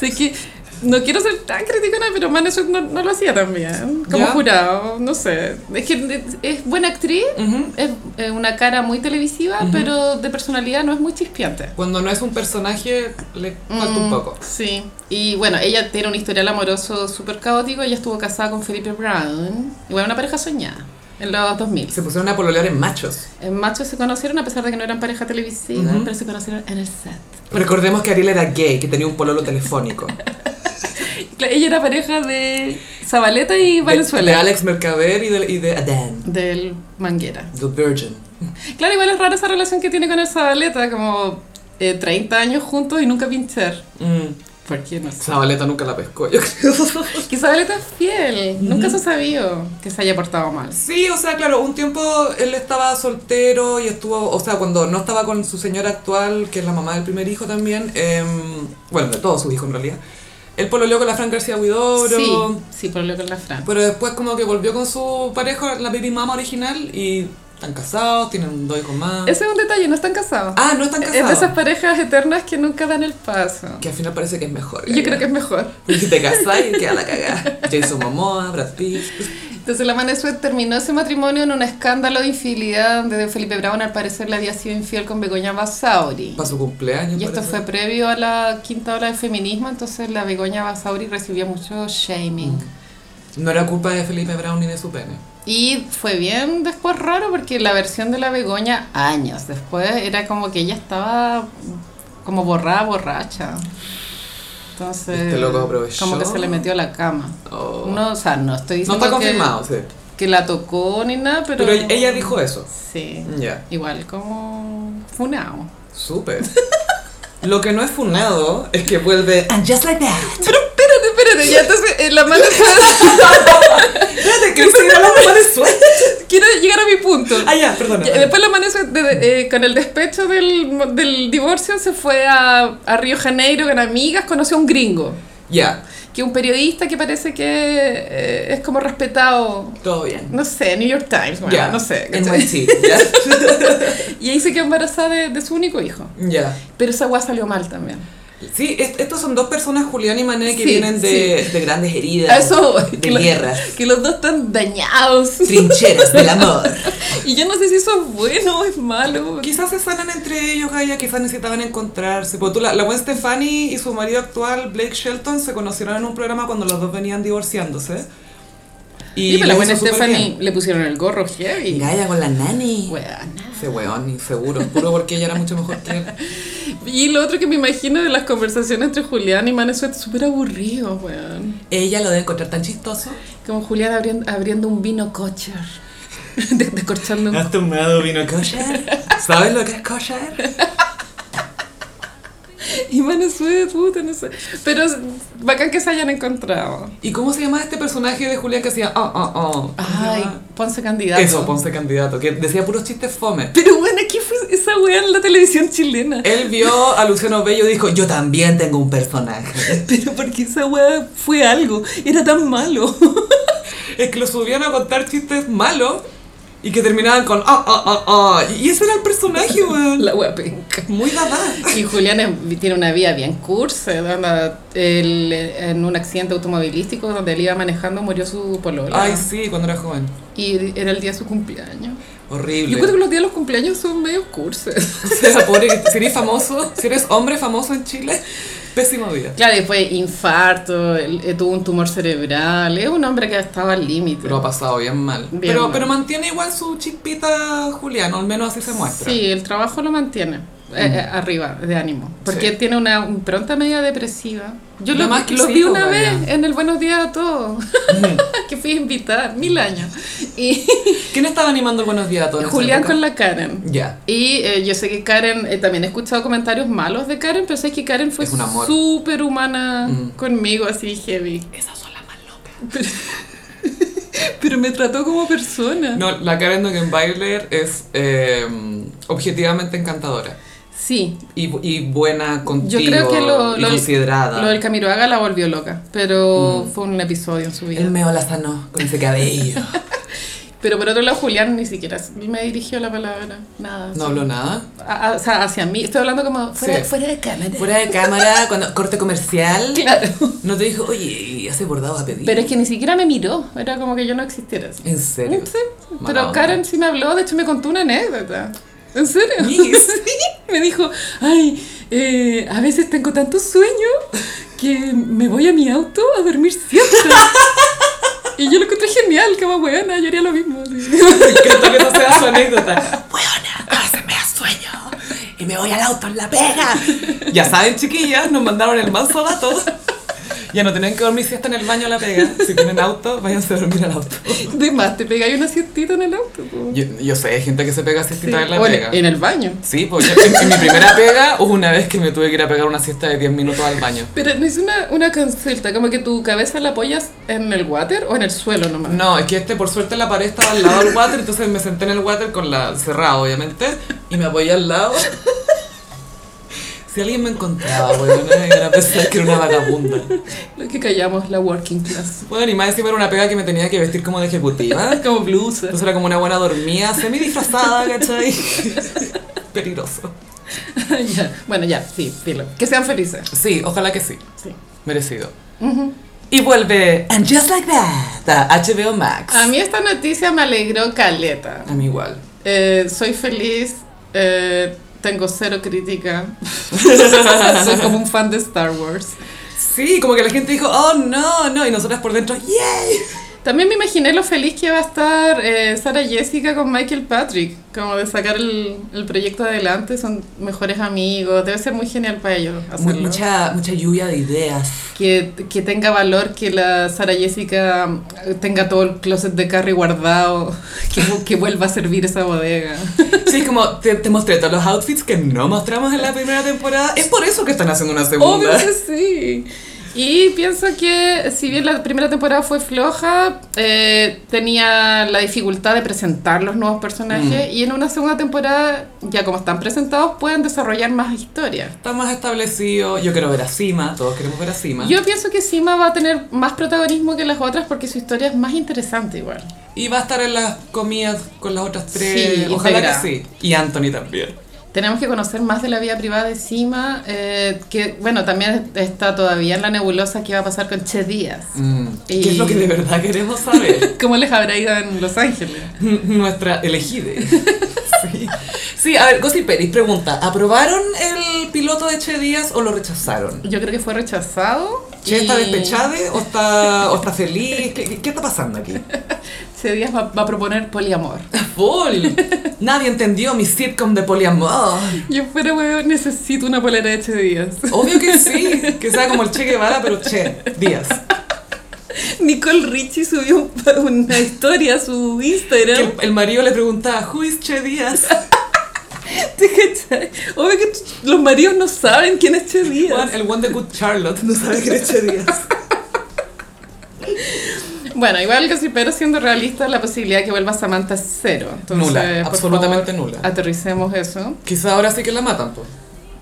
Speaker 2: Sé que no quiero ser tan criticona, pero Manesuet no, no lo hacía tan bien, como
Speaker 1: Ya.
Speaker 2: jurado, no sé. Es que es- es buena actriz,
Speaker 1: Ujú.
Speaker 2: Es eh, una cara muy televisiva, pero de personalidad no es muy chispeante.
Speaker 1: Cuando no es un personaje, le falta un
Speaker 2: Mm,
Speaker 1: poco.
Speaker 2: Sí. Y bueno, ella tiene un historial amoroso súper caótico. Ella estuvo casada con Felipe Brown. Y bueno, una pareja soñada en los 2000.
Speaker 1: Se pusieron a pololear en machos.
Speaker 2: En machos se conocieron a pesar de que no eran pareja televisiva,
Speaker 1: Ujú.
Speaker 2: pero se conocieron en el set.
Speaker 1: Recordemos que Ariel era gay, que tenía un pololo telefónico.
Speaker 2: Cla- Eh, Ella era pareja de Zabaleta y
Speaker 1: De, de
Speaker 2: Valenzuela.
Speaker 1: Alex Mercader y de, y de Adán.
Speaker 2: Del Manguera.
Speaker 1: The Virgin.
Speaker 2: Claro, igual es rara esa relación que tiene con el Zabaleta, como eh, 30 años juntos y nunca pinchar.
Speaker 1: Mm.
Speaker 2: ¿Por qué no sé?
Speaker 1: Zabaleta nunca la pescó, yo creo.
Speaker 2: Quizá él es fiel. Nunca se ha sabido que se haya portado mal.
Speaker 1: Sí, o sea, claro, un tiempo él estaba soltero y estuvo, o sea, cuando no estaba con su señora actual, que es la mamá del primer hijo también, em, bueno, de todos sus hijos en realidad, él pololeó con la Fran García Huidobro,
Speaker 2: Sí, sí, por lo que es la Fran.
Speaker 1: pero después como que volvió con su pareja, la baby mama original, y están casados, tienen dos hijos más.
Speaker 2: Ese es un detalle, no están casados.
Speaker 1: Ah, no están
Speaker 2: Es de
Speaker 1: casados.
Speaker 2: esas parejas eternas que nunca dan el paso.
Speaker 1: Que al final parece que es mejor.
Speaker 2: Yo creo que es mejor.
Speaker 1: es... Si te casas y queda la cagada. Jason Momoa, Brad Pitt.
Speaker 2: Entonces la Manesuet terminó ese matrimonio en un escándalo de infidelidad donde don Felipe Brown al parecer le había sido infiel con Begoña Basauri.
Speaker 1: Para su cumpleaños.
Speaker 2: Y esto
Speaker 1: parece.
Speaker 2: fue previo a la quinta ola del feminismo, entonces la Begoña Basauri recibió mucho shaming.
Speaker 1: No era culpa de Felipe Brown ni de su pene.
Speaker 2: Y fue bien después raro porque la versión de la Begoña años después era como que ella estaba como borrada, borracha. Entonces,
Speaker 1: Este loco aprovechó.
Speaker 2: como que se le metió a la cama.
Speaker 1: Oh.
Speaker 2: No, o sea, no estoy
Speaker 1: No
Speaker 2: diciendo
Speaker 1: está
Speaker 2: que-
Speaker 1: confirmado, sí.
Speaker 2: que, la tocó ni nada, pero,
Speaker 1: Pero ella dijo eso.
Speaker 2: Sí.
Speaker 1: Ya,
Speaker 2: Igual como funao.
Speaker 1: súper. Lo que no es funado es que vuelve.
Speaker 3: And just like that.
Speaker 2: Pero espérate, espérate, ya entonces eh, la mano
Speaker 1: Espérate, que estoy hablando mal de suerte.
Speaker 2: quiero llegar a mi punto.
Speaker 1: Ah, ya, perdona.
Speaker 2: Ya, Después la mano eh, con el despecho del, del divorcio se fue a, a Río Janeiro con amigas, conoció a un gringo,
Speaker 1: Ya,
Speaker 2: que un periodista que parece que eh, es como respetado,
Speaker 1: todo bien.
Speaker 2: no sé, New York Times,
Speaker 1: Ya,
Speaker 2: bueno, no sé.
Speaker 1: En
Speaker 2: ¿cachai?
Speaker 1: ya.
Speaker 2: Y ahí se quedó embarazada de, de su único hijo.
Speaker 1: Ya.
Speaker 2: Pero esa agua salió mal también.
Speaker 1: Sí, est- estos son dos personas, Julián y Mané, que
Speaker 2: Sí,
Speaker 1: vienen de, de grandes heridas.
Speaker 2: A eso voy,
Speaker 1: de
Speaker 2: que los-
Speaker 1: guerras.
Speaker 2: que los dos están dañados.
Speaker 3: Trincheras del amor.
Speaker 2: Y yo no sé si eso es bueno o es malo.
Speaker 1: Quizás se sanan entre ellos, Gaia, quizás necesitaban encontrarse. Porque tú, la, la Gwen Stefani y su marido actual, Blake Shelton, se conocieron en un programa cuando los dos venían divorciándose.
Speaker 2: Y,
Speaker 3: pues
Speaker 2: la
Speaker 1: les
Speaker 2: buena
Speaker 1: hizo súper bien.
Speaker 2: Stephanie le pusieron el gorro heavy.
Speaker 3: Gaia con la nani.
Speaker 2: Weona.
Speaker 1: Ese weón, y seguro, puro porque ella era mucho mejor que él.
Speaker 2: Y lo otro que me imagino de las conversaciones entre Julián y Manesuet, súper aburrido, weón.
Speaker 1: Ella lo debe encontrar tan chistoso.
Speaker 2: Como Julián abriendo, abriendo un vino cocher. De- Descorchando
Speaker 1: Ah.
Speaker 2: un...
Speaker 1: tomado vino kosher? ¿Sabes lo que es kosher?
Speaker 2: Y Manesuet, puta, no sé. Pero es bacán que se hayan encontrado.
Speaker 1: ¿Y cómo se llama este personaje de Julián que hacía oh, oh, oh? ¿Cómo se
Speaker 2: Ay,
Speaker 1: llama?
Speaker 2: Ponce candidato.
Speaker 1: Eso, Ponce Candidato, que decía puros chistes fome.
Speaker 2: Pero bueno, ¿qué fue esa weá en la televisión chilena?
Speaker 1: Él vio a Luciano Bello y dijo, yo también tengo un personaje.
Speaker 2: Pero porque esa weá fue algo. Era tan malo.
Speaker 1: es que lo subían a contar chistes malos y que terminaban con ah, ah, ah, ah. Y ese era el personaje, weón.
Speaker 2: La weá penca.
Speaker 1: Muy dada.
Speaker 2: Y Julián es- tiene una vida bien cursa, onda, él, eh, en un accidente automovilístico donde él iba manejando murió su polola.
Speaker 1: Ay, sí, cuando era joven.
Speaker 2: Y era el día de su cumpleaños. Yo
Speaker 1: Horrible.
Speaker 2: creo que los días de los cumpleaños son medio curses.
Speaker 1: O sea, pobre, que si eres famoso, si eres hombre famoso en Chile, pésimo día.
Speaker 2: Claro, y después infarto, él, eh, tuvo un tumor cerebral, es un hombre que estaba al límite.
Speaker 1: Lo ha pasado bien mal.
Speaker 2: Bien
Speaker 1: pero,
Speaker 2: mal.
Speaker 1: pero mantiene igual su chispita Juliano, al menos así se muestra.
Speaker 2: Sí, el trabajo lo mantiene eh, eh, arriba de ánimo, porque
Speaker 1: Sí.
Speaker 2: tiene una impronta media depresiva. Yo
Speaker 1: Lo
Speaker 2: lo,
Speaker 1: más que
Speaker 2: lo
Speaker 1: sí,
Speaker 2: vi
Speaker 1: pues,
Speaker 2: una vez
Speaker 1: vaya.
Speaker 2: en el Buenos Días a Todos, que fui a invitar, mil años. Y
Speaker 1: ¿Quién estaba animando el Buenos Días a todos? en esa
Speaker 2: Julián
Speaker 1: época?
Speaker 2: con la Karen.
Speaker 1: Ya.
Speaker 2: Y eh, yo sé que Karen, eh, también he escuchado comentarios malos de Karen, pero sé que Karen fue
Speaker 1: Es un amor.
Speaker 2: súper humana
Speaker 1: Mm.
Speaker 2: conmigo, así heavy.
Speaker 1: Esas son las más locas.
Speaker 2: Pero me trató como persona.
Speaker 1: No, la Karen Dogenbailer es eh, objetivamente encantadora.
Speaker 2: Sí,
Speaker 1: Y, y buena
Speaker 2: yo
Speaker 1: contigo
Speaker 2: creo que lo,
Speaker 1: y
Speaker 2: lo,
Speaker 1: considerada.
Speaker 2: lo del Camiroaga la volvió loca, pero
Speaker 1: Mm.
Speaker 2: fue un episodio en su vida.
Speaker 3: El meo la sanó con ese cabello.
Speaker 2: Pero por otro lado, Julián ni siquiera me dirigió la palabra, nada.
Speaker 1: No habló nada.
Speaker 2: A- a- o sea, hacia mí, estoy hablando como fuera,
Speaker 1: Sí.
Speaker 2: fuera de cámara.
Speaker 3: Fuera de cámara, cuando corte comercial,
Speaker 2: Claro.
Speaker 3: no te dijo, oye, ¿y hace bordados a pedir?
Speaker 2: Pero es que ni siquiera me miró, era como que yo no existiera. así.
Speaker 3: ¿En serio?
Speaker 2: Sí,
Speaker 1: Mala
Speaker 2: pero
Speaker 1: onda.
Speaker 2: Karen sí me habló, de hecho me contó una anécdota. ¿En serio?
Speaker 3: Yes.
Speaker 2: Sí, me dijo, ay, eh, a veces tengo tanto sueño que me voy a mi auto a dormir siesta. y yo lo encontré genial, como weona, yo haría lo mismo. así.
Speaker 1: Me encanta que no sea su anécdota.
Speaker 3: ¡Hueona! ¡Ahora se me da sueño! ¡Y me voy al auto en la pega!
Speaker 1: Ya saben, chiquillas, nos mandaron el manso dato. Ya no tienen que dormir si está en el baño a la pega. Si tienen auto, váyanse a dormir al auto.
Speaker 2: De más, te pegáis una siestita en el auto. po.
Speaker 1: Yo, yo sé, hay gente que se pega siestita en la
Speaker 2: O en-
Speaker 1: pega.
Speaker 2: en el baño.
Speaker 1: Sí, pues yo- en, en mi primera pega hubo una vez que me tuve que ir a pegar una siesta de 10 minutos al baño.
Speaker 2: Pero no es una, una consulta, como que tu cabeza la apoyas en el water o en el suelo nomás.
Speaker 1: No, es que este por suerte la pared estaba al lado del water, entonces me senté en el water con la cerrada, obviamente, y me apoyé al lado. Si alguien me encontraba, weón, iban a pensar que era una vagabunda.
Speaker 2: Lo que callamos, la working class. Ah,
Speaker 1: Bueno, y más encima era una pega que me tenía que vestir como de ejecutiva.
Speaker 2: Como blusa.
Speaker 1: Entonces era como una buena dormida, semi disfrazada, ¿cachai? Peligroso.
Speaker 2: Ya, Bueno, ya, sí, filo. Que sean felices.
Speaker 1: Sí, ojalá que sí.
Speaker 2: Sí.
Speaker 1: Merecido. Y vuelve
Speaker 3: And just like that,
Speaker 1: a HBO Max.
Speaker 2: A mí esta noticia me alegró caleta.
Speaker 1: A mí igual.
Speaker 2: Eh, soy feliz, eh, tengo cero crítica. soy como un fan de Star Wars.
Speaker 1: Sí, como que la gente dijo, oh no, no, y nosotras por dentro, yay.
Speaker 2: También me imaginé lo feliz que va a estar eh, Sara Jessica con Michael Patrick, como de sacar el, el proyecto adelante, son mejores amigos, debe ser muy genial para ellos
Speaker 3: mu-
Speaker 2: hacerlo.
Speaker 3: mucha, mucha lluvia de ideas.
Speaker 2: Que, que tenga valor, que la Sara Jessica eh, tenga todo el closet de Carrie guardado, que, vu- que vuelva a servir esa bodega.
Speaker 1: Sí, es como te, te mostré todos los outfits que no mostramos en la primera temporada. Es por eso que están haciendo una segunda.
Speaker 2: Obvio que sí. Y pienso que si bien la primera temporada fue floja, eh, tenía la dificultad de presentar los nuevos personajes y en una segunda temporada, ya como están presentados, pueden desarrollar más historias.
Speaker 1: Está más establecido. Yo quiero ver a Sima, todos queremos ver a Sima.
Speaker 2: Yo pienso que Sima va a tener más protagonismo que las otras porque su historia es más interesante igual.
Speaker 1: Y va a estar en las comidas con las otras tres.
Speaker 2: Sí,
Speaker 1: Ojalá
Speaker 2: integrada.
Speaker 1: que sí. Y Anthony también.
Speaker 2: Tenemos que conocer más de la vida privada de Sima, eh, que bueno, también está todavía en la nebulosa que va a pasar con Che Díaz.
Speaker 1: Mm.
Speaker 2: Y-
Speaker 1: ¿Qué es lo que de verdad queremos saber?
Speaker 2: ¿Cómo les habrá ido en Los Ángeles?
Speaker 1: Nuestra elegida. Sí. Sí, a ver, Gossip Peris pregunta, ¿aprobaron el piloto de Che Díaz o lo rechazaron?
Speaker 2: Yo creo que fue rechazado.
Speaker 1: ¿Che está
Speaker 2: y
Speaker 1: despechada o está, o está feliz? ¿Qué, qué- qué está pasando aquí?
Speaker 2: Ese día va, va a proponer poliamor.
Speaker 1: ¡Full! Nadie entendió mi sitcom de poliamor.
Speaker 2: Yo fuera weón, necesito una polera de Che Díaz.
Speaker 1: Obvio que sí, que sea como el Che Guevara, pero Che Díaz.
Speaker 2: Nicole Richie subió un- una historia a su
Speaker 1: Que
Speaker 2: Instagram.
Speaker 1: el, el marido le preguntaba, ¿Who is Che Díaz?
Speaker 2: ¿Te cachai? Obvio que t- los maridos no saben quién es Che
Speaker 1: Juan,
Speaker 2: Díaz.
Speaker 1: el one de Good Charlotte no sabe quién es Che Díaz.
Speaker 2: Bueno, igual que si, pero siendo realista, la posibilidad que vuelva Samantha es cero. Entonces,
Speaker 1: Nula,
Speaker 2: por
Speaker 1: absolutamente
Speaker 2: favor,
Speaker 1: nula.
Speaker 2: Aterricemos eso.
Speaker 1: Quizá ahora sí que la matan, pues.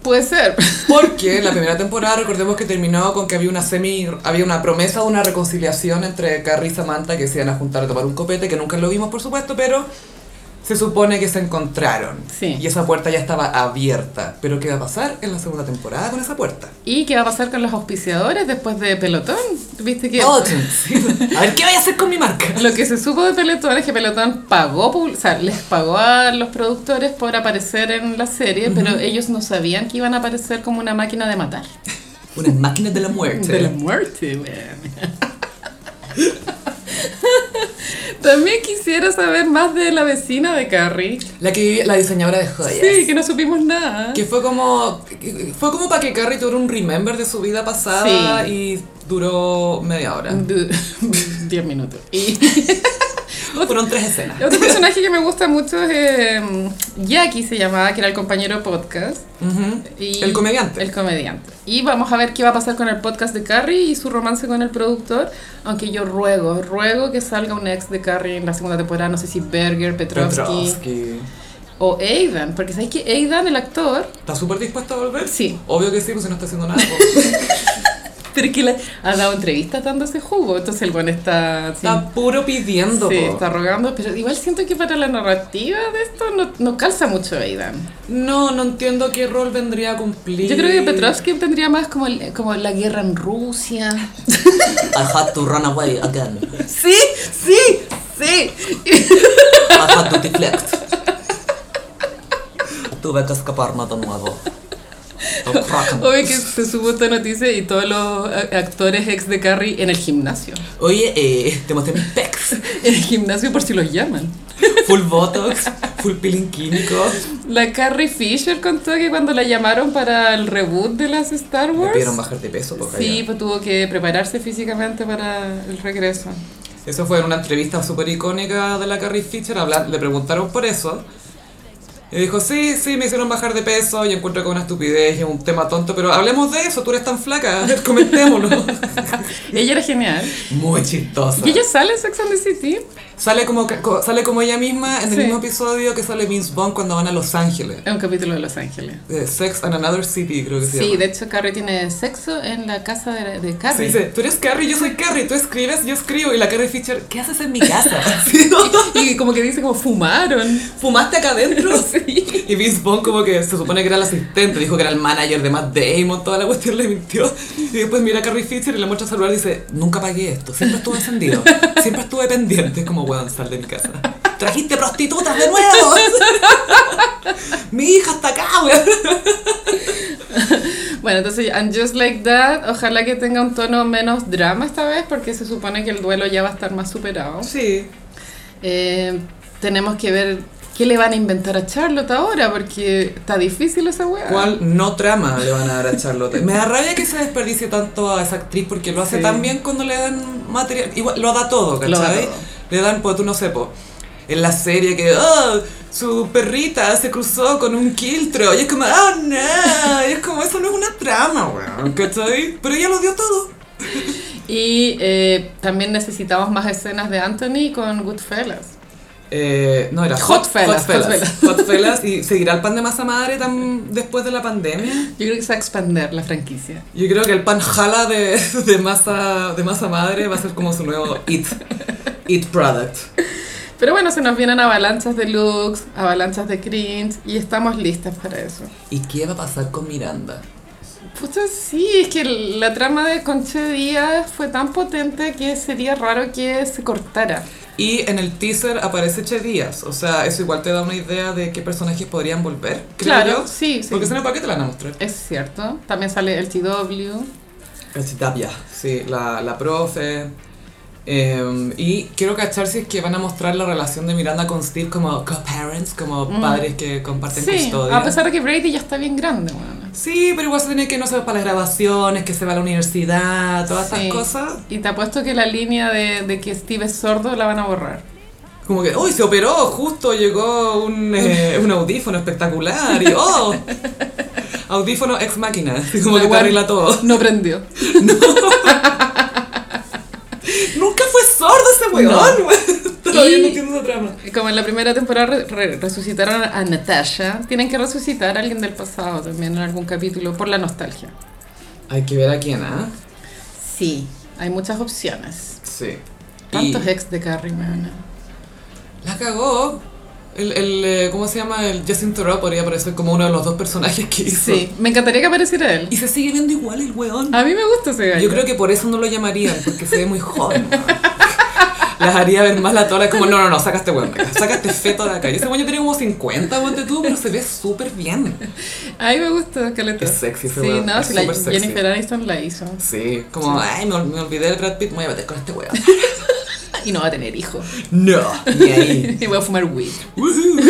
Speaker 2: Puede ser.
Speaker 1: Porque la primera temporada, recordemos que terminó con que había una semi, había una promesa de una reconciliación entre Carrie y Samantha que se iban a juntar a tomar un copete, que nunca lo vimos por supuesto, pero se supone que se encontraron.
Speaker 2: Sí.
Speaker 1: Y esa puerta ya estaba abierta. Pero ¿qué va a pasar en la segunda temporada con esa puerta?
Speaker 2: ¿Y qué va a pasar con los auspiciadores después de Pelotón? ¿Viste que
Speaker 1: Oh, sí. A ver, ¿qué voy a hacer con mi marca?
Speaker 2: Lo que se supo de Pelotón es que Pelotón pagó, pub- o sea, les pagó a los productores por aparecer en la serie, pero ellos no sabían que iban a aparecer como una máquina de matar.
Speaker 1: Una máquina de la muerte.
Speaker 2: De la muerte, weón. También quisiera saber más de la vecina de Carrie.
Speaker 1: La que vivía- la diseñadora de joyas.
Speaker 2: Sí, que no supimos nada.
Speaker 1: Que fue como. Fue como para que Carrie tuviera un remember de su vida pasada y duró media hora.
Speaker 2: Du- Diez minutos. Y
Speaker 1: Fueron tres escenas.
Speaker 2: otro personaje que me gusta mucho es eh, Jackie, se llamaba, que era el compañero podcast.
Speaker 1: Ujú.
Speaker 2: Y-
Speaker 1: El comediante.
Speaker 2: El comediante. Y vamos a ver qué va a pasar con el podcast de Carrie y su romance con el productor. Aunque yo ruego, ruego que salga un ex de Carrie en la segunda temporada. No sé si Berger, Petrovsky
Speaker 1: Petrovsky.
Speaker 2: o Aidan. Porque sabéis que Aidan, el actor.
Speaker 1: ¿Está súper dispuesto a volver?
Speaker 2: Sí.
Speaker 1: Obvio que sí, pues si no está haciendo nada. pues.
Speaker 2: Pero que le ha dado entrevistas dándose jugo. Entonces el buen está. así,
Speaker 1: está puro pidiendo.
Speaker 2: sí,
Speaker 1: po.
Speaker 2: está rogando. Pero igual siento que para la narrativa de esto no, no calza mucho Aidan.
Speaker 1: No, no entiendo qué rol vendría a cumplir.
Speaker 2: Yo creo que Petrovsky tendría más como, el- como la guerra en Rusia.
Speaker 3: I had to run away again.
Speaker 2: Sí, sí, sí.
Speaker 3: I had to deflect. Tuve que escaparme de nuevo. The Kraken.
Speaker 2: Obvio que se supo esta noticia y todos los a- actores ex de Carrie en el gimnasio.
Speaker 3: Oye, eh, te mostré mis pecs.
Speaker 2: En el gimnasio por si los llaman.
Speaker 1: Full botox, full peeling químico.
Speaker 2: La Carrie Fisher contó que cuando la llamaron para el reboot de las Star
Speaker 1: Le
Speaker 2: Wars,
Speaker 1: pidieron bajar de peso, por
Speaker 2: sí, pues tuvo que prepararse físicamente para el regreso.
Speaker 1: Eso fue en una entrevista súper icónica de la Carrie Fisher, habla- le preguntaron por eso. Y dijo, sí, sí, me hicieron bajar de peso y encuentro que es una estupidez, y es un tema tonto, pero hablemos de eso, tú eres tan flaca, comentémoslo.
Speaker 2: Ella era genial.
Speaker 1: Muy chistosa.
Speaker 2: Y ella sale en Sex and the City.
Speaker 1: Sale como, ca- co- sale como ella misma en el
Speaker 2: Sí.
Speaker 1: mismo episodio que sale Vince Vaughn cuando van a Los Ángeles.
Speaker 2: Es un capítulo de Los Ángeles.
Speaker 1: Eh, Sex and Another City, creo que se
Speaker 2: Sí,
Speaker 1: llama.
Speaker 2: de hecho Carrie tiene sexo en la casa de, de
Speaker 1: Sí,
Speaker 2: Carrie.
Speaker 1: dice, tú eres Carrie, yo soy Carrie, tú escribes, yo escribo. Y la Carrie Fisher, ¿qué haces en mi casa?
Speaker 2: Y como que dice como fumaron.
Speaker 1: ¿Fumaste acá adentro? Y Vince Vaughn como que se supone que era el asistente, dijo que era el manager de Matt Damon, toda la cuestión le mintió. Y después mira a Carrie Fisher y le muestra el celular y dice, nunca pagué esto, siempre estuve encendido, siempre estuve pendiente, Es como weón, sal de mi casa. Trajiste prostitutas de nuevo. mi hija está acá, weón.
Speaker 2: Bueno, entonces, and just like that, ojalá que tenga un tono menos drama esta vez, porque se supone que el duelo ya va a estar más superado.
Speaker 1: Sí.
Speaker 2: Eh, tenemos que ver qué le van a inventar a Charlotte ahora, porque está difícil esa weá.
Speaker 1: ¿Cuál no trama le van a dar a Charlotte? Me da rabia que se desperdicie tanto a esa actriz porque lo hace
Speaker 2: Sí.
Speaker 1: tan bien cuando le dan material. Igual, lo da todo, ¿cachai?
Speaker 2: Lo da todo.
Speaker 1: Le dan, pues tú no sé, po, En la serie que, oh, su perrita se cruzó con un quiltro. Y es como, oh, no. Y es como, eso no es una trama, weón, ¿cachai? Pero ella lo dio todo.
Speaker 2: Y eh, también necesitamos más escenas de Anthony con Goodfellas.
Speaker 1: Eh, no, era
Speaker 2: Hot
Speaker 1: Hot
Speaker 2: Fellas,
Speaker 1: Fellas.
Speaker 2: Hot Fellas.
Speaker 1: Hot Fellas. Y seguirá el pan de masa madre tan después de la pandemia.
Speaker 2: Yo creo que se va a expander la franquicia.
Speaker 1: Yo creo que el pan jala de, de masa, de masa madre va a ser como su nuevo IT, IT product.
Speaker 2: Pero bueno, se nos vienen avalanchas de looks, avalanchas de cringe, y estamos listas para eso.
Speaker 1: ¿Y qué va a pasar con Miranda?
Speaker 2: Puta, sí, es que la trama de Conche Díaz fue tan potente que sería raro que se cortara.
Speaker 1: Y en el teaser aparece Che Díaz, o sea, eso igual te da una idea de qué personajes podrían volver, creo
Speaker 2: Claro,
Speaker 1: yo.
Speaker 2: sí, sí.
Speaker 1: Porque si no, ¿para qué te la van a mostrar?
Speaker 2: Es cierto. También sale el TW.
Speaker 1: Cachitapia, sí, la, la profe. Em, y quiero cachar si es que van a mostrar la relación de Miranda con Steve como co-parents, como padres que comparten
Speaker 2: Mm. Sí,
Speaker 1: custodia.
Speaker 2: a pesar de que Brady ya está bien grande, bueno.
Speaker 1: Sí, pero igual se tiene que no se va para las grabaciones, que se va a la universidad, todas
Speaker 2: Sí.
Speaker 1: esas cosas.
Speaker 2: Y te apuesto que la línea de, de que Steve es sordo la van a borrar.
Speaker 1: Como que, uy, se operó, justo llegó un, eh, un audífono espectacular y oh, audífono ex máquina, así como
Speaker 2: La
Speaker 1: que te
Speaker 2: guan-
Speaker 1: arregla todo.
Speaker 2: No prendió.
Speaker 1: Nunca fue sordo ese weón, weón. Todavía
Speaker 2: Y-
Speaker 1: no entiendo esa trama.
Speaker 2: Como en la primera temporada re- re- resucitaron a Natasha, tienen que resucitar a alguien del pasado también en algún capítulo por la nostalgia.
Speaker 1: Hay que ver a quién, ¿ah?
Speaker 2: Sí. Hay muchas opciones.
Speaker 1: Sí. Y
Speaker 2: Tantos ex de Carrie, weona.
Speaker 1: la cagó. El, el, eh, ¿cómo se llama? El Justin Thoreau podría aparecer como uno de los dos personajes que hizo.
Speaker 2: Sí, me encantaría que apareciera él.
Speaker 1: Y se sigue viendo igual el weón.
Speaker 2: A mí me gusta ese gallo.
Speaker 1: Yo creo que por eso no lo llamarían, porque se ve muy joven. weón. Las haría ver más la tora como, no, no, no, saca este weón de acá, saca este feto de acá. Y ese weón yo tenía como 50, weón, de tú, pero se ve súper bien.
Speaker 2: A mí me gusta Caleta.
Speaker 1: Es sexy ese
Speaker 2: Sí,
Speaker 1: weón,
Speaker 2: no,
Speaker 1: es
Speaker 2: si la
Speaker 1: súper sexy.
Speaker 2: Jennifer Aniston la hizo.
Speaker 1: Sí, como, ay, me, ol- me olvidé del Brad Pitt, me voy a meter con este weón.
Speaker 2: Y no va a tener hijos.
Speaker 1: No, ni ahí.
Speaker 2: Y voy a fumar weed.
Speaker 1: Woohoo.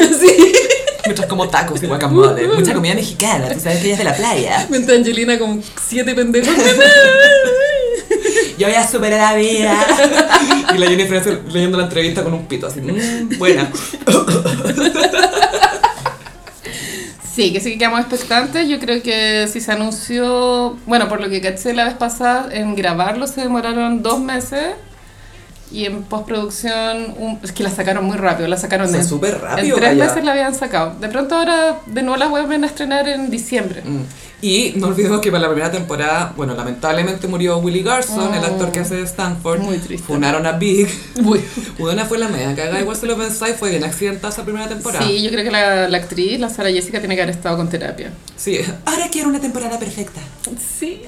Speaker 1: Mientras como tacos y guacamole.
Speaker 3: Mucha comida mexicana, tú sabes que ella es de la playa.
Speaker 2: Mientras Angelina con siete pendejos.
Speaker 3: Yo ya superé la vida.
Speaker 1: Y la Jennifer Aniston leyendo la entrevista con un pito así, "Mm, buena.
Speaker 2: sí, que sí que quedamos expectantes. Yo creo que si se anunció, bueno, por lo que caché la vez pasada, en grabarlo se demoraron dos meses. Y en postproducción, un- es que la sacaron muy rápido, la sacaron
Speaker 1: Fue
Speaker 2: de
Speaker 1: súper rápido,
Speaker 2: En tres
Speaker 1: vaya.
Speaker 2: meses la habían sacado. De pronto ahora de nuevo la vuelven a estrenar en diciembre.
Speaker 1: Mm. Y no olvidemos que para la primera temporada, bueno, lamentablemente murió Willie Garson, el actor que hace de Stanford.
Speaker 2: Muy triste.
Speaker 1: Funaron a Big.
Speaker 2: Uy.
Speaker 1: Una fue la media cagada, igual se lo pensáis, fue bien accidentada esa primera temporada.
Speaker 2: Sí, yo creo que la, la actriz, la Sara Jessica, tiene que haber estado con terapia.
Speaker 1: Sí.
Speaker 3: Ahora quiero una temporada perfecta.
Speaker 2: Sí.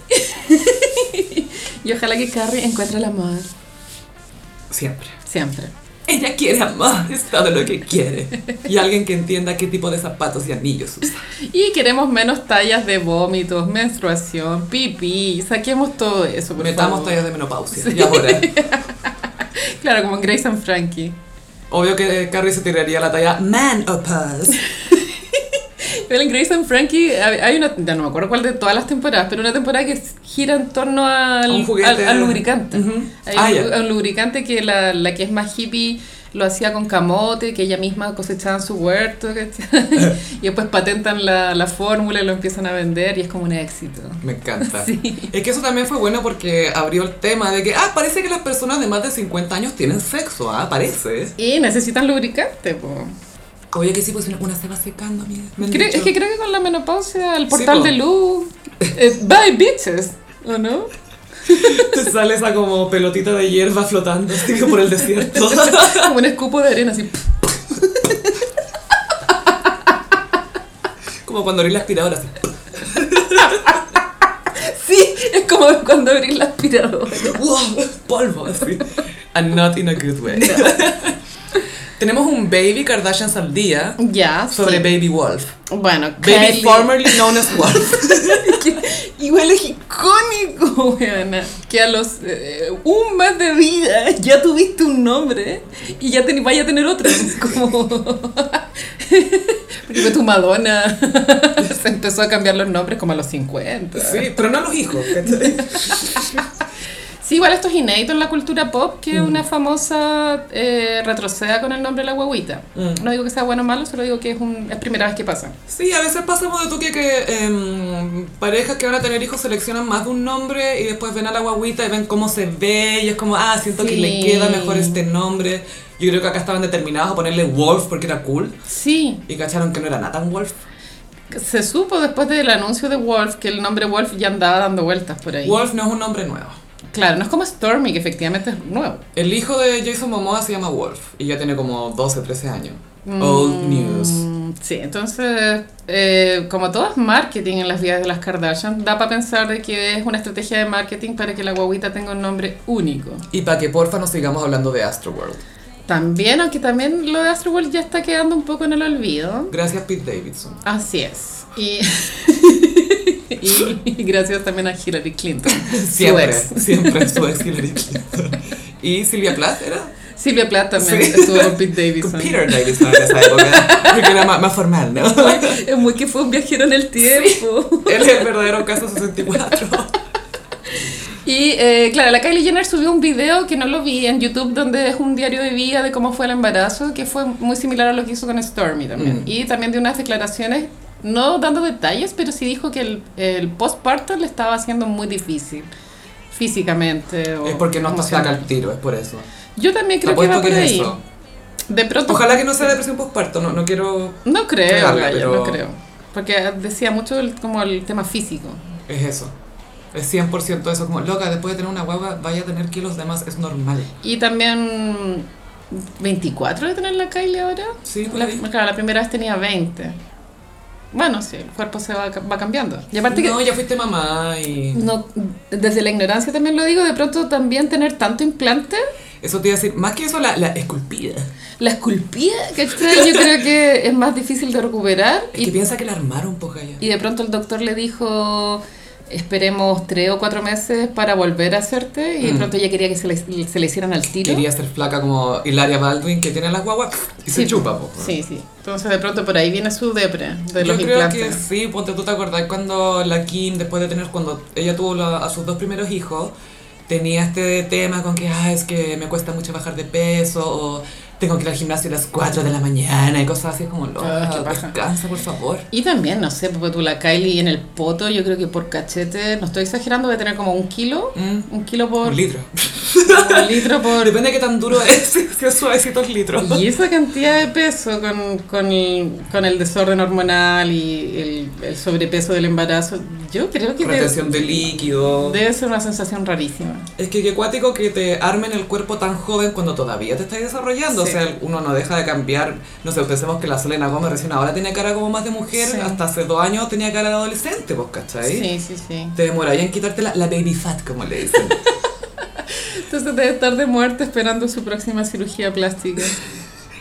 Speaker 2: y ojalá que Carrie encuentre el amor.
Speaker 1: siempre.
Speaker 2: Siempre.
Speaker 1: Ella quiere amar, es todo lo que quiere. Y alguien que entienda qué tipo de zapatos y anillos usa.
Speaker 2: Y queremos menos tallas de vómitos, menstruación, pipí. Saquemos todo eso, por
Speaker 1: Metamos
Speaker 2: favor.
Speaker 1: tallas de menopausia. Y ahora.
Speaker 2: Claro, como en Grace and Frankie.
Speaker 1: ¡Ay, Obvio que eh, Carrie se tiraría la talla Man Opus.
Speaker 2: Pero en Grace and Frankie hay hay una, ya no me acuerdo cuál de todas las temporadas, pero una temporada que gira en torno al,
Speaker 1: Un juguete.
Speaker 2: al, al lubricante.
Speaker 1: Ujú.
Speaker 2: Hay
Speaker 1: Ah,
Speaker 2: un,
Speaker 1: ya.
Speaker 2: lu- un lubricante que la, la que es más hippie lo hacía con camote, que ella misma cosechaba en su huerto, ¿cachai? y después patentan la, la fórmula y lo empiezan a vender y es como un éxito.
Speaker 1: Me encanta.
Speaker 2: Sí.
Speaker 1: Es que eso también fue bueno porque abrió el tema de que, ah, parece que las personas de más de 50 años tienen sexo, ah, parece.
Speaker 2: Y necesitan lubricante, po.
Speaker 1: Oye, que sí, pues una, una se va secando, amiga. me han
Speaker 2: Creo-
Speaker 1: dicho.
Speaker 2: es que creo que con la menopausia, el
Speaker 1: Sí,
Speaker 2: portal
Speaker 1: po.
Speaker 2: de luz, eh, bye bitches, ¿o no?
Speaker 1: Te sale esa como pelotita de hierba flotando así que por el desierto.
Speaker 2: Como un escupo de arena, así.
Speaker 1: como cuando abrí la aspiradora. así.
Speaker 2: Sí, es como cuando abrís la aspiradora.
Speaker 1: ¡Wow! Polvo así. And not in a good way. Tenemos un Baby Kardashians al día
Speaker 2: Ya,
Speaker 1: sobre
Speaker 2: Ah, sí.
Speaker 1: Baby Wolf.
Speaker 2: Bueno,
Speaker 1: Baby
Speaker 2: Kylie.
Speaker 1: formerly known as Wolf.
Speaker 2: Igual es icónico, weona. Que a los eh, un mes de vida ya tuviste un nombre y ya ten, vaya a tener otro. Como. Porque tu Madonna se empezó a cambiar los nombres como a los 50.
Speaker 1: Sí, pero no a los hijos. ¿cachai?
Speaker 2: Sí, igual esto es inédito en la cultura pop que
Speaker 1: Mm.
Speaker 2: una famosa eh, retroceda con el nombre de la guaguita.
Speaker 1: Mm.
Speaker 2: No digo que sea bueno o malo, solo digo que es, un, es primera vez que pasa.
Speaker 1: Sí, a veces pasamos de toque que em, parejas que van a tener hijos seleccionan más de un nombre y después ven a la guaguita y ven cómo se ve y es como, ah, siento que
Speaker 2: Sí.
Speaker 1: le queda mejor este nombre. Yo creo que acá estaban determinados a ponerle Wolf porque era cool
Speaker 2: Sí,
Speaker 1: y cacharon que no era Nathan Wolf.
Speaker 2: se supo después del anuncio de Wolf que el nombre Wolf ya andaba dando vueltas por ahí.
Speaker 1: Wolf no es un nombre nuevo.
Speaker 2: Claro, no es como Stormy, que efectivamente es nuevo.
Speaker 1: El hijo de Jason Momoa se llama Wolf y ya tiene como 12, 13 años. Old news.
Speaker 2: Mm, Sí, entonces, eh, como todo es marketing en las vidas de las Kardashian, da para pensar de que es una estrategia de marketing para que la guaguita tenga un nombre único.
Speaker 1: Y para que porfa no sigamos hablando de Astroworld.
Speaker 2: También, aunque también lo de Astroworld ya está quedando un poco en el olvido.
Speaker 1: Gracias Pete Davidson.
Speaker 2: Así es. Y, y gracias también a Hillary Clinton. su
Speaker 1: Siempre,
Speaker 2: ex.
Speaker 1: siempre su ex Hillary Clinton. ¿Y Silvia Plath era?
Speaker 2: Silvia Plath también
Speaker 1: Sí.
Speaker 2: estuvo con Pete
Speaker 1: Con
Speaker 2: Davidson.
Speaker 1: Peter Davidson en esa época, porque era más, más formal, ¿no?
Speaker 2: Es muy que fue un viajero en el tiempo.
Speaker 1: Él es el verdadero caso 64.
Speaker 2: Y eh, claro, la Kylie Jenner subió un video que no lo vi en YouTube, donde es un diario de vida de cómo fue el embarazo, que fue muy similar a lo que hizo con Stormy también.
Speaker 1: Mm.
Speaker 2: Y también de unas declaraciones, no dando detalles, pero sí dijo que el, el postparto le estaba haciendo muy difícil físicamente. o
Speaker 1: Es porque no está saca el
Speaker 2: emocionalmente.
Speaker 1: tiro, es por eso.
Speaker 2: Yo también creo que va
Speaker 1: Apuesto
Speaker 2: por
Speaker 1: que es
Speaker 2: ahí.
Speaker 1: eso.
Speaker 2: De pronto.
Speaker 1: Ojalá que no sea depresión postparto, no, no quiero...
Speaker 2: No creo,
Speaker 1: Claro,
Speaker 2: Gaya,
Speaker 1: pero-
Speaker 2: no creo. Porque decía mucho el- como el tema físico.
Speaker 1: Es eso. Es 100% eso, como, loca, después de tener una guagua, vaya a tener kilos de más, es normal.
Speaker 2: Y también 24 de tener la Kylie ahora.
Speaker 1: Sí, por
Speaker 2: La,
Speaker 1: ahí.
Speaker 2: claro, la primera vez tenía 20. Bueno, sí, el cuerpo se va, ca- va cambiando. Y aparte
Speaker 1: No,
Speaker 2: que
Speaker 1: ya fuiste mamá y...
Speaker 2: no, desde la ignorancia también lo digo, de pronto también tener tanto implante,
Speaker 1: Eso te iba a decir, más que eso, la, la esculpida.
Speaker 2: la esculpía, ¿cachai? Yo creo que es más difícil de recuperar.
Speaker 1: Es que
Speaker 2: Y,
Speaker 1: piensa que la armaron, pues, poca ya.
Speaker 2: y de pronto el doctor le dijo, esperemos 3 o 4 meses para volver a hacerte. Y de
Speaker 1: Mm.
Speaker 2: pronto ella quería que se le, se le hicieran al tiro.
Speaker 1: Quería ser flaca como Hilaria Baldwin, que tiene las guaguas, y se
Speaker 2: Sí.
Speaker 1: chupa, po.
Speaker 2: Sí, sí. Entonces de pronto por ahí viene su depre de
Speaker 1: Yo
Speaker 2: los
Speaker 1: creo que
Speaker 2: implantes.
Speaker 1: sí, ponte tú te acordás cuando la Kim, después de tener, cuando ella tuvo la- a sus dos primeros hijos, tenía este tema con que, ah, es que me cuesta mucho bajar de peso, o tengo que ir al gimnasio a las 4 de la mañana, y cosas así como, loca,
Speaker 2: Ah, qué paja".
Speaker 1: descansa, por favor.
Speaker 2: Y también, no sé, porque tú la Kylie en el poto, yo creo que por cachete, no estoy exagerando, debe tener como un kilo,
Speaker 1: Mm.
Speaker 2: un kilo por
Speaker 1: Un litro.
Speaker 2: un litro por...
Speaker 1: Depende de qué tan duro es, si es suavecito es litro.
Speaker 2: Y esa cantidad de peso con, con, el, con el desorden hormonal y el, el sobrepeso del embarazo, yo creo que debe,
Speaker 1: Retención de líquido.
Speaker 2: debe ser una sensación rarísima.
Speaker 1: Es que qué cuático que te armen el cuerpo tan joven cuando todavía te estás desarrollando.
Speaker 2: Sí.
Speaker 1: O sea, uno no deja de cambiar. No sé, pensemos que la Selena Gómez recién ahora tenía cara como más de mujer.
Speaker 2: Sí.
Speaker 1: Hasta hace dos años tenía cara de adolescente, ¿vos cachai?
Speaker 2: Sí, sí, sí.
Speaker 1: Te demoraría en quitarte la, la baby fat, como le dicen.
Speaker 2: Entonces debe estar de muerte esperando su próxima cirugía plástica.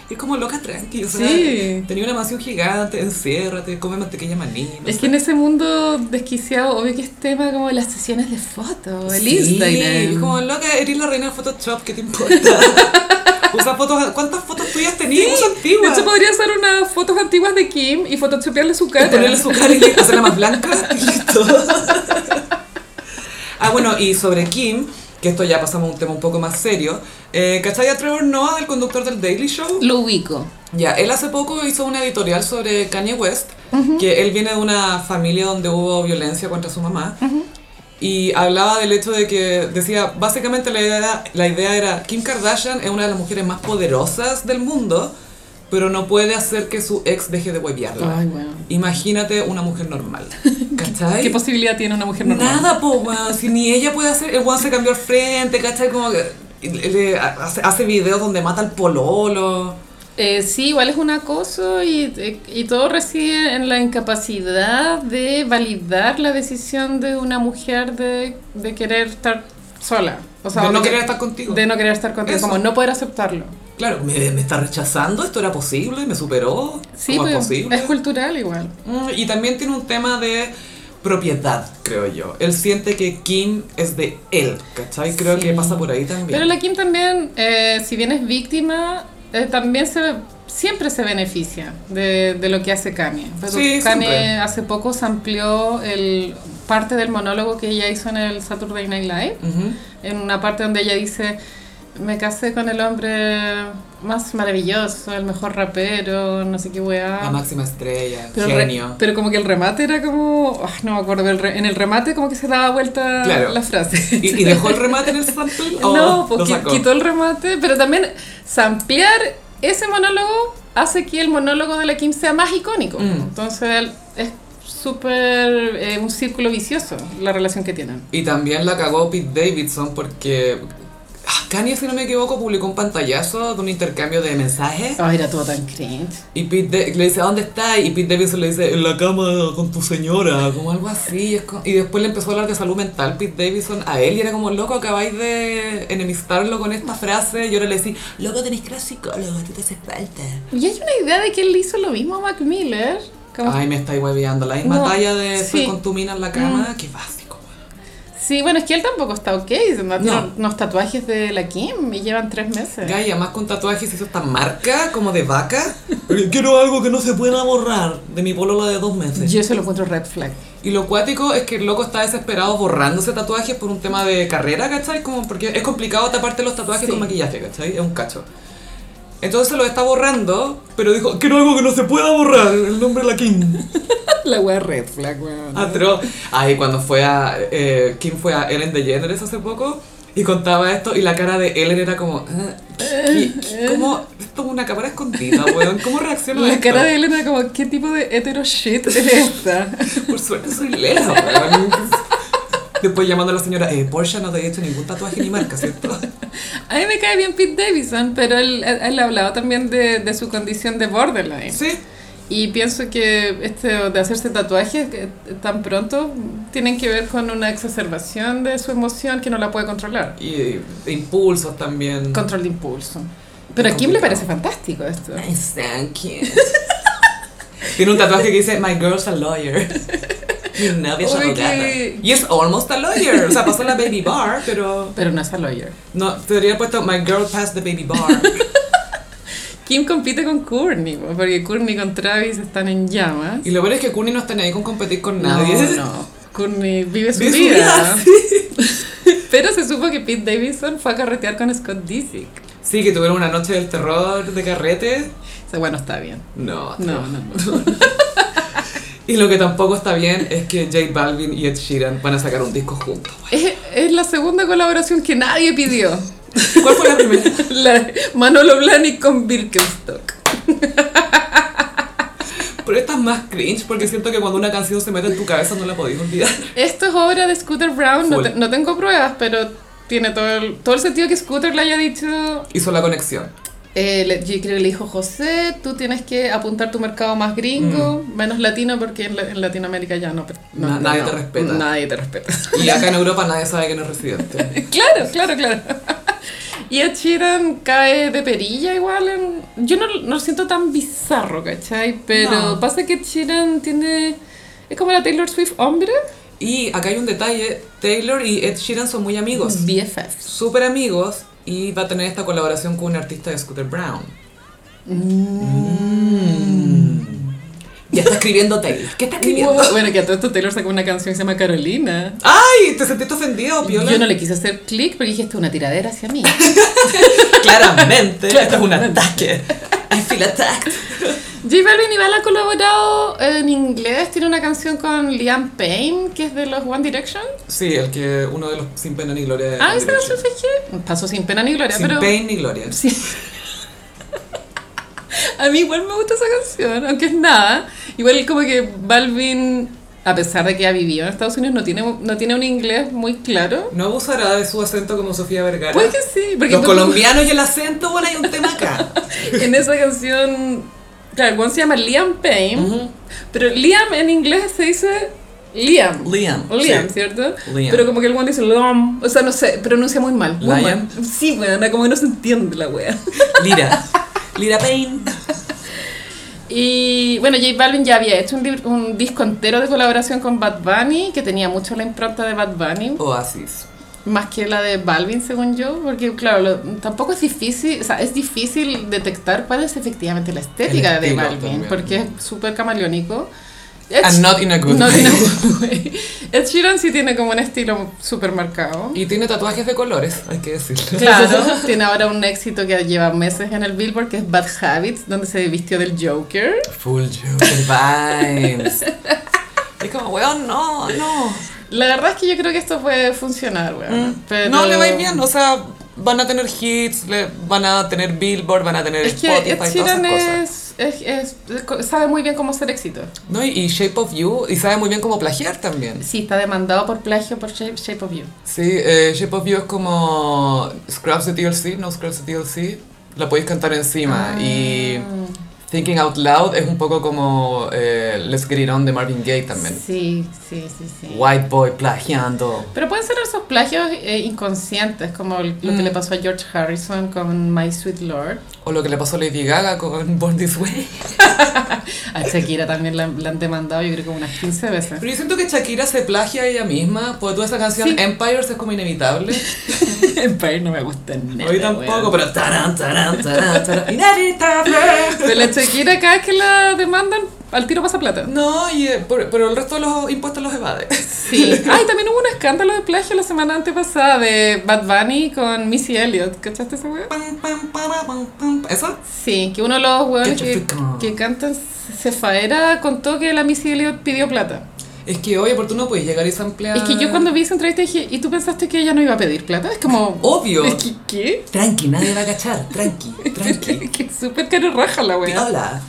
Speaker 1: es como loca tranqui, o sea,
Speaker 2: Sí.
Speaker 1: tenía una mansión gigante, enciérrate, come mantequilla maní. no
Speaker 2: Es
Speaker 1: sé.
Speaker 2: que en ese mundo desquiciado, obvio que es tema como de las sesiones de fotos, el
Speaker 1: Sí,
Speaker 2: Instagram.
Speaker 1: como loca, eres la reina de Photoshop, ¿qué te importa? Usa fotos, ¿cuántas fotos tuyas
Speaker 4: Sí,
Speaker 1: tenías? Usa
Speaker 4: de
Speaker 1: antiguas.
Speaker 4: hecho podría hacer unas fotos antiguas de Kim y photoshopearle su
Speaker 1: Y
Speaker 4: cara.
Speaker 1: ponerle su cara y hacerla más blanca y listo. ah, bueno, y sobre Kim, que esto ya pasamos a un tema un poco más serio. Eh, ¿Cachai a Trevor Noah, el conductor del Daily Show?
Speaker 2: Lo ubico.
Speaker 1: Ya, él hace poco hizo una editorial sobre Kanye West, que él viene de una familia donde hubo violencia contra su mamá. Y hablaba del hecho de que, decía, básicamente la idea, era, la idea era, Kim Kardashian es una de las mujeres más poderosas del mundo, pero no puede hacer que su ex deje de hueviarla.
Speaker 4: Ay, weón.
Speaker 1: Imagínate una mujer normal, ¿cachai?
Speaker 4: ¿Qué posibilidad tiene una mujer normal?
Speaker 1: Nada, po, weón. Si ni ella puede hacer, el weón se cambió al frente, ¿cachai? Como que le- le- hace, hace videos donde mata al pololo.
Speaker 2: Eh, sí, igual es un acoso y, eh, y todo reside en la incapacidad de validar la decisión de una mujer de, de querer estar sola. O sea,
Speaker 1: de no
Speaker 2: de-
Speaker 1: querer estar contigo.
Speaker 2: De no querer estar contigo,
Speaker 1: Eso.
Speaker 2: como no poder aceptarlo.
Speaker 1: Claro, me, me está rechazando, esto era posible, me superó.
Speaker 2: Sí,
Speaker 1: ¿Cómo es
Speaker 2: pues,
Speaker 1: posible?
Speaker 2: es cultural igual.
Speaker 1: Mm, Y también tiene un tema de propiedad, creo yo. Él siente que Kim es de él, ¿cachai? Creo que pasa por ahí también.
Speaker 2: Pero la Kim también, eh, si bien es víctima, eh, también se siempre se beneficia de, de lo que hace Kanye. Pero
Speaker 1: Sí,
Speaker 2: Kanye
Speaker 1: siempre.
Speaker 2: hace poco se amplió el parte del monólogo que ella hizo en el Saturday Night Live,
Speaker 1: Ujú.
Speaker 2: en una parte donde ella dice, me casé con el hombre más maravilloso, el mejor rapero, no sé qué weá.
Speaker 1: La máxima estrella,
Speaker 2: Ah. Pero, el re-
Speaker 1: genio.
Speaker 2: pero como que el remate era como, ah, no me acuerdo, pero el re- en el remate como que se daba vuelta
Speaker 1: Claro.
Speaker 2: la frase.
Speaker 1: ¿Y, y dejó el remate en el sample? ¿O
Speaker 2: no,
Speaker 1: Oh, lo
Speaker 2: pues qui-
Speaker 1: sacó?
Speaker 2: quitó el remate, pero también samplear ese monólogo hace que el monólogo de la Kim sea más icónico.
Speaker 1: Mm.
Speaker 2: Entonces el- es súper eh, un círculo vicioso la relación que tienen.
Speaker 1: Y también la cagó Pete Davidson porque ah, Kanye, si no me equivoco, publicó un pantallazo de un intercambio de mensajes.
Speaker 2: Ay, era todo tan cringe.
Speaker 1: Y Pete Da- le dice, ¿dónde estás? Y Pete Davidson le dice, en la cama con tu señora, como algo así. Y, es co- y después le empezó a hablar de salud mental Pete Davidson a él y era como, loco, acabáis de enemistarlo con esta frase. Y ahora le decís,
Speaker 3: Loco, tenés que ir al psicólogo, a ti te hace falta.
Speaker 2: Y hay una idea de que él hizo lo mismo a Mac Miller. Como-
Speaker 1: ay, me estáis hueveando. La misma
Speaker 2: No,
Speaker 1: talla de fue
Speaker 2: sí. Mm.
Speaker 1: con tu mina en la cama, qué básico. weón.
Speaker 2: Sí, bueno, es que él tampoco está ok. se mandaron
Speaker 1: No.
Speaker 2: unos tatuajes de la Kim y llevan tres meses.
Speaker 1: Gaia, más con tatuajes hizo esta marca como de vaca. Quiero algo que no se pueda borrar de mi polola de dos meses.
Speaker 2: Yo se lo encuentro red flag.
Speaker 1: Y lo cuático es que el loco está desesperado borrándose tatuajes por un tema de carrera, ¿cachai? Como porque es complicado taparte los tatuajes
Speaker 2: Sí.
Speaker 1: con maquillaje, ¿cachai? Es un cacho. Entonces lo está borrando, pero dijo, quiero algo que no se pueda borrar, el nombre de la Kim.
Speaker 4: La wea red flag, weón.
Speaker 1: Atroz. Ay, cuando fue a... eh, Kim fue a Ellen DeGeneres hace poco y contaba esto y la cara de Ellen era como... "Ah, ¿qué- qué- ¿Cómo? Esto es una cámara escondida, weón. ¿Cómo reacciona a
Speaker 2: La
Speaker 1: esto?".
Speaker 2: cara de Elena como, ¿qué tipo de hetero shit es esta?
Speaker 1: Por suerte soy lera, weón. Después llamando a la señora, eh, Porsche no te he hecho ningún tatuaje ni marca, ¿cierto?
Speaker 2: A mí me cae bien Pete Davidson, pero él, él, él hablaba también de, de su condición de borderline.
Speaker 1: Sí.
Speaker 2: Y pienso que este de hacerse tatuajes eh, tan pronto tienen que ver con una exacerbación de su emoción que no la puede controlar.
Speaker 1: Y eh, impulsos también.
Speaker 2: Control de impulso. Pero a Kim le parece fantástico esto.
Speaker 1: Eh.
Speaker 3: Ay, thank you.
Speaker 1: Tiene un tatuaje que dice, My girl's a lawyer. Mi novia es
Speaker 2: Oye,
Speaker 1: abogada.
Speaker 2: que-
Speaker 1: Y es almost a lawyer. O sea, pasó la baby bar, pero.
Speaker 2: Pero no es a lawyer.
Speaker 1: No, te debería puesto, My girl passed the baby bar.
Speaker 2: Kim compite con Courtney, po, porque Courtney con Travis están en llamas.
Speaker 1: Y lo peor es que Cooney no está ni ahí con competir con nadie.
Speaker 2: No, no. Courtney vive su
Speaker 1: Vive su
Speaker 2: vida.
Speaker 1: vida,
Speaker 2: Pero se supo que Pete Davidson fue a carretear con Scott Disick.
Speaker 1: Sí, que tuvieron una noche del terror de carrete.
Speaker 2: O sea, bueno, está bien.
Speaker 1: No,
Speaker 2: No, no, no.
Speaker 1: Y lo que tampoco está bien es que J Balvin y Ed Sheeran van a sacar un disco juntos.
Speaker 2: Es, es la segunda colaboración que nadie pidió.
Speaker 1: ¿Cuál fue la primera?
Speaker 2: La de Manolo Blahnik con Birkenstock.
Speaker 1: Pero esta es más cringe porque siento que cuando una canción se mete en tu cabeza no la podéis olvidar.
Speaker 2: Esto es obra de Scooter Brown. No,
Speaker 1: Full.
Speaker 2: te- no tengo pruebas, pero tiene todo el, todo el sentido que Scooter le haya dicho.
Speaker 1: Hizo la conexión.
Speaker 2: eh, le- yo creo que le dijo José, tú tienes que apuntar tu mercado más gringo, menos latino, porque en, la- en Latinoamérica ya no. no-
Speaker 1: Na-
Speaker 2: no-
Speaker 1: nadie
Speaker 2: no.
Speaker 1: te respeta.
Speaker 2: Mm. Nadie te respeta.
Speaker 1: Y acá en Europa nadie sabe que no es residente.
Speaker 2: Claro, claro, claro. Y Ed Sheeran cae de perilla igual. en- Yo no, no lo siento tan bizarro, ¿cachai? Pero
Speaker 1: No.
Speaker 2: pasa que Ed Sheeran tiene... Es como la Taylor Swift hombre.
Speaker 1: Y acá hay un detalle, Taylor y Ed Sheeran son muy amigos.
Speaker 2: BFFs.
Speaker 1: Súper amigos. y va a tener esta colaboración con un artista de Scooter Brown.
Speaker 2: Mm.
Speaker 3: Ya está escribiendo Taylor. ¿Qué está escribiendo?
Speaker 2: Bueno, que a todo esto Taylor sacó una canción que se llama Carolina.
Speaker 1: ¡Ay! ¿Te sentiste ofendido, Piola?
Speaker 2: Yo no le quise hacer clic porque dije, esto es una tiradera hacia mí.
Speaker 1: Claramente, esto es un ataque. I feel attacked.
Speaker 2: J Balvin y Val ha colaborado en inglés, tiene una canción con Liam Payne, que es de los One Direction.
Speaker 1: Sí, el que uno de los sin pena ni gloria. de
Speaker 2: Ah,
Speaker 1: Eh, One
Speaker 2: esa
Speaker 1: Direction.
Speaker 2: canción fijé. Pasó sin pena ni gloria,
Speaker 1: Sin
Speaker 2: pero
Speaker 1: pain ni gloria.
Speaker 2: a mí igual me gusta esa canción, aunque es nada. Igual como que Balvin, a pesar de que ha vivido en Estados Unidos, no tiene, no tiene un inglés muy claro.
Speaker 1: No abusará de su acento como Sofía Vergara.
Speaker 2: Puede que sí, porque
Speaker 1: Los
Speaker 2: tú-
Speaker 1: colombianos y el acento, bueno, hay un tema acá.
Speaker 2: en esa canción, claro, el one se llama Liam Payne, pero Liam en inglés se dice Liam.
Speaker 1: Liam.
Speaker 2: O Liam,
Speaker 1: sí.
Speaker 2: ¿cierto?
Speaker 1: Liam.
Speaker 2: Pero como que el one dice Liam, o sea, no sé, pronuncia muy mal. Muy
Speaker 1: Liam.
Speaker 2: mal. Sí, weón, como que no se entiende la wea.
Speaker 1: Lira.
Speaker 3: Lira Payne.
Speaker 2: Y bueno, J Balvin ya había hecho un, libro- un disco entero de colaboración con Bad Bunny, que tenía mucho la impronta de Bad Bunny,
Speaker 1: Oasis.
Speaker 2: más que la de Balvin, según yo, porque claro, lo- tampoco es difícil, o sea, es difícil detectar cuál es efectivamente la estética
Speaker 1: El
Speaker 2: de
Speaker 1: estilo
Speaker 2: Balvin,
Speaker 1: también.
Speaker 2: porque es súper camaleónico.
Speaker 1: And not in a good
Speaker 2: not in a
Speaker 1: way.
Speaker 2: good way. Ed Sheeran sí tiene como un estilo súper marcado.
Speaker 1: Y tiene tatuajes de colores, hay que decirlo.
Speaker 2: Claro, tiene ahora un éxito que lleva meses en el Billboard, que es Bad Habits, donde se vistió del Joker.
Speaker 1: Full Joker vibes. Es como, weón, no, no.
Speaker 2: La verdad es que yo creo que esto puede funcionar, weón. pero-
Speaker 1: Mm. No le va a ir bien, o sea, van a tener hits, le- van a tener Billboard, van a tener
Speaker 2: Es que
Speaker 1: Spotify,
Speaker 2: Ed
Speaker 1: todas esas
Speaker 2: Sheeran
Speaker 1: cosas.
Speaker 2: es, es, es- co- sabe muy bien cómo ser éxito.
Speaker 1: No, y, y Shape of You, y sabe muy bien cómo plagiar también.
Speaker 2: Sí, está demandado por plagio por Shape, Shape of You.
Speaker 1: Sí, eh, Shape of You es como Scraps de TLC, no Scraps de TLC. La podéis cantar encima. Y Thinking Out Loud es un poco como eh, Let's Get It On de Marvin Gaye también.
Speaker 2: Sí, sí, sí, sí.
Speaker 1: White Boy plagiando.
Speaker 2: Pero pueden ser esos plagios eh, inconscientes, como el- lo que le pasó a George Harrison con My Sweet Lord.
Speaker 1: O lo que le pasó a Lady Gaga con Born This Way.
Speaker 2: A Shakira también la, la han demandado, yo creo que unas 15 veces.
Speaker 1: Pero yo siento que Shakira se plagia a ella misma. Porque toda esa canción
Speaker 2: Sí.
Speaker 1: Empires es como inevitable.
Speaker 2: Empire no me gusta nada.
Speaker 1: Hoy tampoco, pero tarán, tarán, tarán, tarán. Inevitable.
Speaker 2: Pero la Shakira cada vez que la demandan, al tiro pasa plata.
Speaker 1: No, y, eh, por- pero el resto de los impuestos los evade.
Speaker 2: Sí. Ay, también hubo un escándalo de plagio la semana antepasada de Bad Bunny con Missy Elliott. ¿Cachaste ese weón?
Speaker 1: Pam, pam, para, pam, pam. ¿Eso?
Speaker 2: Sí, que uno de los weones
Speaker 1: Cacha
Speaker 2: que,
Speaker 1: frica.
Speaker 2: que cantan Cefaera contó que la Missy Elliott pidió plata.
Speaker 1: Es que, oye, ¿por tú no puedes llegar y samplear?
Speaker 2: Es que yo cuando vi esa entrevista dije, ¿y tú pensaste que ella no iba a pedir plata? Es como...
Speaker 1: Obvio.
Speaker 2: Es que, ¿qué?
Speaker 3: Tranqui, nadie va a cachar. Tranqui, tranqui.
Speaker 2: Es que es súper caro raja la wea.
Speaker 3: Hola.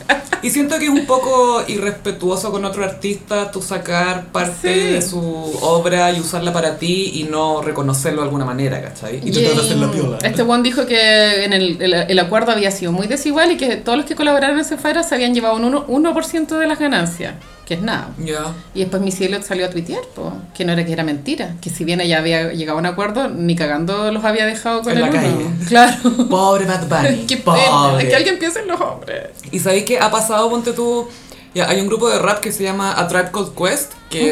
Speaker 1: Y siento que es un poco irrespetuoso con otro artista tú sacar parte
Speaker 2: Sí.
Speaker 1: de su obra y usarla para ti y no reconocerlo de alguna manera, ¿cachai? Y tratar de hacerlo piola.
Speaker 2: Este one dijo que en el, el- el acuerdo había sido muy desigual y que todos los que colaboraron en Cefaera se habían llevado un 1%, 1% de las ganancias, que es nada.
Speaker 1: Ya.
Speaker 2: Y después Missy Elliott salió a tuitear, po, que no era que era mentira, que si bien ella había llegado a un acuerdo, ni cagando los había dejado con
Speaker 1: En
Speaker 2: el
Speaker 1: la
Speaker 2: uno.
Speaker 1: calle.
Speaker 2: Claro.
Speaker 1: Pobre Bad Bunny.
Speaker 2: Qué pena,
Speaker 1: pobre.
Speaker 2: que alguien piense en los hombres.
Speaker 1: Y sabéis que ha pasado, ponte tú. Ya, hay un grupo de rap que se llama A Tribe Called Quest que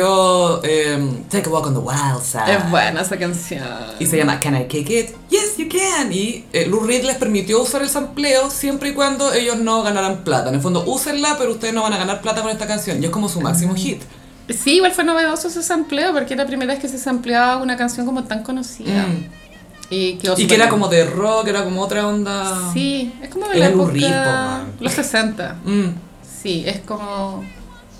Speaker 1: sampleó eh,
Speaker 3: Take a walk on the wild side.
Speaker 1: Ah.
Speaker 2: Es buena esa canción.
Speaker 1: y se llama Can I Kick It? Yes, you can. Y eh, Lou Reed les permitió usar el sampleo siempre y cuando ellos no ganaran plata. En el fondo, úsenla, pero ustedes no van a ganar plata con esta canción. Y es como
Speaker 2: Mm.
Speaker 1: su máximo hit.
Speaker 2: Sí, igual fue novedoso ese sampleo, porque era la primera vez que se sampleaba una canción como tan conocida.
Speaker 1: Mm.
Speaker 2: Y, quedó
Speaker 1: Y
Speaker 2: súper
Speaker 1: que era
Speaker 2: bien.
Speaker 1: como de rock, era como otra onda.
Speaker 2: Sí, es como de
Speaker 1: Era
Speaker 2: la
Speaker 1: Lou
Speaker 2: época...
Speaker 1: Reed, po, man.
Speaker 2: los 60.
Speaker 1: Mm.
Speaker 2: Sí, es como...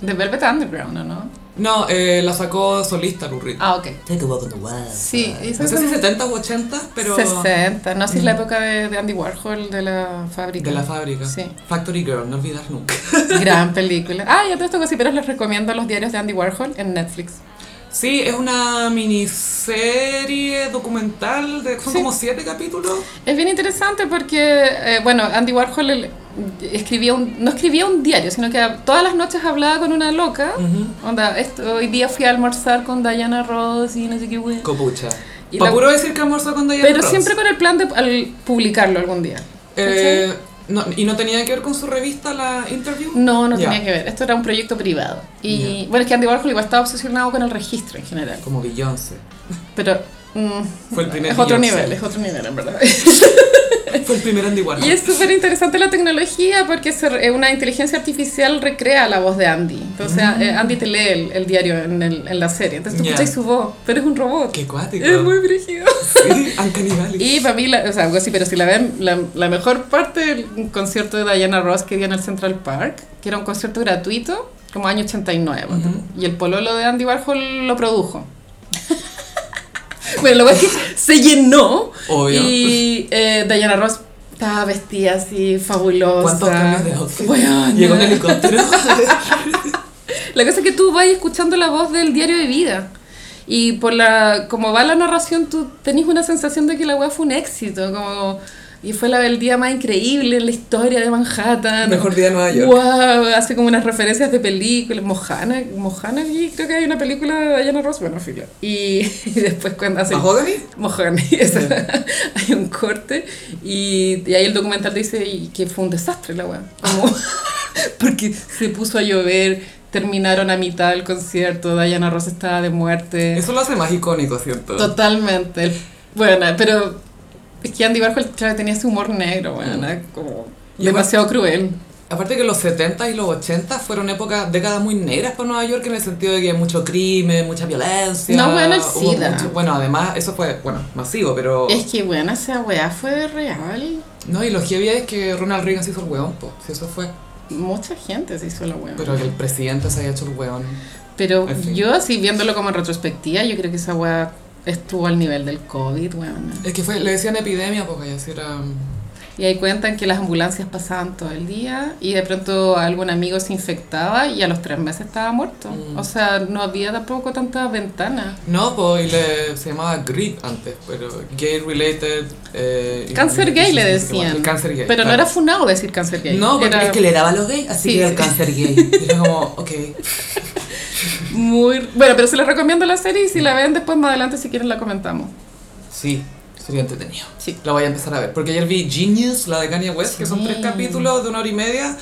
Speaker 2: The Velvet Underground, ¿o no?
Speaker 1: No, eh, la sacó solista Lou Reed.
Speaker 2: Ah, ok.
Speaker 3: Take a walk on the wild
Speaker 2: Sí,
Speaker 3: side.
Speaker 2: esa
Speaker 1: No sé
Speaker 2: es
Speaker 1: si 70 o 80, pero. Mm.
Speaker 2: 60, no sé si es la época de, de Andy Warhol de la fábrica.
Speaker 1: De la fábrica.
Speaker 2: Sí.
Speaker 1: Factory Girl, no olvidar nunca.
Speaker 2: Gran película. Ah, ya todo esto cosí, pero les recomiendo los diarios de Andy Warhol en Netflix.
Speaker 1: Sí, es una miniserie documental, de, son
Speaker 2: Sí.
Speaker 1: como 7 capítulos.
Speaker 2: Es bien interesante porque, eh, bueno, Andy Warhol el- escribía un, no escribía un diario, sino que todas las noches hablaba con una loca. Onda, esto, hoy día fui a almorzar con Diana Ross y no sé qué wea.
Speaker 1: Copucha.
Speaker 2: Y
Speaker 1: Pa'
Speaker 2: la-
Speaker 1: puro decir que almorzó con Diana
Speaker 2: Pero
Speaker 1: Ross.
Speaker 2: siempre con el plan de al publicarlo algún día.
Speaker 1: Eh, no, y no tenía que ver con su revista la interview.
Speaker 2: No, no
Speaker 1: Ya.
Speaker 2: tenía que ver. Esto era un proyecto privado. Y bueno, es que Andy Warhol igual estaba obsesionado con el registro en general.
Speaker 1: Como Beyoncé.
Speaker 2: Pero Mm,
Speaker 1: Fue el primer
Speaker 2: es otro
Speaker 1: Beyoncé.
Speaker 2: nivel, es otro nivel, en verdad.
Speaker 1: Fue el primer Andy Warhol.
Speaker 2: Y es súper interesante la tecnología porque se re- eh, una inteligencia artificial recrea la voz de Andy. Entonces, eh, Andy te lee el, el diario en, el- en la serie. Entonces, tú
Speaker 1: Mm. Ya.
Speaker 2: escuchas su voz, pero es un robot.
Speaker 1: Qué cuático.
Speaker 2: Es muy brígido.
Speaker 1: Sí, Uncanny Valley.
Speaker 2: Y para mí, la- o sea, algo así, pero si la ven, la, la mejor parte del concierto de Diana Ross que dio en el Central Park, que era un concierto gratuito, como año 89. ponte tú. Y el pololo de Andy Warhol lo produjo. bueno, lo que es que se llenó.
Speaker 1: Obvio.
Speaker 2: Y eh, Diana Ross estaba vestida así, fabulosa.
Speaker 1: ¿Cuántos cambios de outfit?
Speaker 2: Weona.
Speaker 1: Llegó en helicóptero.
Speaker 2: La cosa es que tú vas escuchando la voz del diario de vida. Y por la como va la narración, tú tenés una sensación de que la weá fue un éxito. como Y fue la, el día más increíble en la historia de Manhattan.
Speaker 1: Mejor día de Nueva York.
Speaker 2: Wow, hace como unas referencias de películas. Mojana, Mojana, y creo que hay una película de Diana Ross, bueno, fila. Y, y después cuando hace...
Speaker 1: ¿Mahogany?
Speaker 2: Mojani, esa. hay un corte y, y ahí el documental dice y que fue un desastre la weá. Como- Porque se puso a llover, terminaron a mitad del concierto, Diana Ross estaba de muerte.
Speaker 1: Eso lo hace más icónico, ¿cierto?
Speaker 2: Totalmente. El- Bueno, pero es que Andy Warhol claro, tenía ese humor negro, bueno, como
Speaker 1: Mm. Y
Speaker 2: demasiado cruel.
Speaker 1: Aparte que los 70 y los 80 fueron épocas, décadas muy negras para Nueva York en el sentido de que hay mucho crimen, mucha violencia.
Speaker 2: No, bueno, el
Speaker 1: hubo
Speaker 2: SIDA.
Speaker 1: bueno, además, eso fue, bueno, masivo, pero...
Speaker 2: Es que bueno, esa weá fue real.
Speaker 1: No, y lo heavy es que Ronald Reagan se hizo el hueón, po, si eso fue.
Speaker 2: Mucha gente se hizo la weá.
Speaker 1: Pero que el presidente se haya hecho el hueón.
Speaker 2: Pero
Speaker 1: En fin.
Speaker 2: yo así viéndolo como en retrospectiva, yo creo que esa weá estuvo al nivel del COVID, weón.
Speaker 1: Es que fue, le decían epidemia porque ya era...
Speaker 2: Y ahí cuentan que las ambulancias pasaban todo el día y de pronto algún amigo se infectaba y a los tres meses estaba muerto.
Speaker 1: Mm.
Speaker 2: O sea, no había tampoco tantas ventanas.
Speaker 1: No, pues y le, se llamaba GRIP antes, pero gay related... eh,
Speaker 2: Cáncer gay le decían.
Speaker 1: El cáncer gay.
Speaker 2: Pero no
Speaker 1: claro.
Speaker 2: era funado decir cáncer gay.
Speaker 1: No, pues, porque
Speaker 2: era
Speaker 3: Es que le daba a los gays, así
Speaker 2: Sí.
Speaker 3: que era el cáncer gay.
Speaker 1: Y era como, ok.
Speaker 2: muy... Bueno, pero se les recomiendo la serie y si la ven después más adelante si quieren la comentamos.
Speaker 1: Sí, sería entretenido.
Speaker 2: Sí.
Speaker 1: La voy a empezar a ver. Porque ayer vi Genius, la de Kanye West, que son
Speaker 2: Sí.
Speaker 1: tres capítulos de una hora y media.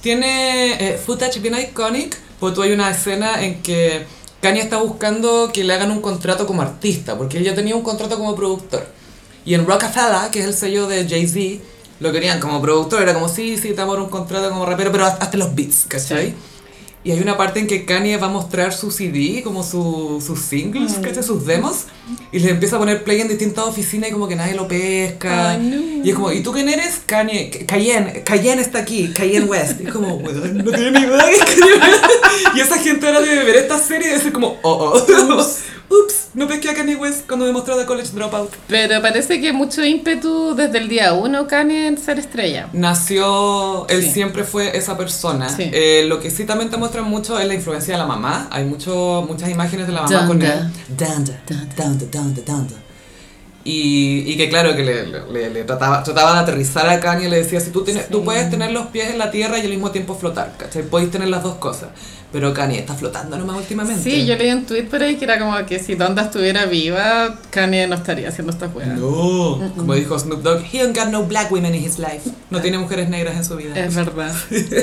Speaker 1: Tiene eh, footage bien iconic, porque tú hay una escena en que Kanye está buscando que le hagan un contrato como artista, porque él ya tenía un contrato como productor. Y en Rockefeller, que es el sello de Jay-Z, lo querían como productor, era como, sí, sí, te vamos a dar un contrato como rapero, pero haz- hazte los beats, ¿cachai?
Speaker 2: Sí.
Speaker 1: Y hay una parte en que Kanye va a mostrar su CD, como su- sus singles, ¿cachai? sus demos, y les empieza a poner play en distintas oficinas y como que nadie lo pesca.
Speaker 2: Ay, no.
Speaker 1: Y es como, ¿y tú quién eres? Kanye, K- Cayenne, Cayenne está aquí, Cayenne West. Y es como, weón, no tiene ni idea. que es Kanye West. Y esa gente ahora debe ver esta serie y decir como, oh, oh, ups, no pesqué a Kanye West cuando me mostró The College Dropout.
Speaker 2: Pero parece que mucho ímpetu desde el día uno, Kanye, en ser estrella.
Speaker 1: Nació, él
Speaker 2: Sí.
Speaker 1: siempre fue esa persona.
Speaker 2: Sí.
Speaker 1: Eh, lo que sí también te muestran mucho es la influencia de la mamá. Hay mucho, muchas imágenes de la mamá con
Speaker 2: Donda.
Speaker 1: él.
Speaker 3: Danda, danda, danda, danda.
Speaker 1: Y, y que claro, que le, le- le trataba, trataba de aterrizar a Kanye y le decía, si tú, tienes, tú puedes tener los pies en la tierra y al mismo tiempo flotar, ¿cachai? Podéis tener las dos cosas. Pero Kanye está flotando nomás últimamente.
Speaker 2: Sí, yo leí un tweet por ahí que era como que si Donda estuviera viva, Kanye no estaría haciendo esta juega.
Speaker 1: No, como dijo Snoop Dogg, he don't got no black women in his life. No
Speaker 2: Eh.
Speaker 1: tiene mujeres negras en su vida.
Speaker 2: Es verdad.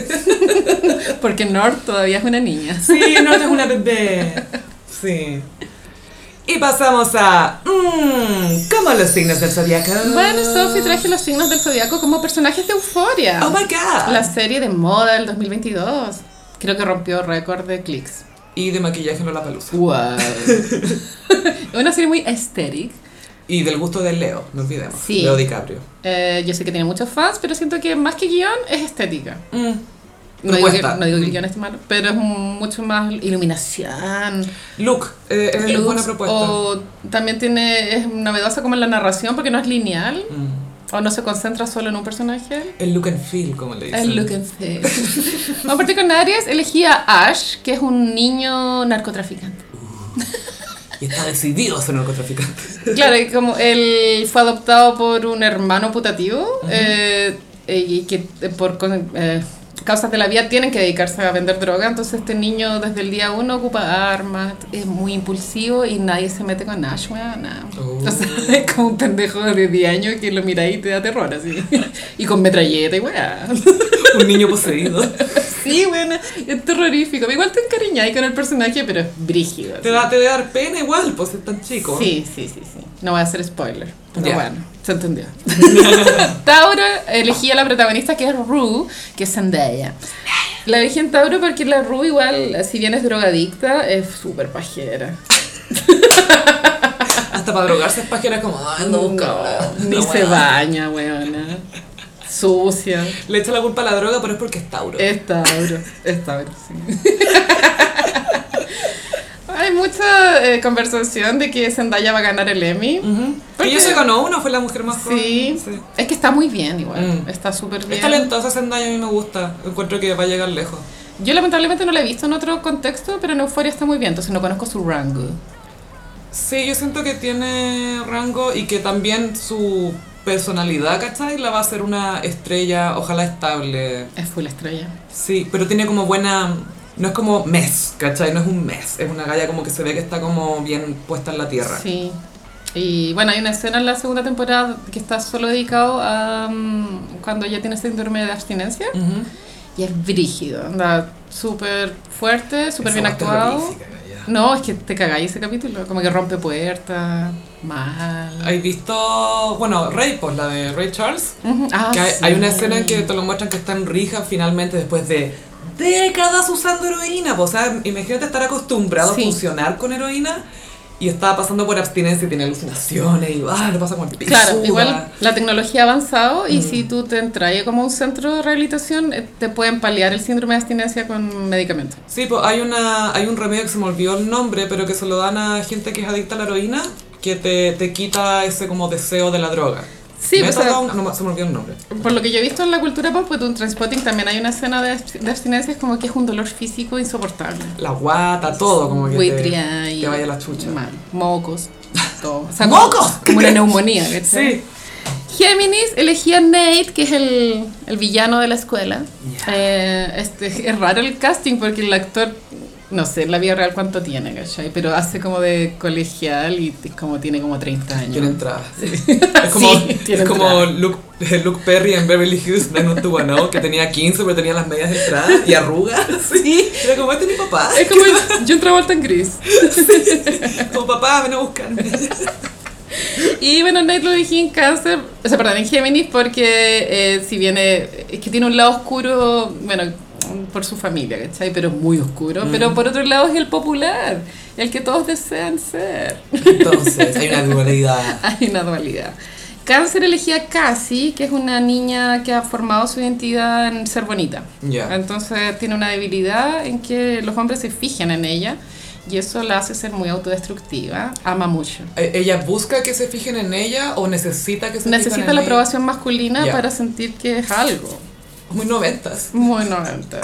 Speaker 2: Porque North todavía es una niña.
Speaker 1: Sí, no es una bebé. Sí. Y pasamos a... Mmm, ¿Cómo los signos del zodiaco?
Speaker 2: Bueno, Sophie traje los signos del zodiaco como personajes de Euforia.
Speaker 1: Oh my god.
Speaker 2: La serie de moda del 2022. Creo que rompió récord de clics.
Speaker 1: Y de maquillaje no la pelusa.
Speaker 2: Wow. una serie muy estética.
Speaker 1: Y del gusto de Leo, no olvidemos.
Speaker 2: Sí.
Speaker 1: Leo DiCaprio.
Speaker 2: Eh, yo sé que tiene muchos fans, pero siento que más que guión es estética.
Speaker 1: Mm.
Speaker 2: No digo, que,
Speaker 1: Propuesta. Mm.
Speaker 2: no digo que el guión esté malo, pero es mucho más iluminación.
Speaker 1: Look, eh, es
Speaker 2: looks,
Speaker 1: buena propuesta.
Speaker 2: O también tiene, es novedosa como en la narración porque no es lineal
Speaker 1: Mm.
Speaker 2: o no se concentra solo en un personaje.
Speaker 1: El look and feel, como le dicen.
Speaker 2: El look and feel. Vamos a partir con Aries. Elegí a Ash, que es un niño narcotraficante.
Speaker 1: Y está decidido a ser narcotraficante.
Speaker 2: Claro, y como él fue adoptado por un hermano putativo eh, y que eh, por con- eh, causas de la vida tienen que dedicarse a vender droga. Entonces este niño desde el día uno ocupa armas, es muy impulsivo y nadie se mete con Ash, weón, nada.
Speaker 1: Oh.
Speaker 2: O sea, es como un pendejo de 10 años que lo mira y te da terror así. Y con metralleta y weá.
Speaker 1: Un niño poseído.
Speaker 2: Sí, bueno, es terrorífico. Igual te encariñáis con el personaje, pero es brígido.
Speaker 1: Te, da, te debe dar pena igual, pues es tan chico.
Speaker 2: Sí, sí, sí, sí. No voy a hacer spoiler. Pero
Speaker 1: Ya.
Speaker 2: bueno, se entendió. Tauro elegía a la protagonista que es Rue, que es Zendaya. La elegí en Tauro porque la Rue igual, si bien es drogadicta, es súper pajera.
Speaker 1: Hasta para drogarse es pajera como, ah, ando buscando.
Speaker 2: ni
Speaker 1: no,
Speaker 2: se
Speaker 1: weón.
Speaker 2: baña, weona. Sucia.
Speaker 1: Le echa la culpa a la droga, pero es porque es Tauro.
Speaker 2: Es Tauro, es Tauro, sí. Hay mucha eh, conversación de que Zendaya va a ganar el Emmy.
Speaker 1: Que
Speaker 2: porque-
Speaker 1: yo se ganó uno, fue la mujer más joven.
Speaker 2: Sí. es que está muy bien igual,
Speaker 1: Mm.
Speaker 2: está súper bien.
Speaker 1: Es talentosa Zendaya, a mí me gusta. Encuentro que va a llegar lejos.
Speaker 2: Yo lamentablemente no la he visto en otro contexto, pero en Euphoria está muy bien, entonces no conozco su rango.
Speaker 1: Sí, yo siento que tiene rango y que también su personalidad, ¿cachai? La va a hacer una estrella, ojalá estable.
Speaker 2: Es full estrella.
Speaker 1: Sí, pero tiene como buena... No es como mes, ¿cachai? No es un mes. Es una galla como que se ve que está como bien puesta en la tierra.
Speaker 2: Sí. Y bueno, hay una escena en la segunda temporada que está solo dedicado a mm, cuando ella tiene síndrome de abstinencia.
Speaker 1: Ujú.
Speaker 2: Y es brígido, anda súper fuerte, súper
Speaker 1: Esa
Speaker 2: bien
Speaker 1: voz
Speaker 2: actuado.
Speaker 1: terrorífica, galla.
Speaker 2: No, es que te cagáis ese capítulo, como que rompe puertas, mal.
Speaker 1: ¿Has visto, bueno, Ray, pues la de Ray Charles?
Speaker 2: Ujú, ah,
Speaker 1: Que hay,
Speaker 2: sí.
Speaker 1: hay una escena en que te lo muestran que está en Rija finalmente después de décadas usando heroína. po. O sea, imagínate estar acostumbrado
Speaker 2: Sí.
Speaker 1: a funcionar con heroína y estaba pasando por abstinencia y tiene alucinaciones y va, le pasa con el piso.
Speaker 2: Claro, igual la tecnología ha avanzado y si
Speaker 1: Mm.
Speaker 2: tú te entras ahí como a un centro de rehabilitación, eh, te pueden paliar el síndrome de abstinencia con medicamentos.
Speaker 1: Sí, pues hay, una, hay un remedio que se me olvidó el nombre, pero que se lo dan a gente que es adicta a la heroína, que te, te quita ese como deseo de la droga.
Speaker 2: Sí, pues, o sea-
Speaker 1: Methadone, no, se me olvidó el nombre.
Speaker 2: Por lo que yo he visto en la cultura pop, pues en Transpotting también hay una escena de, abs- de abstinencia, es como que es un dolor físico insoportable.
Speaker 1: La guata, todo, como que
Speaker 2: Buitria
Speaker 1: te,
Speaker 2: y-
Speaker 1: te vaya la chucha.
Speaker 2: mal, mocos, todo. O sea, como-
Speaker 1: ¡Mocos!
Speaker 2: Como una neumonía, ¿cachai?
Speaker 1: Sí,
Speaker 2: Géminis elegía a Nate, que es el, el villano de la escuela. Eh, este, es raro el casting porque el actor, no sé en la vida real cuánto tiene, ¿cachai? Pero hace como de colegial y t- como tiene como 30 años.
Speaker 1: tiene entrada. Es como,
Speaker 2: Sí, tiene
Speaker 1: es como
Speaker 2: entrada.
Speaker 1: Luke, Luke Perry en Beverly Hills 90210, oh, que tenía 15 pero tenía las medias entradas y arrugas. Sí. Era como, este es mi papá.
Speaker 2: Es como el- John Travolta en gris.
Speaker 1: Como papá, ven a buscarme.
Speaker 2: Y bueno, Nate lo dije en cáncer, o sea, perdón, en Géminis porque eh, si viene, es que tiene un lado oscuro, bueno, por su familia, ¿cachai? Pero es muy oscuro. Pero por otro lado es el popular, el que todos desean ser.
Speaker 1: Entonces, hay una dualidad.
Speaker 2: Hay una dualidad. Cáncer elegía a Cassie, que es una niña que ha formado su identidad en ser bonita.
Speaker 1: Ya.
Speaker 2: Entonces tiene una debilidad en que los hombres se fijan en ella y eso la hace ser muy autodestructiva. Ama mucho.
Speaker 1: ¿E- ¿Ella busca que se fijen en ella o necesita que se fijen
Speaker 2: Necesita
Speaker 1: en
Speaker 2: la
Speaker 1: ella?
Speaker 2: aprobación masculina
Speaker 1: Ya.
Speaker 2: para sentir que es algo.
Speaker 1: Muy noventas.
Speaker 2: Muy 90.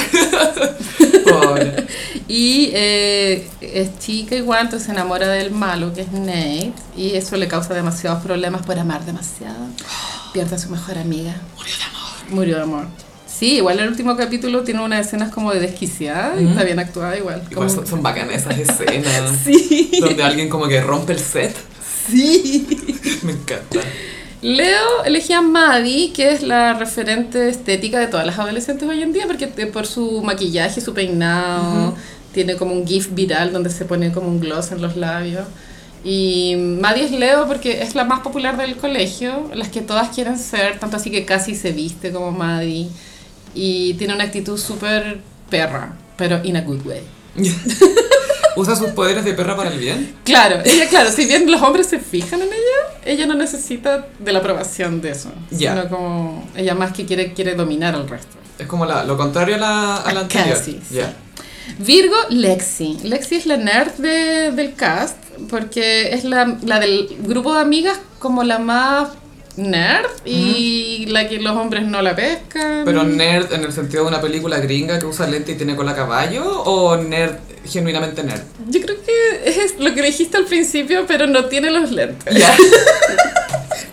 Speaker 1: Pobre.
Speaker 2: Y eh, es chica igual, entonces se enamora del malo, que es Nate, y eso le causa demasiados problemas por amar demasiado. Pierde a su mejor amiga. Murió de amor. Murió de amor. Sí, igual el último capítulo tiene unas escenas como de desquiciada y está bien actuada igual.
Speaker 1: Igual
Speaker 2: como-
Speaker 1: son, son bacanas esas escenas.
Speaker 2: Sí,
Speaker 1: Donde alguien como que rompe el set.
Speaker 2: sí.
Speaker 1: Me encanta.
Speaker 2: Leo elegía a Maddie, que es la referente estética de todas las adolescentes hoy en día, porque te- por su maquillaje, su peinado, tiene como un gif viral donde se pone como un gloss en los labios. Y Maddie es Leo porque es la más popular del colegio, las que todas quieren ser, tanto así que casi se viste como Maddie. Y tiene una actitud súper perra, pero in a good way.
Speaker 1: Usa sus poderes de perra para el bien.
Speaker 2: Claro, ella, claro, si bien los hombres se fijan en ella, ella no necesita de la aprobación de eso.
Speaker 1: Ya.
Speaker 2: Sino como ella más que quiere, quiere dominar al resto.
Speaker 1: Es como la- lo contrario a la, a la
Speaker 2: Ah,
Speaker 1: anterior.
Speaker 2: casi, sí.
Speaker 1: Ya.
Speaker 2: Virgo, Lexi. Lexi es la nerd de- del cast, porque es la, la del grupo de amigas como la más nerd y la que los hombres no la pescan.
Speaker 1: Pero nerd en el sentido de una película gringa que usa lente y tiene cola a caballo o nerd genuinamente nerd.
Speaker 2: Yo creo que es lo que dijiste al principio, pero no tiene los lentes.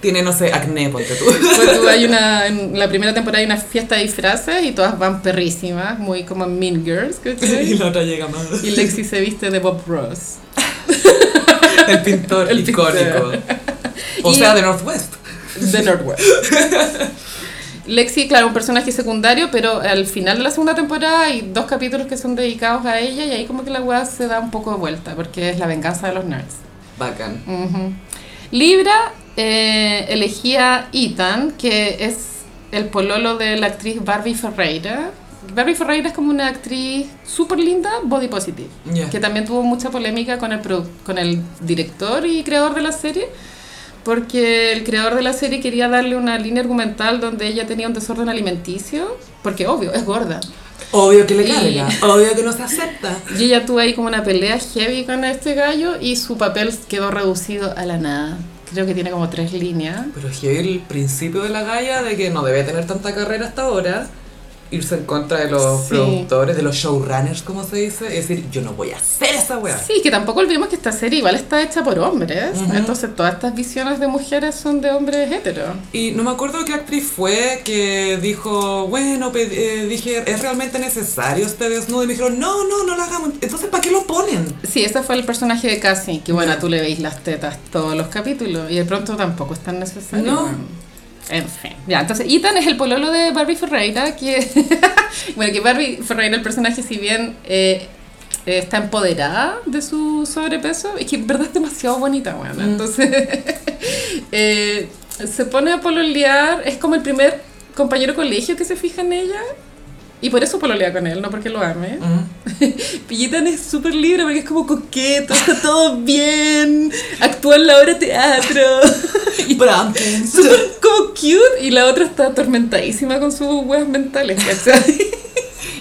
Speaker 1: tiene no sé, acné ponte tú.
Speaker 2: Pues tú, hay una, en la primera temporada hay una fiesta de disfraces y todas van perrísimas, muy como Mean Girls,
Speaker 1: y
Speaker 2: ¿cachai?
Speaker 1: la otra llega más.
Speaker 2: Y Lexi se viste de Bob Ross.
Speaker 1: El pintor
Speaker 2: El
Speaker 1: icónico. O
Speaker 2: pintor.
Speaker 1: sea, de Northwest.
Speaker 2: de Northwest. Lexi, claro, un personaje secundario, pero al final de la segunda temporada hay dos capítulos que son dedicados a ella y ahí como que la weá se da un poco de vuelta, porque es la venganza de los nerds.
Speaker 1: Bacán.
Speaker 2: Ujú. Libra eh, elegía Ethan, que es el pololo de la actriz Barbie Ferreira. Barbie Ferreira es como una actriz súper linda, body positive,
Speaker 1: Ya.
Speaker 2: que también tuvo mucha polémica con el, produ- con el director y creador de la serie, porque el creador de la serie quería darle una línea argumental donde ella tenía un desorden alimenticio, porque obvio, es gorda.
Speaker 1: Obvio que le
Speaker 2: Y-
Speaker 1: carga, obvio que no se acepta.
Speaker 2: Y ella tuvo ahí como una pelea heavy con este gallo y su papel quedó reducido a la nada. Creo que tiene como tres líneas.
Speaker 1: Pero es que el principio de la galla de que no debe tener tanta carrera hasta ahora, irse en contra de los
Speaker 2: Sí.
Speaker 1: productores, de los showrunners, como se dice, y decir, yo no voy a hacer esa weá.
Speaker 2: Sí, que tampoco olvidemos que esta serie igual está hecha por hombres. Entonces todas estas visiones de mujeres son de hombres heteros.
Speaker 1: Y no me acuerdo qué actriz fue que dijo, bueno, pe- eh, dije, ¿es realmente necesario este desnudo? Y me dijeron, no, no, no lo hagamos. Entonces, ¿para qué lo ponen?
Speaker 2: Sí, ese fue el personaje de Cassie, que bueno, tú le veis las tetas todos los capítulos y de pronto tampoco es tan necesario.
Speaker 1: No.
Speaker 2: En fin. Ya, entonces Ethan es el pololo de Barbie Ferreira, que... bueno, que Barbie Ferreira, el personaje, si bien eh, eh, está empoderada de su sobrepeso, es que en verdad es demasiado bonita, bueno, entonces... eh, se pone a pololear, es como el primer compañero de colegio que se fija en ella y por eso pololea con él, no porque lo ame. Pillitan es súper libre porque es como coqueto, está todo bien, actúa en la obra de teatro,
Speaker 1: Brampton.
Speaker 2: súper como cute y la otra está atormentadísima con sus huevas mentales, ¿cachai?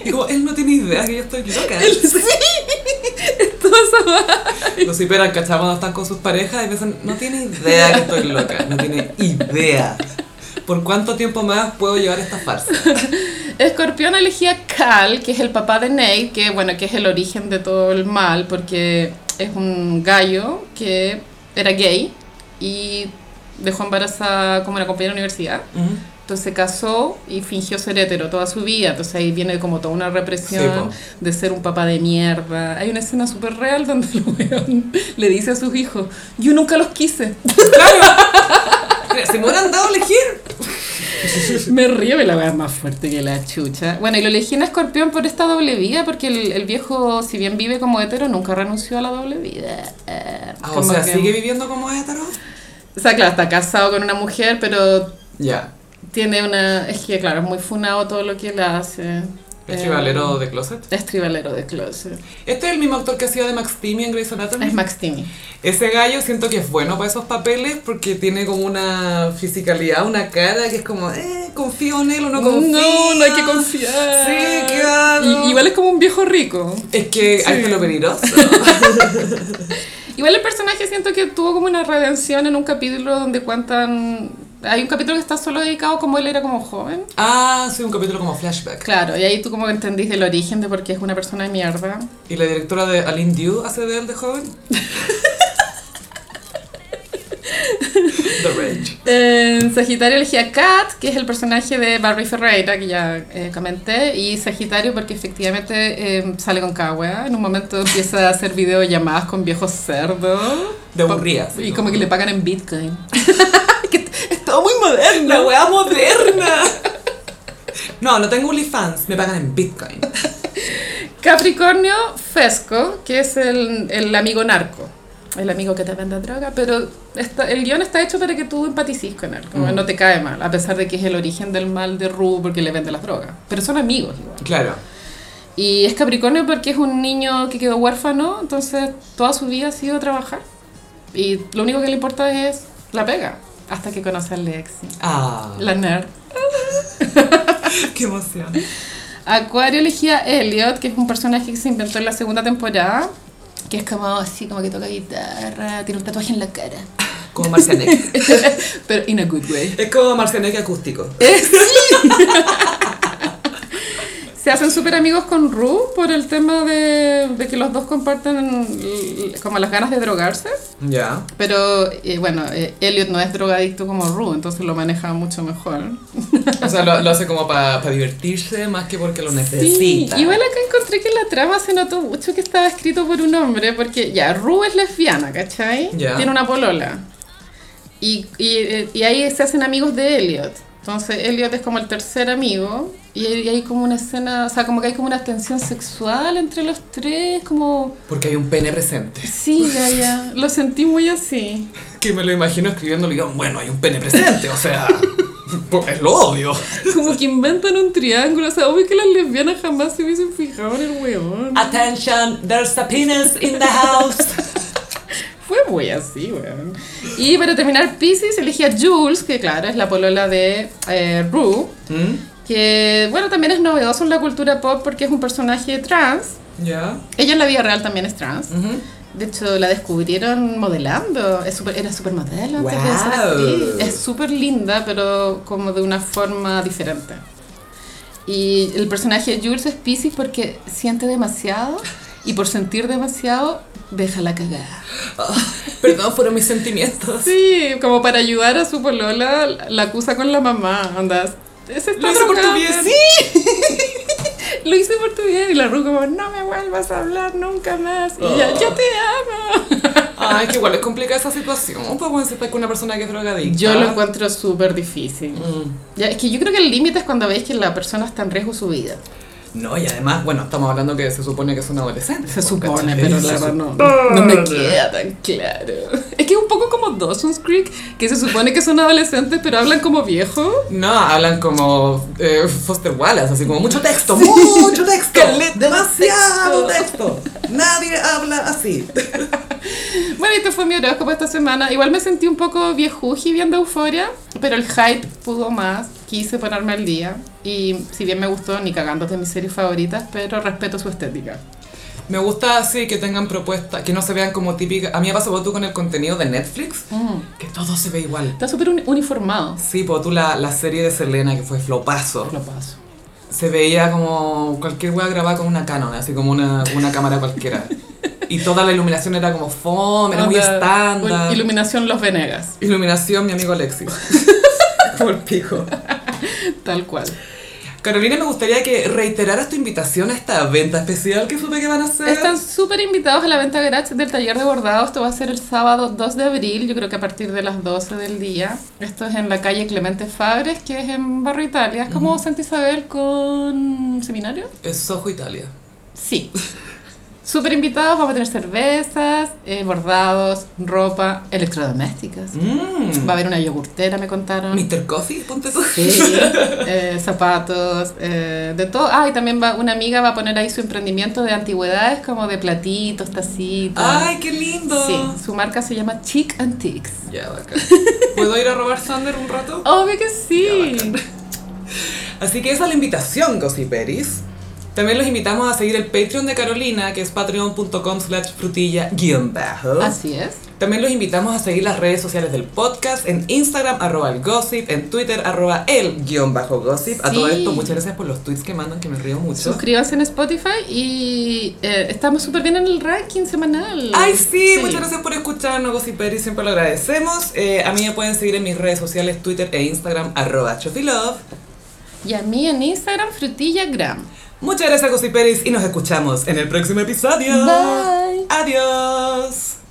Speaker 1: Y como, él no tiene idea que yo estoy loca.
Speaker 2: Todo eso va.
Speaker 1: Los hiperan, ¿cachai? Cuando están con sus parejas y piensan, no tiene idea que estoy loca. No tiene idea. ¿Por cuánto tiempo más puedo llevar esta farsa?
Speaker 2: Escorpión elegía a Cal, que es el papá de Nate, que bueno, que es el origen de todo el mal, porque es un gallo que era gay y dejó embarazada como una compañera de universidad. Entonces se casó y fingió ser hetero toda su vida. Entonces ahí viene como toda una represión
Speaker 1: Sí,
Speaker 2: de ser un papá de mierda. Hay una escena súper real donde el weón le dice a sus hijos, yo nunca los quise.
Speaker 1: Mira, si me hubieran dado a elegir.
Speaker 2: Me río y la verdad más fuerte que la chucha. Bueno, y lo elegí en escorpión por esta doble vida, porque el, el viejo, si bien vive como hetero, nunca renunció a la doble vida. Eh,
Speaker 1: Ah, o
Speaker 2: como
Speaker 1: sea,
Speaker 2: que-
Speaker 1: ¿sigue viviendo como hétero?
Speaker 2: O sea, claro, está casado con una mujer, pero
Speaker 1: Ya.
Speaker 2: tiene una... Es que, claro, es muy funado todo lo que él hace.
Speaker 1: ¿Es
Speaker 2: Eh,
Speaker 1: chivalero de closet?
Speaker 2: Es tribalero de closet.
Speaker 1: Este es el mismo actor que hacía de Max Timmy en Grey's Anatomy.
Speaker 2: Es Max Timmy.
Speaker 1: Ese gallo siento que es bueno para esos papeles porque tiene como una fisicalidad, una cara que es como, eh, confío en él o no confío.
Speaker 2: No, no hay que confiar.
Speaker 1: Sí, claro.
Speaker 2: Y- igual es como un viejo rico.
Speaker 1: Es que ahí está lo peligroso.
Speaker 2: Igual el personaje siento que tuvo como una redención en un capítulo donde cuentan... Hay un capítulo que está solo dedicado como él era como joven.
Speaker 1: ah, sí, un capítulo como flashback.
Speaker 2: Claro, y ahí tú como que entendiste el origen de por qué es una persona de mierda.
Speaker 1: ¿Y la directora de Aline Dew hace de él de joven? The Rage.
Speaker 2: En Sagitario elegí a Kat, que es el personaje de Barry Ferreira, que ya eh, comenté, y Sagitario porque efectivamente eh, sale con cada wea. En un momento empieza a hacer videollamadas con viejos cerdos.
Speaker 1: De aburridas.
Speaker 2: Y como que le pagan en Bitcoin. Que t- es todo muy moderno.
Speaker 1: ¡La wea moderna! No, no tengo OnlyFans, me pagan en Bitcoin.
Speaker 2: Capricornio Fesco, que es el, el amigo narco. El amigo que te vende droga, pero está- el guión está hecho para que tú empatices con él, como no te cae mal, a pesar de que es el origen del mal de Ru porque le vende las drogas. Pero son amigos igual.
Speaker 1: Claro.
Speaker 2: Y es Capricornio porque es un niño que quedó huérfano, entonces toda su vida ha sido trabajar. Y lo único que le importa es la pega, hasta que conoce a Lexi,
Speaker 1: Ah,
Speaker 2: la nerd.
Speaker 1: qué emoción.
Speaker 2: Acuario elegía a Elliot, que es un personaje que se inventó en la segunda temporada, que es como así, como que toca guitarra, tiene un tatuaje en la cara.
Speaker 1: Como Marcianek.
Speaker 2: Pero in a good way.
Speaker 1: Es como Marcianek acústico.
Speaker 2: Se hacen súper amigos con Ru por el tema de, de que los dos comparten l- como las ganas de drogarse.
Speaker 1: Ya.
Speaker 2: Pero eh, bueno, eh, Elliot no es drogadicto como Ru, entonces lo maneja mucho mejor.
Speaker 1: O sea, lo, lo hace como para divertirse más que porque lo necesita.
Speaker 2: igual acá encontré que en la trama se notó mucho que estaba escrito por un hombre, porque ya, Ru es lesbiana, ¿cachai?
Speaker 1: Ya.
Speaker 2: Tiene una polola. Y, y, eh, y ahí se hacen amigos de Elliot. Entonces Elliot es como el tercer amigo y hay hay como una escena, o sea, como que hay como una tensión sexual entre los tres, como...
Speaker 1: Porque hay un pene presente.
Speaker 2: Sí, ya, ya, lo sentí muy así.
Speaker 1: Que me lo imagino escribiendo el guión, bueno, hay un pene presente, o sea, po- es lo obvio.
Speaker 2: Como que inventan un triángulo, o sea, obvio que las lesbianas jamás se hubiesen fijado en el weón.
Speaker 3: Attention, there's a penis in the house.
Speaker 2: Fue muy así, weón. Y para terminar, Pisces elegía a Jules, que claro, es la polola de eh, Rue,
Speaker 1: ¿Mm?
Speaker 2: que bueno, también es novedoso en la cultura pop porque es un personaje trans.
Speaker 1: ¿Ya?
Speaker 2: Ella en la vida real también es trans. De hecho, la descubrieron modelando. Es súper- era supermodelo antes de ser actriz.
Speaker 1: Wow.
Speaker 2: Es súper linda, pero como de una forma diferente. Y el personaje de Jules es Pisces porque siente demasiado y por sentir demasiado deja la cagada.
Speaker 1: perdón, fueron mis sentimientos.
Speaker 2: Sí, como para ayudar a su polola, la acusa con la mamá, andas. Ese está
Speaker 1: Lo hice por tu
Speaker 2: drogado".
Speaker 1: bien.
Speaker 2: Sí. Lo hice por tu bien y la Ru como, no me vuelvas a hablar nunca más. Y ella, yo te amo.
Speaker 1: Ay, que igual es complicada esa situación, pues bueno, si estás con una persona que es drogadicta.
Speaker 2: Yo lo encuentro súper difícil.
Speaker 1: Mm.
Speaker 2: Ya, es que yo creo que el límite es cuando veis que la persona está en riesgo su vida.
Speaker 1: No, y además, bueno, estamos hablando que se supone que son adolescentes.
Speaker 2: Se
Speaker 1: pues,
Speaker 2: supone,
Speaker 1: ¿cachai?
Speaker 2: pero
Speaker 1: Se
Speaker 2: la verdad
Speaker 1: supone.
Speaker 2: no, no me queda tan claro. Es que es un poco como Dawson's Creek, que se supone que son adolescentes, pero hablan como viejos.
Speaker 1: No, hablan como eh, Foster Wallace, así como mucho texto, mucho texto,
Speaker 2: Caleta de
Speaker 1: demasiado texto. Nadie habla así.
Speaker 2: Bueno, este fue mi horóscopo esta semana. Igual me sentí un poco viejuji viendo Euforia, pero el hype pudo más. Quise ponerme al día. Y si bien me gustó, ni cagando es de mis series favoritas, pero respeto su estética.
Speaker 1: Me gusta así que tengan propuestas, que no se vean como típicas. A mí me pasa tú con el contenido de Netflix,
Speaker 2: Mm.
Speaker 1: que todo se ve igual.
Speaker 2: Está súper uni- uniformado.
Speaker 1: Sí, pues tú la, la serie de Selena que fue flopazo,
Speaker 2: Lo paso.
Speaker 1: se veía como cualquier wea grabada con una Canon, así como una, una cámara cualquiera. Y toda la iluminación era como fome, era muy
Speaker 2: Onda,
Speaker 1: estándar.
Speaker 2: un- Iluminación Los Venegas,
Speaker 1: Iluminación, mi amigo Alexis. Por pico.
Speaker 2: tal cual.
Speaker 1: Carolina, me gustaría que reiteraras tu invitación a esta venta especial que supe que van a hacer.
Speaker 2: Están súper invitados a la venta gratis del taller de bordados. Esto va a ser el sábado 2 de abril, yo creo que a partir de las 12 del día. Esto es en la calle Clemente Fabres, que es en Barrio Italia. Es como Santa Isabel con seminario.
Speaker 1: Es Soho Italia.
Speaker 2: Sí. Súper invitados, vamos a tener cervezas, eh, bordados, ropa, electrodomésticos.
Speaker 1: Mm.
Speaker 2: Va a haber una yogurtera, me contaron.
Speaker 1: Mr. Coffee, ponte eso.
Speaker 2: Eh, zapatos, eh, de todo. Ah, y también va, una amiga va a poner ahí su emprendimiento de antigüedades, como de platitos, tacitas.
Speaker 1: ¡Ay, qué lindo!
Speaker 2: Sí, su marca se llama Chic Antiques.
Speaker 1: Ya, bacán. ¿Puedo ir a robar Thunder un rato?
Speaker 2: Obvio que sí.
Speaker 1: Así que esa es la invitación, Gossiperis. También los invitamos a seguir el Patreon de Carolina, que es patreon.com slash frutilla guión bajo.
Speaker 2: Así es.
Speaker 1: También los invitamos a seguir las redes sociales del podcast en Instagram, arroba el gossip, en Twitter, arroba el guión bajo gossip. A
Speaker 2: Sí.
Speaker 1: todo esto, muchas gracias por los tweets que mandan, que me río mucho.
Speaker 2: Suscríbanse en Spotify y eh, estamos súper bien en el ranking semanal.
Speaker 1: Ay, sí, muchas gracias por escucharnos, Gossiperis, siempre lo agradecemos. Eh, a mí me pueden seguir en mis redes sociales, Twitter e Instagram, arroba chofilove.
Speaker 2: Y a mí en Instagram, frutillagram.
Speaker 1: Muchas gracias, Gossiperis, y nos escuchamos en el próximo episodio.
Speaker 2: Bye.
Speaker 1: Adiós.